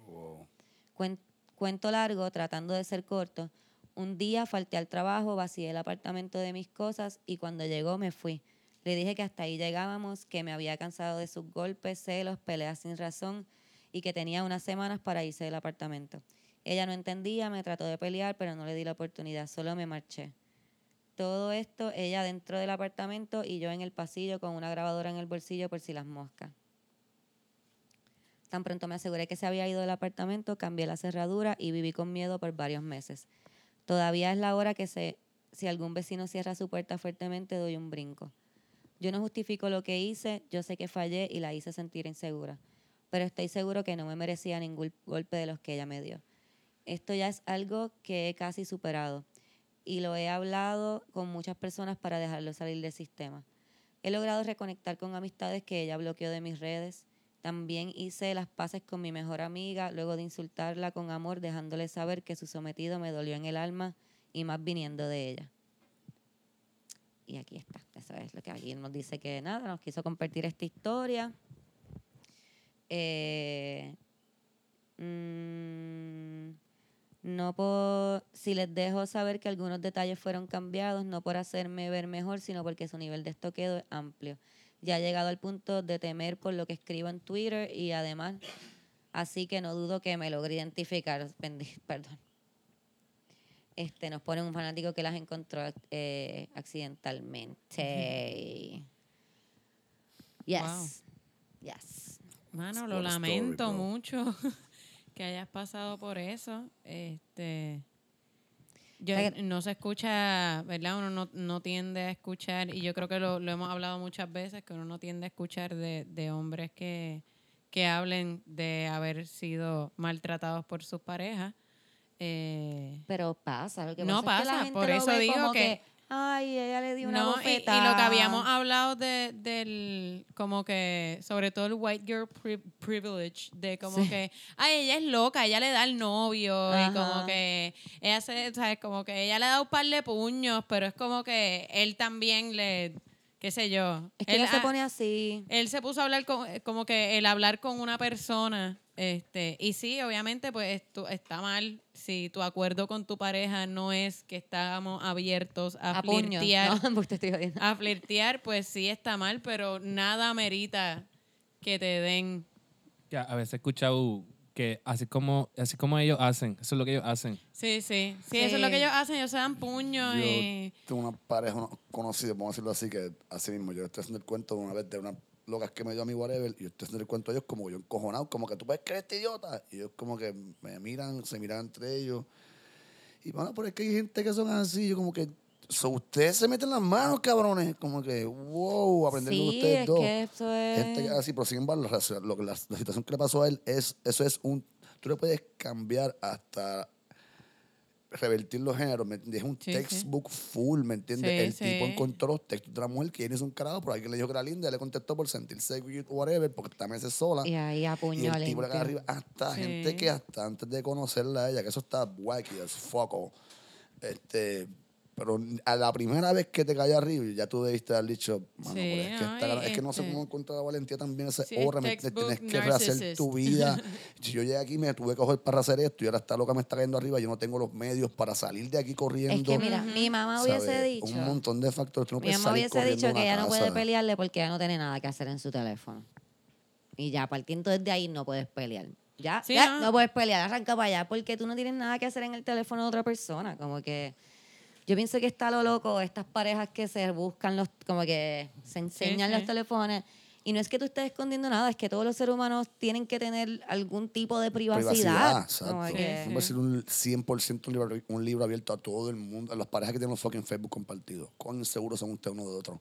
Speaker 1: Cuen- cuento largo, tratando de ser corto. Un día falté al trabajo, vacié el apartamento de mis cosas y cuando llegó me fui. Le dije que hasta ahí llegábamos, que me había cansado de sus golpes, celos, peleas sin razón y que tenía unas semanas para irse del apartamento. Ella no entendía, me trató de pelear, pero no le di la oportunidad, solo me marché. Todo esto ella dentro del apartamento y yo en el pasillo con una grabadora en el bolsillo por si las moscas. Tan pronto me aseguré que se había ido del apartamento, cambié la cerradura y viví con miedo por varios meses. Todavía es la hora que se, si algún vecino cierra su puerta fuertemente, doy un brinco. Yo no justifico lo que hice, yo sé que fallé y la hice sentir insegura, pero estoy seguro que no me merecía ningún golpe de los que ella me dio. Esto ya es algo que he casi superado y lo he hablado con muchas personas para dejarlo salir del sistema. He logrado reconectar con amistades que ella bloqueó de mis redes. También hice las paces con mi mejor amiga luego de insultarla con amor, dejándole saber que su sometido me dolió en el alma y más viniendo de ella. Y aquí está, eso es lo que aquí nos dice que nada, nos quiso compartir esta historia. Eh, mm, no por si les dejo saber que algunos detalles fueron cambiados, no por hacerme ver mejor, sino porque su nivel de estoqueo es amplio. Ya ha llegado al punto de temer por lo que escribo en Twitter y además, así que no dudo que me logre identificar. Bendi- Perdón. Este, nos ponen un fanático que las encontró eh, accidentalmente. Yes. Yes.
Speaker 3: Mano,
Speaker 2: It's
Speaker 3: lo
Speaker 2: what a story,
Speaker 3: lamento
Speaker 2: bro.
Speaker 3: mucho que hayas pasado por eso. Este, yo-
Speaker 1: O sea que-
Speaker 3: no se escucha, ¿verdad? Uno no, no tiende a escuchar, y yo creo que lo, lo hemos hablado muchas veces, que uno no tiende a escuchar de, de hombres que, que hablen de haber sido maltratados por sus parejas. Eh,
Speaker 1: Pero pasa, lo que
Speaker 3: No
Speaker 1: pasa, es que la
Speaker 3: pasa,
Speaker 1: gente
Speaker 3: por
Speaker 1: lo
Speaker 3: eso
Speaker 1: ve
Speaker 3: digo
Speaker 1: como
Speaker 3: que-
Speaker 1: ay, ella le dio una
Speaker 3: no, y, y
Speaker 1: bofetada.
Speaker 3: lo que habíamos hablado de, del, como que, sobre todo el white girl pri- privilege, de como
Speaker 1: Sí.
Speaker 3: que, ay, ella es loca, ella le da al novio,
Speaker 1: Ajá.
Speaker 3: y como que, ella se, ¿sabes? Como que ella le da un par de puños, pero es como que él también le, qué sé yo.
Speaker 1: Es que
Speaker 3: él,
Speaker 1: ella se
Speaker 3: ah,
Speaker 1: pone así.
Speaker 3: él se puso a hablar con, eh, como que el hablar con una persona, este, y sí, obviamente, pues esto está mal si tu acuerdo con tu pareja no es que estamos abiertos a,
Speaker 1: a puños.
Speaker 3: flirtear
Speaker 1: No, porque estoy jodiendo.
Speaker 3: a flirtear, pues sí está mal, pero nada merita que te den.
Speaker 7: Ya, a veces he escuchado que así como, así como ellos hacen, eso es lo que ellos hacen.
Speaker 3: Sí, sí, sí.
Speaker 1: Sí.
Speaker 3: eso es lo que ellos hacen, ellos se dan puños y.
Speaker 2: Yo tengo una pareja uno- conocida, vamos a decirlo así, que así mismo, yo estoy haciendo el cuento una vez de unas locas que me dio a mí whatever, y yo estoy haciendo el cuento a ellos como yo encojonado, como que tú puedes creer este idiota. Y ellos como que me miran, se miran entre ellos. Y bueno, pero es que hay gente que son así, yo como que, so, ustedes se meten las manos, cabrones, como que, wow, aprender de
Speaker 1: Sí,
Speaker 2: ustedes
Speaker 1: es
Speaker 2: dos.
Speaker 1: que eso es...
Speaker 2: Gente que es así, pero sin embargo, la, raci- lo que la- la situación que le pasó a él es, eso es un, tú le puedes cambiar hasta revertir los géneros, ¿me entiendes? Es un
Speaker 3: Sí, sí.
Speaker 2: textbook full, ¿me entiendes?
Speaker 3: Sí,
Speaker 2: el
Speaker 3: sí.
Speaker 2: tipo encontró los textos de una mujer que viene es un carajo, pero alguien le dijo que era linda, le contestó por sentirse good, whatever, porque está meses sola.
Speaker 1: Y ahí
Speaker 2: Y
Speaker 1: apuñó
Speaker 2: el tipo le cae
Speaker 1: lento.
Speaker 2: arriba. Hasta
Speaker 3: Sí.
Speaker 2: gente que hasta antes de conocerla a ella, que eso está wacky as fuck. oh. Este, pero a la primera vez que te cae arriba, ya tú debiste haber dicho, mano,
Speaker 3: Sí,
Speaker 2: pero es, que esta
Speaker 3: ay,
Speaker 2: cara- es que no sé
Speaker 3: este.
Speaker 2: cómo encontrar la valentía también esa
Speaker 3: Sí, es
Speaker 2: obra. me- te-
Speaker 3: textbook
Speaker 2: tienes que rehacer
Speaker 3: narcissist.
Speaker 2: tu vida. si yo llegué aquí, me tuve que coger para hacer esto y ahora está loca me está cayendo arriba. Yo no tengo los medios para salir de aquí corriendo.
Speaker 1: Es que mira, mi mamá
Speaker 2: ¿sabes?
Speaker 1: hubiese dicho.
Speaker 2: Un montón de factores. Tú no
Speaker 1: Mi
Speaker 2: puedes
Speaker 1: mamá
Speaker 2: pues salir
Speaker 1: hubiese dicho
Speaker 2: corriendo de
Speaker 1: que
Speaker 2: una
Speaker 1: ella no puede
Speaker 2: casa.
Speaker 1: pelearle porque ella no tiene nada que hacer en su teléfono. Y ya, partiendo desde ahí, no puedes pelear. Ya,
Speaker 3: Sí,
Speaker 1: ya,
Speaker 3: ¿no?
Speaker 1: no puedes pelear, arranca para allá porque tú no tienes nada que hacer en el teléfono de otra persona. Como que. Yo pienso que está lo loco estas parejas que se buscan los. como que se enseñan
Speaker 3: sí.
Speaker 1: los teléfonos. Y no es que tú estés escondiendo nada, es que todos los seres humanos tienen que tener algún tipo de privacidad.
Speaker 2: exacto.
Speaker 1: Como
Speaker 2: No
Speaker 1: que-
Speaker 2: puede ser un 100% un libro, abri- un libro abierto a todo el mundo, a las parejas que tienen los fucking Facebook compartidos. Con seguro son usted uno de otro.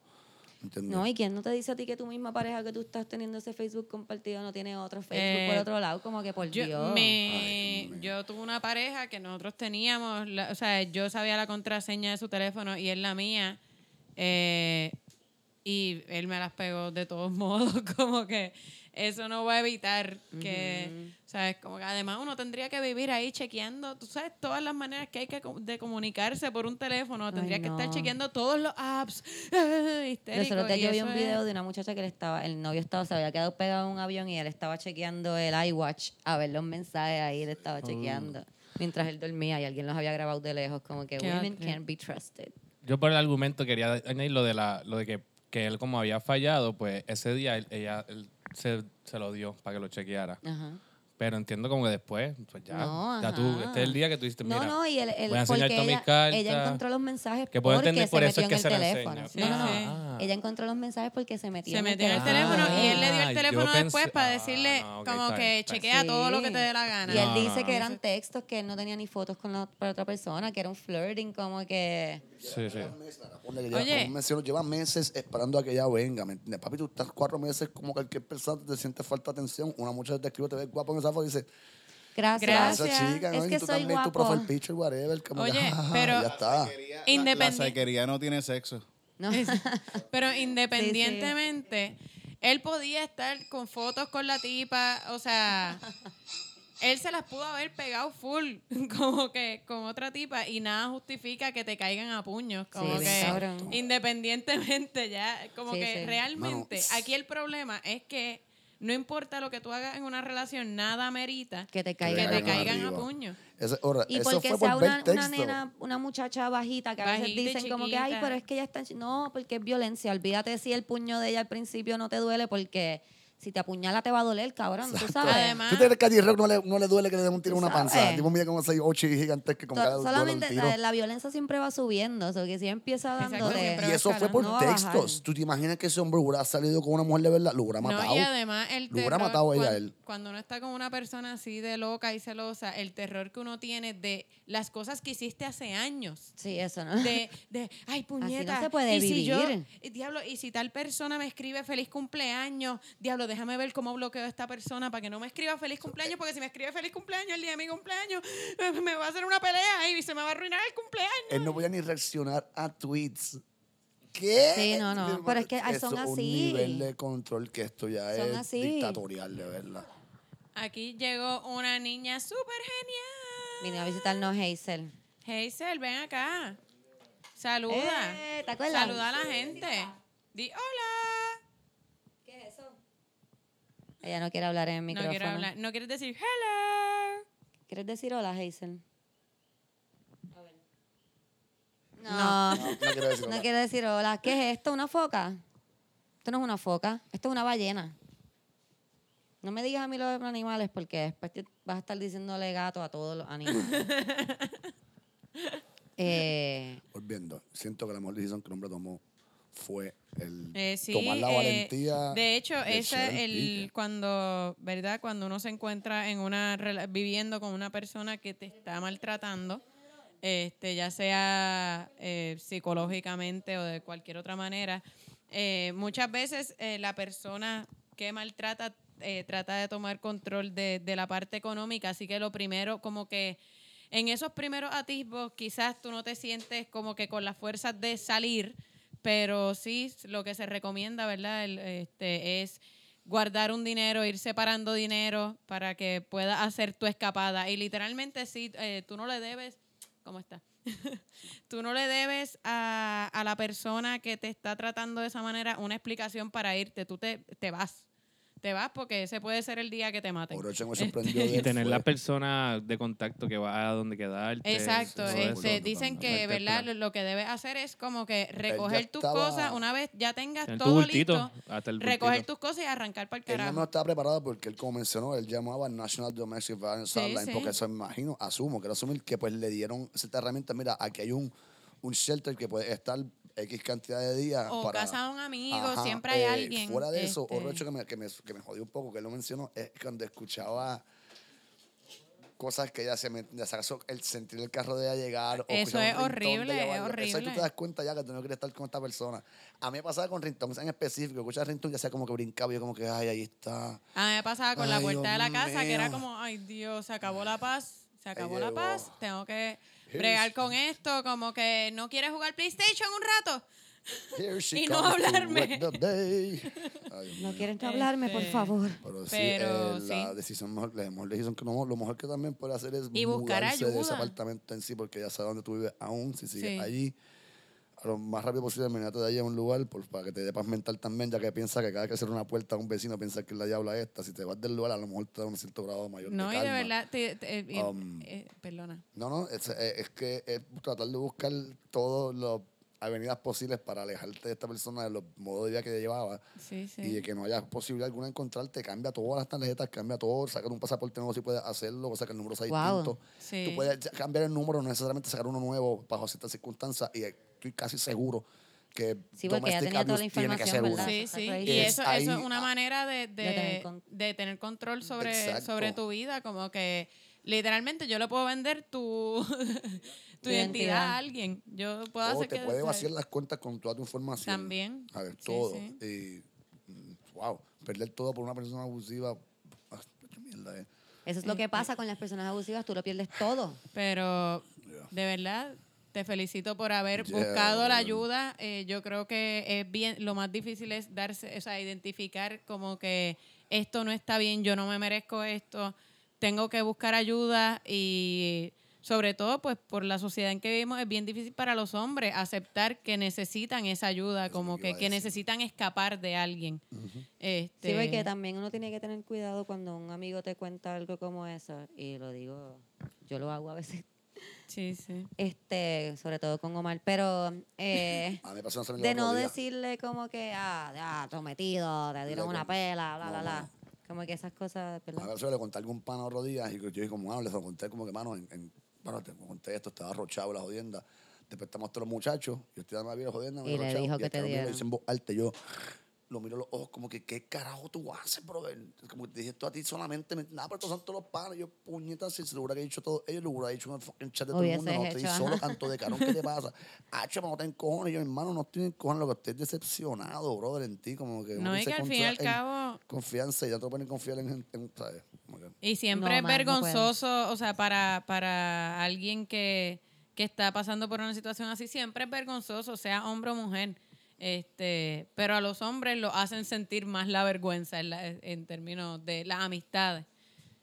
Speaker 2: ¿Entiendes?
Speaker 1: No, ¿y quién no te dice a ti que tu misma pareja que tú estás teniendo ese Facebook compartido no tiene otro Facebook
Speaker 3: Eh,
Speaker 1: por otro lado? Como que por
Speaker 3: Yo,
Speaker 1: Dios.
Speaker 3: me- yo tuve una pareja que nosotros teníamos, la- o sea, yo sabía la contraseña de su teléfono y él la mía, eh, y él me las pegó de todos modos, como que eso no va a evitar que, ¿sabes? Como que además uno tendría que vivir ahí chequeando, tú sabes, todas las maneras que hay que com- de comunicarse por un teléfono, tendría que estar
Speaker 1: no.
Speaker 3: chequeando todos los apps.
Speaker 1: Los
Speaker 3: Histérico,
Speaker 1: otros días
Speaker 3: y
Speaker 1: yo vi
Speaker 3: eso
Speaker 1: un
Speaker 3: es-
Speaker 1: video de una muchacha que le estaba, el novio estaba, se había quedado pegado en un avión y él estaba chequeando el iWatch a ver los mensajes ahí, le estaba
Speaker 7: Oh.
Speaker 1: chequeando. Mientras él dormía y alguien los había grabado de lejos, como que
Speaker 3: Qué
Speaker 1: women
Speaker 3: atrevida.
Speaker 1: can't be trusted.
Speaker 7: Yo por el argumento quería añadir lo de, la, lo de que, que él como había fallado, pues ese día él- ella él se, se lo dio para que lo chequeara.
Speaker 1: Ajá.
Speaker 7: Pero entiendo como que después, pues ya,
Speaker 1: No,
Speaker 7: ya tú,
Speaker 1: ajá.
Speaker 7: este es el día que tú dices, mira,
Speaker 1: No, no, y él, él-
Speaker 7: voy a
Speaker 1: porque
Speaker 7: enseñar todas mis
Speaker 1: ella,
Speaker 7: cartas.
Speaker 1: ella encontró los mensajes
Speaker 7: Que puedo
Speaker 1: porque
Speaker 7: entender,
Speaker 1: se
Speaker 7: por eso
Speaker 1: metió
Speaker 7: es que
Speaker 1: en
Speaker 7: se la
Speaker 1: el
Speaker 7: enseña.
Speaker 1: teléfono.
Speaker 7: Sí,
Speaker 1: no, no, no.
Speaker 7: sí.
Speaker 1: Ella encontró los mensajes porque se metió
Speaker 3: Se
Speaker 1: en el
Speaker 3: metió en el
Speaker 1: teléfono.
Speaker 3: teléfono y él le dio
Speaker 7: Ah, yo
Speaker 3: el teléfono
Speaker 7: pensé-
Speaker 3: después para decirle
Speaker 7: Ah, ok,
Speaker 3: como
Speaker 7: está bien,
Speaker 3: que
Speaker 7: está bien.
Speaker 3: chequea todo lo que
Speaker 1: Sí.
Speaker 3: te dé la gana.
Speaker 1: Y él
Speaker 7: No,
Speaker 1: dice
Speaker 7: no,
Speaker 1: que
Speaker 7: no.
Speaker 1: eran textos, que él no tenía ni fotos con la, para otra persona, que era un flirting, como que.
Speaker 7: Sí, sí.
Speaker 2: Ponle que lleva-
Speaker 3: Oye.
Speaker 2: como menciono, lleva meses esperando a que ella venga, ¿me entiendes? Papi, tú estás cuatro meses como cualquier persona, te sientes falta de atención. Una muchacha te escribe, te ve guapo en esa foto y dice,
Speaker 1: Gracias.
Speaker 2: gracias,
Speaker 3: Gracias.
Speaker 2: chica, ¿no?
Speaker 1: Es
Speaker 2: Y
Speaker 1: que
Speaker 2: tú
Speaker 1: soy
Speaker 2: también,
Speaker 1: guapo.
Speaker 2: tu profile picture, whatever. Como que,
Speaker 3: Oye,
Speaker 2: "Ja, ja, ja",
Speaker 3: pero-
Speaker 2: y ya está.
Speaker 3: Independiente.
Speaker 5: La saquería no tiene sexo.
Speaker 1: No.
Speaker 3: Pero independientemente, él podía estar con fotos con la tipa, o sea, él se las pudo haber pegado full, como que con otra tipa, y nada justifica que te caigan a puños, como
Speaker 1: Sí,
Speaker 3: que
Speaker 1: bien cabrón.
Speaker 3: independientemente ya, como
Speaker 1: Sí,
Speaker 3: que
Speaker 1: sí.
Speaker 3: realmente,
Speaker 2: Mano,
Speaker 3: aquí el problema es que no importa lo que tú hagas en una relación, nada merita
Speaker 1: Que te
Speaker 3: que
Speaker 1: caigan
Speaker 3: te
Speaker 1: arriba.
Speaker 3: caigan a puños.
Speaker 2: Ese- ahora,
Speaker 1: y
Speaker 2: eso
Speaker 1: porque
Speaker 2: fue
Speaker 1: sea
Speaker 2: por ver
Speaker 1: una, una
Speaker 2: texto.
Speaker 1: nena, una muchacha bajita, que a veces
Speaker 3: Bajita y
Speaker 1: dicen como que, ay,
Speaker 3: chiquita.
Speaker 1: pero es que ella está. en chi-". No, porque es violencia. Olvídate si el puño de ella al principio no te duele, porque si te apuñala te va a doler, cabrón. Tú sabes.
Speaker 3: Además-
Speaker 2: ¿Tú te crees que a G-Rock no le, no le duele que le den un tiro en
Speaker 1: Tú
Speaker 2: una panza?
Speaker 1: sabes.
Speaker 2: El tipo mira como seis ocho y gigantes que con
Speaker 1: So-
Speaker 2: cada duele un
Speaker 1: solamente
Speaker 2: tiro.
Speaker 1: ¿sabes? la violencia siempre va subiendo, o sea, que si empieza
Speaker 3: Exacto,
Speaker 1: dándote.
Speaker 3: siempre
Speaker 2: Y
Speaker 3: va
Speaker 2: eso fue por
Speaker 1: No va a
Speaker 2: textos.
Speaker 1: bajar.
Speaker 2: ¿Tú te imaginas que ese hombre hubiera salido con una mujer de verdad? Lo hubiera matado.
Speaker 3: No, y además el
Speaker 2: Lo hubiera
Speaker 3: terror,
Speaker 2: matado ella
Speaker 3: cuan-
Speaker 2: a
Speaker 3: cuando,
Speaker 2: él.
Speaker 3: uno está con una persona así de loca y celosa, el terror que uno tiene de las cosas que hiciste hace años.
Speaker 1: Sí, eso no.
Speaker 3: De, de, ay, puñeta.
Speaker 1: se puede
Speaker 3: y si yo-
Speaker 1: vivir.
Speaker 3: y diablo, y si tal persona me escribe feliz cumpleaños, diablo, déjame ver cómo bloqueo a esta persona para que no me escriba feliz cumpleaños, porque si me escribe feliz cumpleaños el día de mi cumpleaños, me- me va a hacer una pelea y se me va a arruinar el cumpleaños.
Speaker 2: Él no voy a ni reaccionar a tweets. ¿Qué?
Speaker 1: Sí, no, no. Pero es que
Speaker 2: Eso
Speaker 1: son
Speaker 2: un
Speaker 1: así.
Speaker 2: nivel de control que esto ya
Speaker 1: Son
Speaker 2: es
Speaker 1: así.
Speaker 2: dictatorial, de verdad.
Speaker 3: Aquí llegó una niña súper genial.
Speaker 1: Vino a visitarnos Hazel.
Speaker 3: Hazel, ven acá. Saluda.
Speaker 1: Eh, ¿te acuerdas?
Speaker 3: Saluda a la gente. Di hola.
Speaker 1: ¿Qué es eso? Ella no quiere hablar en el micrófono.
Speaker 3: No quiero hablar. No quieres decir hello.
Speaker 1: ¿Quieres decir hola, Hazel? No,
Speaker 2: No, no quiero decir
Speaker 1: no
Speaker 2: nada.
Speaker 1: quiere decir hola. ¿Qué es esto? ¿Una foca? Esto no es una foca, esto es una ballena. No me digas a mí lo de los animales porque después te vas a estar diciéndole gato a todos los animales. eh,
Speaker 2: Volviendo, siento que la mejor decisión que el hombre tomó fue el
Speaker 3: Eh, sí,
Speaker 2: tomar la
Speaker 3: eh,
Speaker 2: valentía.
Speaker 3: De hecho,
Speaker 2: de
Speaker 3: ese
Speaker 2: ser
Speaker 3: es el
Speaker 2: pique.
Speaker 3: cuando, ¿verdad? Cuando uno se encuentra en una rela- viviendo con una persona que te está maltratando, este, ya sea eh, psicológicamente o de cualquier otra manera, eh, muchas veces eh, la persona que maltrata eh, trata de tomar control de, de la parte económica, así que lo primero como que en esos primeros atisbos quizás tú no te sientes como que con las fuerzas de salir, pero sí lo que se recomienda, ¿verdad? El, este, es guardar un dinero, ir separando dinero para que puedas hacer tu escapada. Y literalmente sí, eh, tú no le debes, ¿cómo está? tú no le debes a, a la persona que te está tratando de esa manera una explicación para irte, tú te, te vas. Te vas porque ese puede ser el día que te maten.
Speaker 2: Orochi me sorprendió. de
Speaker 4: Y
Speaker 2: él
Speaker 4: tener
Speaker 2: fue-
Speaker 4: la persona de contacto que va a donde quedarte.
Speaker 3: Exacto,
Speaker 4: eso,
Speaker 2: eh,
Speaker 4: eso.
Speaker 3: este,
Speaker 2: Totalmente. Eh,
Speaker 3: dicen que,
Speaker 4: Marcar
Speaker 3: ¿verdad?
Speaker 4: plan.
Speaker 3: Lo, lo que debes hacer es como que
Speaker 2: ya
Speaker 3: recoger tus
Speaker 2: estaba-
Speaker 3: cosas una vez ya tengas
Speaker 4: Tener tu
Speaker 3: todo
Speaker 4: bultito,
Speaker 3: listo,
Speaker 4: hasta el
Speaker 3: recoger
Speaker 4: bultito.
Speaker 3: tus cosas y arrancar para el
Speaker 2: Él no me
Speaker 3: carajo.
Speaker 2: estaba preparado porque él, como mencionó, él llamaba al National Domestic Violence
Speaker 3: Sí,
Speaker 2: Hotline
Speaker 3: sí.
Speaker 2: porque eso me imagino, asumo, quiero asumir que pues le dieron cierta herramienta. Mira, aquí hay un, un shelter que puede estar X cantidad de días.
Speaker 3: O
Speaker 2: para,
Speaker 3: casa de un amigo,
Speaker 2: Ajá,
Speaker 3: siempre hay
Speaker 2: eh,
Speaker 3: alguien.
Speaker 2: Fuera de eso,
Speaker 3: este.
Speaker 2: otro hecho que me, que, me, que me jodió un poco, que él lo mencionó, es cuando escuchaba cosas que ya se me ya se hizo el sentir el carro de ella llegar o
Speaker 3: Eso
Speaker 2: escuchaba un
Speaker 3: es
Speaker 2: ringtone de
Speaker 3: horrible,
Speaker 2: ella
Speaker 3: es
Speaker 2: bailando. eso tú
Speaker 3: horrible.
Speaker 2: te das cuenta ya que tú no quieres estar con esta persona a mí me pasaba con ringtones en específico escuchar ringtone ya sea como que brincaba y yo como que ay ahí está
Speaker 3: A mí me pasaba con la
Speaker 2: Ay,
Speaker 3: puerta
Speaker 2: Dios
Speaker 3: de la casa que era
Speaker 2: mío.
Speaker 3: como, ay Dios, se acabó la paz, se acabó la
Speaker 2: llegó.
Speaker 3: paz, tengo que bregar con esto, como que no quieres jugar PlayStation un rato.
Speaker 2: Here she
Speaker 3: Y no
Speaker 2: comes to
Speaker 3: hablarme.
Speaker 2: wreck the day. Ay, Dios mío.
Speaker 1: No quieren que hablarme, por
Speaker 3: Este,
Speaker 1: favor.
Speaker 2: pero sí,
Speaker 3: Pero
Speaker 2: eh, la
Speaker 3: sí.
Speaker 2: decisión mejor, la mejor decisión que no, lo mejor que también puede hacer es
Speaker 3: Y buscar
Speaker 2: mudarse de ese
Speaker 3: ayuda.
Speaker 2: apartamento en sí, porque ya sabe dónde tú vives aún, si sigues
Speaker 3: Sí.
Speaker 2: allí. A lo más rápido posible, mirate de allí a un lugar por, para que te dé paz mental también, ya que piensa que cada vez que cierra una puerta a un vecino piensa que es la diabla esta. Si te vas del lugar, a lo mejor te da un cierto grado mayor
Speaker 3: No,
Speaker 2: de
Speaker 3: y de
Speaker 2: calma.
Speaker 3: verdad, te- te- eh,
Speaker 2: Um,
Speaker 3: eh, perdona.
Speaker 2: No, no, es, eh, es que es tratar de buscar todas las avenidas posibles para alejarte de esta persona de los modos de vida que te llevaba
Speaker 3: Sí, sí.
Speaker 2: y de que no haya posibilidad alguna de encontrarte, cambia todas las tarjetas, cambia todo, sacar un pasaporte nuevo si puedes hacerlo, o sea que el número sea
Speaker 1: Wow.
Speaker 2: distinto.
Speaker 3: Sí.
Speaker 2: Tú puedes ya- cambiar el número, no necesariamente sacar uno nuevo bajo ciertas circunstancias y estoy casi seguro que
Speaker 1: Sí, porque ya
Speaker 2: domestic
Speaker 1: tenía toda la
Speaker 2: abuse tiene que ser
Speaker 1: información,
Speaker 2: uno.
Speaker 1: ¿verdad?
Speaker 3: Sí,
Speaker 1: Eso
Speaker 3: sí.
Speaker 1: está
Speaker 3: Y
Speaker 1: crazy.
Speaker 3: eso,
Speaker 2: Es
Speaker 3: eso
Speaker 2: ahí,
Speaker 3: es una
Speaker 2: ah,
Speaker 3: manera de, de-
Speaker 1: De tener con-
Speaker 3: de tener control sobre,
Speaker 2: Exacto.
Speaker 3: sobre tu vida. Como que literalmente yo le puedo vender tu, tu
Speaker 1: Tu
Speaker 3: identidad
Speaker 1: identidad.
Speaker 3: a alguien. Yo puedo
Speaker 2: O
Speaker 3: hacer
Speaker 2: Oh, te
Speaker 3: que.
Speaker 2: puede
Speaker 3: ¿sabes?
Speaker 2: vaciar las cuentas con toda tu información.
Speaker 3: También.
Speaker 2: A ver,
Speaker 3: Sí,
Speaker 2: todo. Y, mm, wow, perder todo por una persona abusiva. ah, qué mierda, eh.
Speaker 1: Eso es lo que pasa con las personas abusivas, tú lo pierdes todo.
Speaker 3: Pero de verdad, te felicito por haber
Speaker 2: Yeah,
Speaker 3: buscado la
Speaker 2: man.
Speaker 3: ayuda. Eh, yo creo que es bien, lo más difícil es darse, o sea, identificar como que esto no está bien, yo no me merezco esto, tengo que buscar ayuda y sobre todo, pues por la sociedad en que vivimos, es bien difícil para los hombres aceptar que necesitan esa ayuda,
Speaker 2: Eso
Speaker 3: como
Speaker 2: es lo que
Speaker 3: que,
Speaker 2: iba a
Speaker 3: que
Speaker 2: decir.
Speaker 3: necesitan escapar de alguien. este,
Speaker 1: Sí, porque también uno tiene que tener cuidado cuando un amigo te cuenta algo como eso. Y lo digo, yo lo hago a veces,
Speaker 3: sí, sí.
Speaker 1: este, sobre todo con Omar, pero eh,
Speaker 2: A mí me pasó una
Speaker 1: de no decirle como que, ah, ah tu metido, te dieron
Speaker 2: Loco.
Speaker 1: una pela, bla,
Speaker 2: No,
Speaker 1: bla, bla.
Speaker 2: mano.
Speaker 1: Como que esas cosas,
Speaker 2: A mí
Speaker 1: ¿verdad?
Speaker 2: me pasó que le conté a algún pana otro día y yo dije, como, ah, les lo conté como que, mano, en, en- bueno, te conté esto, estaba arrochado la jodienda. Despertamos todos los muchachos, yo estoy dando la vida jodienda, me
Speaker 1: Y le
Speaker 2: arrochado,
Speaker 1: dijo
Speaker 2: y
Speaker 1: que
Speaker 2: este
Speaker 1: te
Speaker 2: lo miro y
Speaker 1: dieron.
Speaker 2: dice en voz alta, y yo lo miro a los ojos como que, ¿qué carajo tú haces, brother? Como que te dije esto a ti solamente, me- nada, pero estos son todos los panos. Yo, puñetas, si se lo hubiera dicho todo ellos, lo hubiera dicho en el fucking chat de todo el
Speaker 1: Hubieses
Speaker 2: mundo. No estoy
Speaker 1: hecho, ajá.
Speaker 2: solo, canto de carón, ¿qué te pasa? Ah, chama, no te encojones. Yo, hermano, no estoy encojonado, lo que estoy decepcionado, brother, en ti. Como que uno
Speaker 3: No, y
Speaker 2: dice
Speaker 3: que al fin y
Speaker 2: contra-
Speaker 3: al
Speaker 2: en-
Speaker 3: cabo...
Speaker 2: confianza y ya te pueden confiar en gente, en- ¿sabes? Como que-
Speaker 3: Y siempre
Speaker 1: No,
Speaker 3: es
Speaker 1: man, no
Speaker 3: vergonzoso, o sea, para, para alguien que, que está pasando por una situación así, siempre es vergonzoso, sea hombre o mujer. Este, pero a los hombres lo hacen sentir más la vergüenza en, la- en términos de las amistades.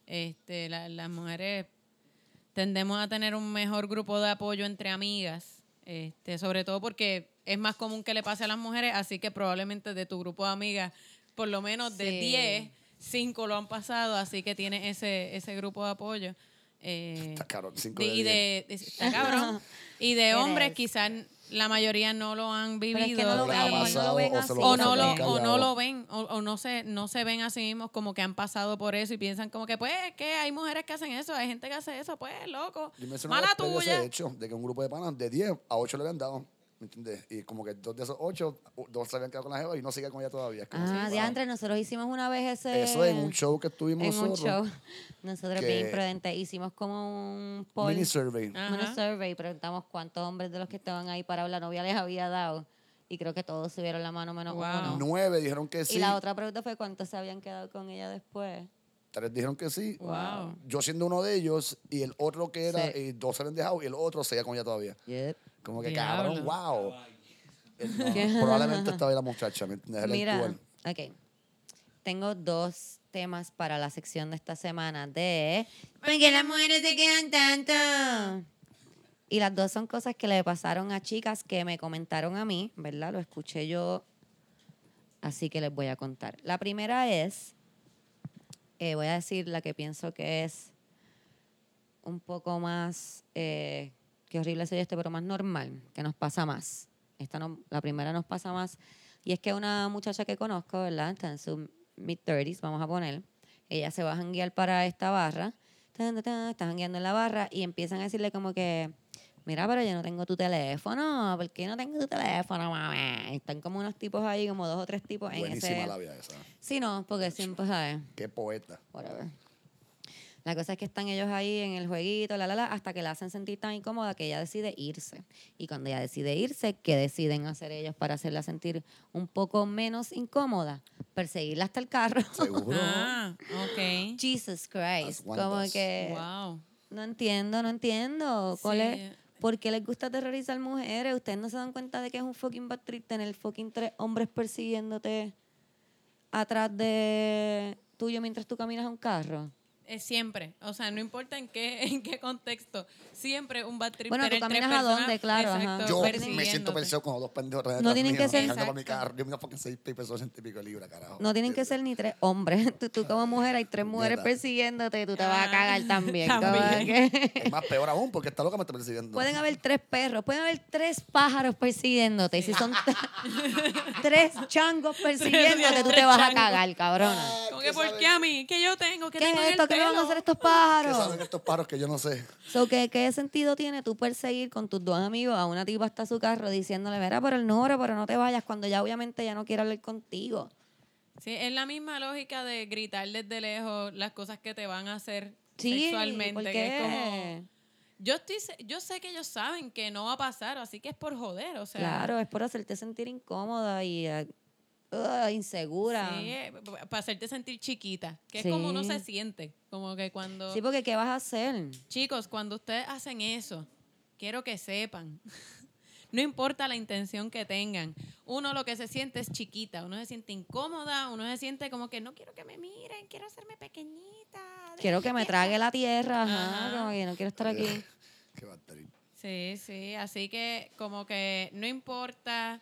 Speaker 3: Este, la- las mujeres tendemos a tener un mejor grupo de apoyo entre amigas, este, sobre todo porque es más común que le pase a las mujeres, así que probablemente de tu grupo de amigas, por lo menos de
Speaker 1: Sí.
Speaker 3: 10, 5 lo han pasado, así que tienes ese, ese grupo de apoyo. Eh,
Speaker 2: Está cabrón, cinco
Speaker 3: de-
Speaker 2: de
Speaker 3: y de, está cabrón. y de
Speaker 1: Eres.
Speaker 3: hombres quizás la mayoría no lo han
Speaker 1: Pero
Speaker 3: vivido. eh,
Speaker 1: es que no lo
Speaker 2: les ha
Speaker 1: ven, no
Speaker 2: pasado
Speaker 1: lo ven
Speaker 2: o se
Speaker 1: así.
Speaker 2: lo
Speaker 3: o no lo,
Speaker 2: Callado.
Speaker 3: o no lo ven, o, o no se, no se ven a sí mismos como que han pasado por eso y piensan como que pues que hay mujeres que hacen eso, hay gente que hace eso, pues loco.
Speaker 2: Yo mencioné
Speaker 3: Mala
Speaker 2: una vez previo
Speaker 3: tuya.
Speaker 2: ese hecho de que un grupo de panas de 10 a 8 le habían dado, ¿me entiendes? Y como que dos de esos 8, dos se habían quedado con la jeva y no seguía con ella todavía. Es como,
Speaker 1: Ah,
Speaker 2: wow.
Speaker 1: diantre, nosotros hicimos una vez ese...
Speaker 2: Eso en un show que estuvimos
Speaker 1: En un
Speaker 2: nosotros.
Speaker 1: show. Nosotros
Speaker 2: que-
Speaker 1: bien imprudentes hicimos como un poll.
Speaker 2: Mini survey.
Speaker 3: Ah.
Speaker 1: Una
Speaker 3: Ajá.
Speaker 1: survey, preguntamos cuántos hombres de los que estaban ahí para hablar, novia les había dado. Y creo que todos subieron la mano menos
Speaker 3: Wow.
Speaker 1: uno.
Speaker 2: Nueve dijeron que
Speaker 1: Y
Speaker 2: sí.
Speaker 1: la otra pregunta fue cuántos se habían quedado con ella después.
Speaker 2: Tres dijeron que sí.
Speaker 3: Wow.
Speaker 2: Yo siendo uno de ellos y el otro que era,
Speaker 1: Sí.
Speaker 2: y dos se habían dejado y el otro seguía con ella todavía.
Speaker 1: Yep.
Speaker 2: Como que
Speaker 3: Diablo.
Speaker 2: cabrón, wow. El- no, probablemente estaba la muchacha, ¿me entiendes? Era
Speaker 1: Mira,
Speaker 2: actual.
Speaker 1: ok. Tengo dos temas para la sección de esta semana de ¿Por qué las mujeres se quedan tanto? Y las dos son cosas que le pasaron a chicas que me comentaron a mí, ¿verdad? Lo escuché yo, así que les voy a contar. La primera es, eh, voy a decir la que pienso que es un poco más, eh, qué horrible soy este, pero más normal, que nos pasa más. Esta no- la primera nos pasa más. Y es que una muchacha que conozco, ¿verdad? Está en sus mid-30s, vamos a poner. Ella se va a janguear para esta barra. Tan, tan, tan, está jangueando en la barra y empiezan a decirle como que, mira, pero yo no tengo tu teléfono. ¿Por qué no tengo tu teléfono, mami? Están como unos tipos ahí, como dos o tres tipos en
Speaker 2: Buenísima
Speaker 1: ese...
Speaker 2: la vida esa.
Speaker 1: Sí, no, porque siempre, ¿sabes?
Speaker 2: Qué poeta.
Speaker 1: whatever. La cosa es que están ellos ahí en el jueguito, la, la, la, hasta que la hacen sentir tan incómoda que ella decide irse. Y cuando ella decide irse, ¿qué deciden hacer ellos para hacerla sentir un poco menos incómoda? Perseguirla hasta el carro.
Speaker 2: Seguro.
Speaker 3: Ah, ok.
Speaker 1: Jesus
Speaker 2: Las
Speaker 1: Christ.
Speaker 2: guantas.
Speaker 1: Como que
Speaker 3: Wow.
Speaker 1: no entiendo, no entiendo. ¿Cuál
Speaker 3: Sí.
Speaker 1: es? ¿Por qué les gusta aterrorizar mujeres? Ustedes no se dan cuenta de que es un fucking bad trip tener fucking tres hombres persiguiéndote atrás de tuyo mientras tú caminas a un carro.
Speaker 3: Eh, siempre, o sea, no importa en qué, en qué contexto, siempre un bad trip.
Speaker 1: Bueno,
Speaker 3: tener
Speaker 1: tú
Speaker 3: tres
Speaker 1: caminas a
Speaker 3: personas,
Speaker 1: dónde, claro, ajá.
Speaker 3: exacto,
Speaker 2: Yo me
Speaker 3: persiguiéndote.
Speaker 2: siento pensado con los dos pendejos atrás de
Speaker 1: No
Speaker 2: atrás
Speaker 1: tienen
Speaker 2: mío,
Speaker 1: que ser-
Speaker 2: manejando con mi
Speaker 3: Exacto.
Speaker 2: carro. Yo mido fucking seis pesos, ciento y pico libras, carajo.
Speaker 1: No tienen que ser ni tres hombres. Tú, tú como mujer hay tres mujeres
Speaker 2: Mierda.
Speaker 1: persiguiéndote y tú te vas a cagar también. como
Speaker 3: Ah, También.
Speaker 1: que-
Speaker 2: Eh, Es más peor aún porque está loca me está persiguiendo.
Speaker 1: Pueden haber tres perros, pueden haber tres pájaros persiguiéndote. Y si son t- tres changos persiguiéndote, tú te
Speaker 3: tres
Speaker 1: vas a
Speaker 3: changos.
Speaker 1: cagar, cabrona.
Speaker 2: Ah,
Speaker 3: Como
Speaker 2: ¿qué
Speaker 3: que, ¿por
Speaker 2: saben-
Speaker 3: qué a mí? ¿Qué yo tengo? ¿Qué,
Speaker 1: ¿Qué es
Speaker 3: tengo en el
Speaker 1: esto? ¿Qué me van a
Speaker 3: pelo?
Speaker 1: hacer estos
Speaker 2: ¿Qué
Speaker 1: pájaros?
Speaker 2: saben estos paros que yo no sé?
Speaker 1: So, ¿qué, ¿Qué sentido tiene tú perseguir con tus dos amigos a una tipa hasta su carro diciéndole, verá, por el número, pero no te vayas, cuando ya obviamente ya no quiere hablar contigo?
Speaker 3: Sí, es la misma lógica de gritar desde lejos las cosas que te van a hacer
Speaker 1: Sí,
Speaker 3: sexualmente.
Speaker 1: ¿por
Speaker 3: que
Speaker 1: qué?
Speaker 3: es como- yo, estoy, se- yo sé que ellos saben que no va a pasar, así que es por joder, o sea.
Speaker 1: Claro, es por hacerte sentir incómoda y eh, ah, insegura.
Speaker 3: Sí,
Speaker 1: Sí,
Speaker 3: eh, para hacerte sentir chiquita, que
Speaker 1: Sí.
Speaker 3: es como uno se siente, como que cuando...
Speaker 1: porque ¿qué vas a hacer?
Speaker 3: Chicos, cuando ustedes hacen eso, quiero que sepan, no importa la intención que tengan, uno lo que se siente es chiquita, uno se siente incómoda, uno se siente como que no quiero que me miren, quiero hacerme pequeñita.
Speaker 1: Quiero que me trague la tierra, ajá,
Speaker 3: Ajá.
Speaker 1: como que no quiero estar
Speaker 2: Eh.
Speaker 1: aquí.
Speaker 2: Qué batería.
Speaker 3: Sí, sí, así que como que no importa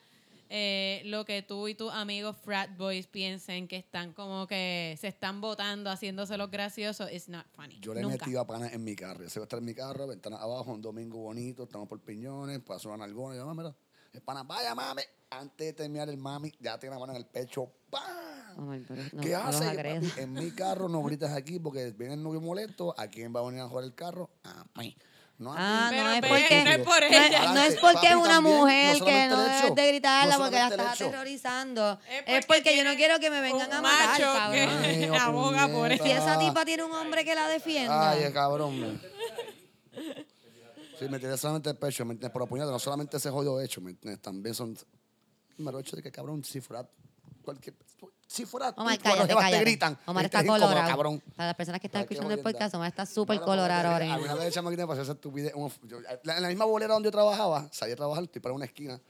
Speaker 3: eh, lo que tú y tus amigos frat boys piensen que están como que se están votando haciéndose los graciosos, it's not funny.
Speaker 2: Yo le he
Speaker 3: Nunca.
Speaker 2: metido a pana en mi carro. Yo se va a estar en mi carro, ventana abajo, un domingo bonito, estamos por piñones, pasó una nalgona. Y yo, mami, mira, el pana, vaya mami. Antes de terminar el mami, ya tiene la mano en el pecho. ¡Pam!
Speaker 1: Omar, pero no,
Speaker 2: ¿Qué
Speaker 1: no los
Speaker 2: hace?
Speaker 1: agredas.
Speaker 2: en mi carro no gritas aquí porque viene el novio molesto. ¿A quién va a venir a jugar el carro? A mí. No a ti.
Speaker 1: Ah, no
Speaker 3: Pero
Speaker 1: es
Speaker 3: ve,
Speaker 1: porque,
Speaker 3: no es por
Speaker 1: no es-
Speaker 3: ella.
Speaker 1: no es
Speaker 2: Adelante,
Speaker 1: porque es
Speaker 2: papi,
Speaker 1: una
Speaker 2: también,
Speaker 1: mujer
Speaker 2: no
Speaker 1: que
Speaker 2: solamente
Speaker 1: no
Speaker 2: el
Speaker 1: debes
Speaker 2: hecho,
Speaker 1: de gritarla
Speaker 2: no
Speaker 1: porque la
Speaker 2: solamente el
Speaker 1: estás
Speaker 2: hecho.
Speaker 1: aterrorizando.
Speaker 3: Es
Speaker 1: Es
Speaker 3: porque
Speaker 1: porque yo no
Speaker 3: tiene
Speaker 1: quiero que me vengan
Speaker 3: un
Speaker 1: a matar,
Speaker 3: macho
Speaker 1: cabrón.
Speaker 3: que-
Speaker 2: Mío,
Speaker 3: aboga por
Speaker 2: puñeta.
Speaker 1: Si esa tipa tiene un hombre que la defienda.
Speaker 2: Ay, cabrón. man. Sí, me tiré solamente el pecho, ¿me entiendes? Pero puñado, no solamente ese jodido hecho, ¿me entiendes? También son. Número 8 de que cabrón, si fuera. Cualquier, si fuera.
Speaker 1: Omar,
Speaker 2: tú, cuando
Speaker 1: cállate,
Speaker 2: jevas
Speaker 1: cállate.
Speaker 2: te gritan.
Speaker 1: Omar
Speaker 2: te
Speaker 1: está
Speaker 2: dicen como,
Speaker 1: colorado.
Speaker 2: cabrón.
Speaker 1: Para las personas que están
Speaker 2: Ay, qué
Speaker 1: escuchando el
Speaker 2: jodienda.
Speaker 1: podcast, Omar está súper
Speaker 2: Bueno,
Speaker 1: colorado
Speaker 2: porque
Speaker 1: ahora
Speaker 2: A mí
Speaker 1: mismo.
Speaker 2: una vez el chamaquito me pasó esa estupidez. un- yo- la- en la misma bolera donde yo trabajaba, salí a trabajar, estoy para una esquina.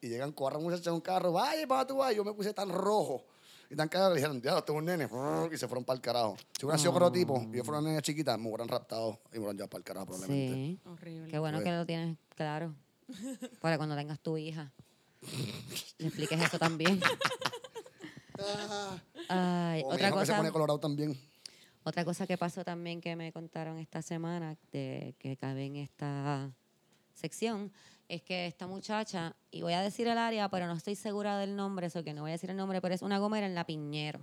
Speaker 2: Y llegan cuatro muchachos en un carro. Vaya, para tú, vaya. Yo me puse tan rojo. Y tan cagado, le dijeron, diablo, tengo un nene. Y se fueron para el carajo. Si hubiera sido otro tipo, y yo fuera una nena chiquita, me hubieran raptado y me hubieran llevado para el carajo probablemente. Pues
Speaker 1: Sí. Eh,
Speaker 3: Horrible.
Speaker 1: Qué bueno que lo tienes claro. Para cuando tengas tu hija. Le expliques eso también. Ay,
Speaker 2: Ah. O mi
Speaker 1: otra
Speaker 2: hijo que se pone
Speaker 1: cosa,
Speaker 2: colorado también.
Speaker 1: otra cosa que pasó también que me contaron esta semana, de, que cabe en esta sección, es que esta muchacha, y voy a decir el área, pero no estoy segura del nombre, eso que no voy a decir el nombre, pero es una gomera en la Piñero.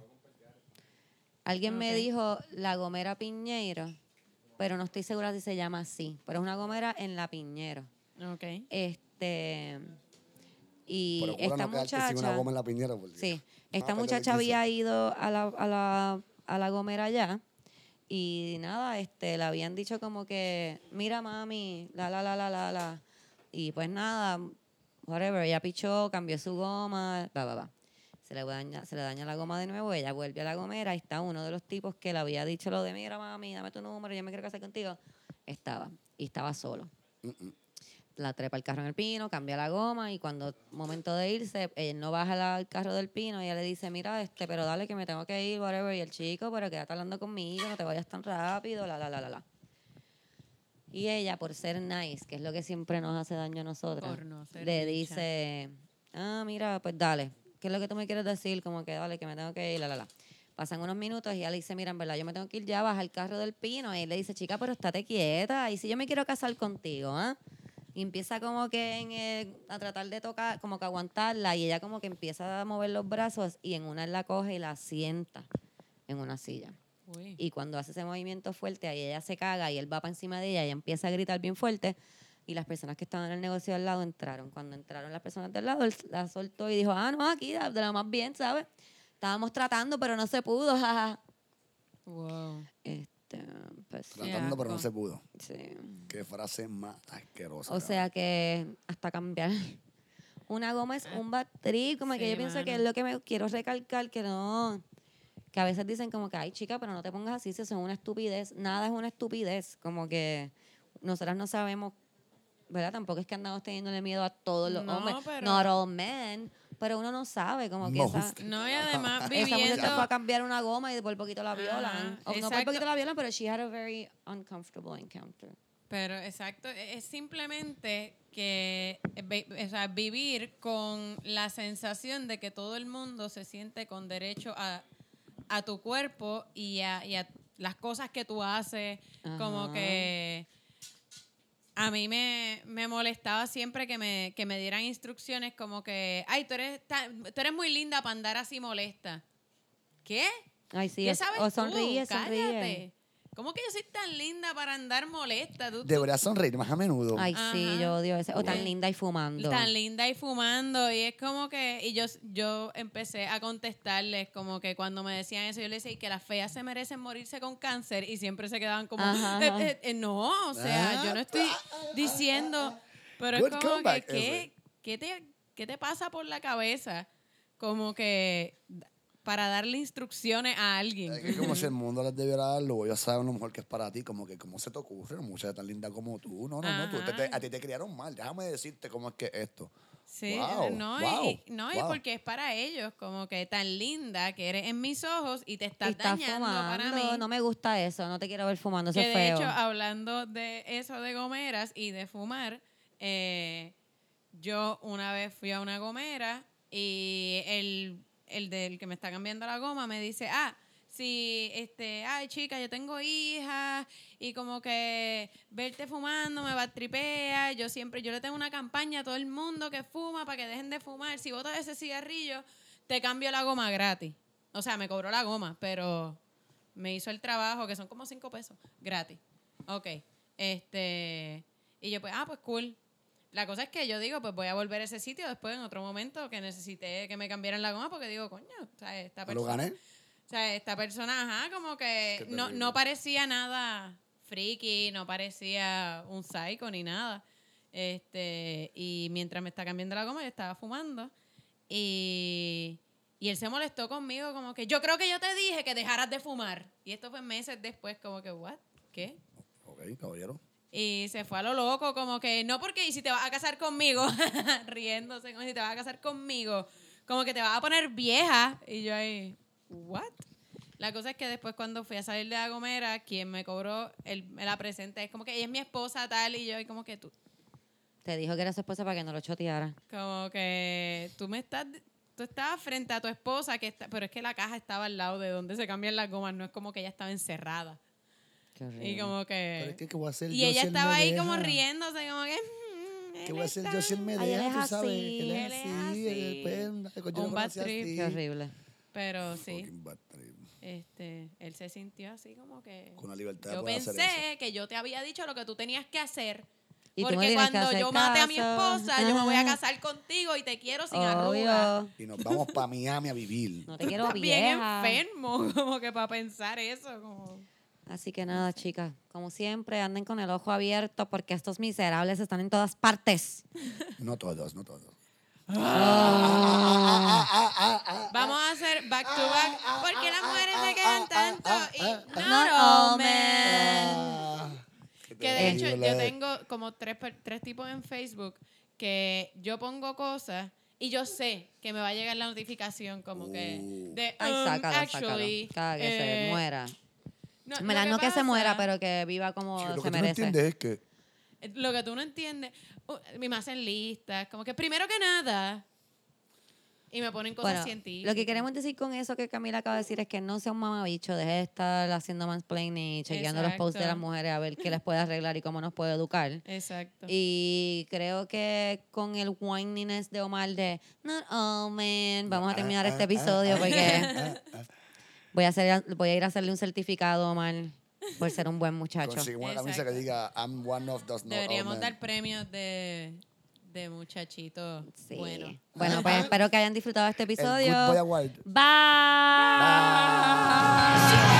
Speaker 1: Alguien me dijo la gomera Piñero, pero no estoy segura si se llama así, pero es una gomera en la Piñero.
Speaker 3: Ok.
Speaker 1: Este. Y
Speaker 2: Pero jura
Speaker 1: esta
Speaker 2: no quedarte
Speaker 1: muchacha.
Speaker 2: sin una goma en la piñera. por Dios.
Speaker 1: sí,
Speaker 2: Vas a
Speaker 1: esta
Speaker 2: perder el
Speaker 1: muchacha
Speaker 2: guiso.
Speaker 1: había ido a la, a la, a la Gomera allá. Y nada, este, le habían dicho como que, mira mami, la, la, la, la, la, la. Y pues nada, whatever, ella pichó, cambió su goma, va, va, va. se le, daña, se le daña la goma de nuevo, ella vuelve a la gomera y está uno de los tipos que le había dicho lo de, mira mami, dame tu número, yo me quiero casar contigo. Estaba, y estaba solo. La trepa el carro en el pino, cambia la goma y cuando momento de irse, él no baja la- el carro del pino, ella le dice, mira, este, pero dale que me tengo que ir, whatever, y el chico, pero quédate hablando conmigo, no te vayas tan rápido, la, la, la, la, la. Y ella, por ser nice, que es lo que siempre nos hace daño a nosotras,
Speaker 3: Por no ser
Speaker 1: le
Speaker 3: bicha.
Speaker 1: dice, ah, mira, pues dale, ¿qué es lo que tú me quieres decir? Como que dale, que me tengo que ir, la, la, la. Pasan unos minutos y ella le dice, mira, en verdad, yo me tengo que ir ya, baja el carro del pino. Y él le dice, chica, pero estate quieta. Y si yo me quiero casar contigo, ¿ah? Y empieza como que en el- a tratar de tocar, como que aguantarla. Y ella como que empieza a mover los brazos y en una él la coge y la sienta en una silla.
Speaker 3: Uy.
Speaker 1: Y cuando hace ese movimiento fuerte, ahí ella se caga y él va para encima de ella y empieza a gritar bien fuerte. Y las personas que estaban en el negocio al lado entraron. Cuando entraron las personas del lado, él la soltó y dijo, ah, no, aquí, de lo más bien, ¿sabes? Estábamos tratando, pero no se pudo, jaja.
Speaker 3: Wow.
Speaker 1: Este, pues, sí.
Speaker 2: Tratando, pero no
Speaker 3: asco.
Speaker 2: se pudo.
Speaker 1: sí.
Speaker 2: Qué frase más asquerosa.
Speaker 1: O
Speaker 2: cabrón.
Speaker 1: sea que hasta cambiar. Una goma es un batriz, como que
Speaker 3: Sí,
Speaker 1: yo pienso que es
Speaker 3: mano.
Speaker 1: lo que me quiero recalcar, que no, que a veces dicen como que, ay chica, pero no te pongas así, si eso es una estupidez, nada es una estupidez, como que nosotras no sabemos, ¿verdad? Tampoco es que andamos teniéndole miedo a todos los
Speaker 3: No,
Speaker 1: hombres,
Speaker 3: pero-
Speaker 1: not all men, pero uno no sabe, como que
Speaker 2: No,
Speaker 1: esa,
Speaker 2: justo.
Speaker 3: No, y además
Speaker 1: esa
Speaker 3: viviendo...
Speaker 1: muchacha fue a cambiar una goma y por poquito la violan, o no por
Speaker 3: exacto.
Speaker 1: poquito la violan, pero she had a very uncomfortable encounter.
Speaker 3: Pero exacto, e- es simplemente que eh, ve- o sea, vivir con la sensación de que todo el mundo se siente con derecho a, a tu cuerpo y a, y a las cosas que tú haces, como
Speaker 1: Ajá.
Speaker 3: que a mí me, me molestaba siempre que me, que me dieran instrucciones como que, ay, tú eres, tan- tú eres muy linda para andar así molesta. ¿Qué?
Speaker 1: Ay, sí,
Speaker 3: ¿Qué
Speaker 1: o-
Speaker 3: sabes
Speaker 1: o sonríe,
Speaker 3: tú?
Speaker 1: sonríe.
Speaker 3: Cállate. ¿Cómo que yo soy tan linda para andar molesta? Tú, tú
Speaker 2: Debería sonreír más a menudo.
Speaker 1: Ay, sí,
Speaker 3: Ajá.
Speaker 1: yo odio ese. O tan
Speaker 3: Uy.
Speaker 1: linda y fumando.
Speaker 3: tan linda y fumando. Y es como que, y yo, yo empecé a contestarles como que cuando me decían eso, yo les decía "Y que las feas se merecen morirse con cáncer y siempre se quedaban como,
Speaker 1: Ajá, ajá.
Speaker 3: "Eh, eh, eh, no, o sea,
Speaker 2: Ah,
Speaker 3: yo no estoy diciendo, pero
Speaker 2: Good
Speaker 3: es como que,
Speaker 2: comeback
Speaker 3: ¿qué, qué te, ¿qué te pasa por la cabeza? Como que d- para darle instrucciones a alguien.
Speaker 2: Es que como si el mundo las debiera dar, lo voy a saber lo mejor que es para ti. Como que, ¿cómo se te ocurre una muchacha tan linda como tú? No, no, no, tú, te- te-
Speaker 3: Ah.
Speaker 2: a ti te criaron mal. Déjame decirte cómo es que es esto.
Speaker 3: Sí,
Speaker 2: Wow,
Speaker 3: no, y-
Speaker 2: wow,
Speaker 3: y, no y
Speaker 2: wow.
Speaker 3: porque es para ellos, como que tan linda que eres en mis ojos y te
Speaker 1: Y
Speaker 3: estás
Speaker 1: está
Speaker 3: dañando para mí.
Speaker 1: fumando. No me gusta eso. No te quiero ver fumando. Eso
Speaker 3: que
Speaker 1: es
Speaker 3: de
Speaker 1: feo.
Speaker 3: hecho, hablando de eso de gomeras y de fumar, eh, yo una vez fui a una gomera y el, el del que me está cambiando la goma me dice, ah, si, este, ay chica, yo tengo hijas y como que verte fumando me va tripea, yo siempre, yo le tengo una campaña a todo el mundo que fuma para que dejen de fumar, si botas ese cigarrillo, te cambio la goma gratis. O sea, me cobró la goma, pero me hizo el trabajo, que son como cinco pesos, gratis. Ok. Este, y yo, pues, ah, pues cool. La cosa es que yo digo, pues voy a volver a ese sitio después en otro momento que necesité que me cambiaran la goma porque digo, coño, o sea, esta
Speaker 2: ¿Me lo
Speaker 3: persona,
Speaker 2: gané?
Speaker 3: o sea, esta persona, ajá, como que
Speaker 2: Qué
Speaker 3: no,
Speaker 2: terrible.
Speaker 3: no parecía nada friki, no parecía un psycho ni nada. Este, y mientras me está cambiando la goma, yo estaba fumando. Y, y él se molestó conmigo, como que yo creo que yo te dije que dejaras de fumar. Y esto fue meses después, como que, ¿what? ¿Qué?
Speaker 2: Ok, caballero.
Speaker 3: Y se fue a lo loco, como que, no porque, y si te vas a casar conmigo, riéndose, como si te vas a casar conmigo, como que te vas a poner vieja. Y yo ahí, ¿what? La cosa es que después cuando fui a salir de la Gomera, quien me cobró, él me la presenta, es como que ella es mi esposa tal, y yo ahí como que tú,
Speaker 1: Te dijo que era su esposa para que no lo choteara.
Speaker 3: como que tú me estás, tú estabas frente a tu esposa, que está, pero es que la caja estaba al lado de donde se cambian las gomas, no es como que ella estaba encerrada.
Speaker 1: Qué horrible.
Speaker 3: Y como que...
Speaker 2: Mm. Pero es que, ¿qué voy a hacer
Speaker 3: Eh. y
Speaker 2: yo
Speaker 3: ella
Speaker 2: si él
Speaker 3: estaba
Speaker 2: me
Speaker 3: ahí
Speaker 2: deja?
Speaker 3: como riéndose, como que... "Mm,
Speaker 2: ¿Qué
Speaker 3: él
Speaker 2: voy a hacer
Speaker 3: está
Speaker 2: yo si él me
Speaker 1: Ay, él
Speaker 2: deja?
Speaker 1: es
Speaker 2: Tú sabes,
Speaker 1: así,
Speaker 2: él es
Speaker 3: él es
Speaker 2: así.
Speaker 3: así.
Speaker 2: él- pues, yo
Speaker 3: Un
Speaker 2: lo
Speaker 3: bad
Speaker 2: conocí
Speaker 3: trip.
Speaker 2: así.
Speaker 1: Qué horrible.
Speaker 3: Pero sí,
Speaker 2: Fucking bad trip.
Speaker 3: este, él se sintió así como que...
Speaker 2: Con la libertad de
Speaker 3: Yo
Speaker 2: poder hacer
Speaker 3: pensé que yo te había dicho lo que tú tenías que hacer.
Speaker 1: Y tú me
Speaker 3: porque
Speaker 1: tienes que
Speaker 3: cuando
Speaker 1: hacer
Speaker 3: yo mate a mi
Speaker 1: caso.
Speaker 3: esposa, yo me voy a
Speaker 1: Ajá.
Speaker 3: casar contigo y te quiero sin arrugas.
Speaker 1: Obvio.
Speaker 2: eso. Y nos vamos para Miami a vivir.
Speaker 1: No te
Speaker 3: Tú
Speaker 1: quiero
Speaker 3: estás bien
Speaker 1: vieja.
Speaker 3: enfermo, como que para pensar eso. Como...
Speaker 1: Así que nada, chicas. Como siempre, anden con el ojo abierto porque estos miserables están en todas partes.
Speaker 2: No todos, no todos. Ah,
Speaker 3: Vamos a hacer back to back. ¿Por qué las mujeres se quejan tanto? Y
Speaker 1: Not
Speaker 3: not
Speaker 1: all
Speaker 3: all
Speaker 1: men.
Speaker 3: men.
Speaker 2: Ah,
Speaker 3: Que de
Speaker 2: Eh,
Speaker 3: hecho
Speaker 2: la-
Speaker 3: yo tengo como tres, per- tres tipos en Facebook que yo pongo cosas y yo sé que me va a llegar la notificación como que
Speaker 2: Uh.
Speaker 3: de
Speaker 1: Ay,
Speaker 3: um,
Speaker 1: sácalo,
Speaker 3: actually,
Speaker 1: sácalo. Cada que
Speaker 3: eh,
Speaker 1: se muera.
Speaker 3: No,
Speaker 1: En
Speaker 3: lo
Speaker 1: verdad, no que se
Speaker 3: pasa-
Speaker 1: muera, pero que viva como
Speaker 2: sí, Lo
Speaker 1: se
Speaker 2: que tú no
Speaker 1: merece.
Speaker 2: entiendes es que
Speaker 3: Lo que tú no entiendes, uh, me hacen listas, como que primero que nada, y me ponen cosas
Speaker 1: Bueno,
Speaker 3: científicas.
Speaker 1: lo que queremos decir con eso que Camila acaba de decir es que no sea un mamabicho, deje de estar haciendo mansplaining y chequeando los posts de
Speaker 3: Exacto.
Speaker 1: las mujeres a ver qué les puede arreglar y cómo nos puede educar.
Speaker 3: Exacto.
Speaker 1: Y creo que con el whininess de Omar de Not all men,
Speaker 2: Ah,
Speaker 1: vamos a terminar este episodio porque voy a, hacer, voy a ir a hacerle un certificado a Omar por ser un buen muchacho.
Speaker 2: consigo una camisa que
Speaker 3: Exacto.
Speaker 2: diga I'm one of those not all
Speaker 3: Deberíamos
Speaker 2: men".
Speaker 3: dar premios de, de muchachitos
Speaker 1: Sí.
Speaker 3: buenos.
Speaker 1: Bueno. pues espero que hayan disfrutado este
Speaker 2: El Good Boy
Speaker 1: episodio.
Speaker 2: Award.
Speaker 1: Bye.
Speaker 2: Bye.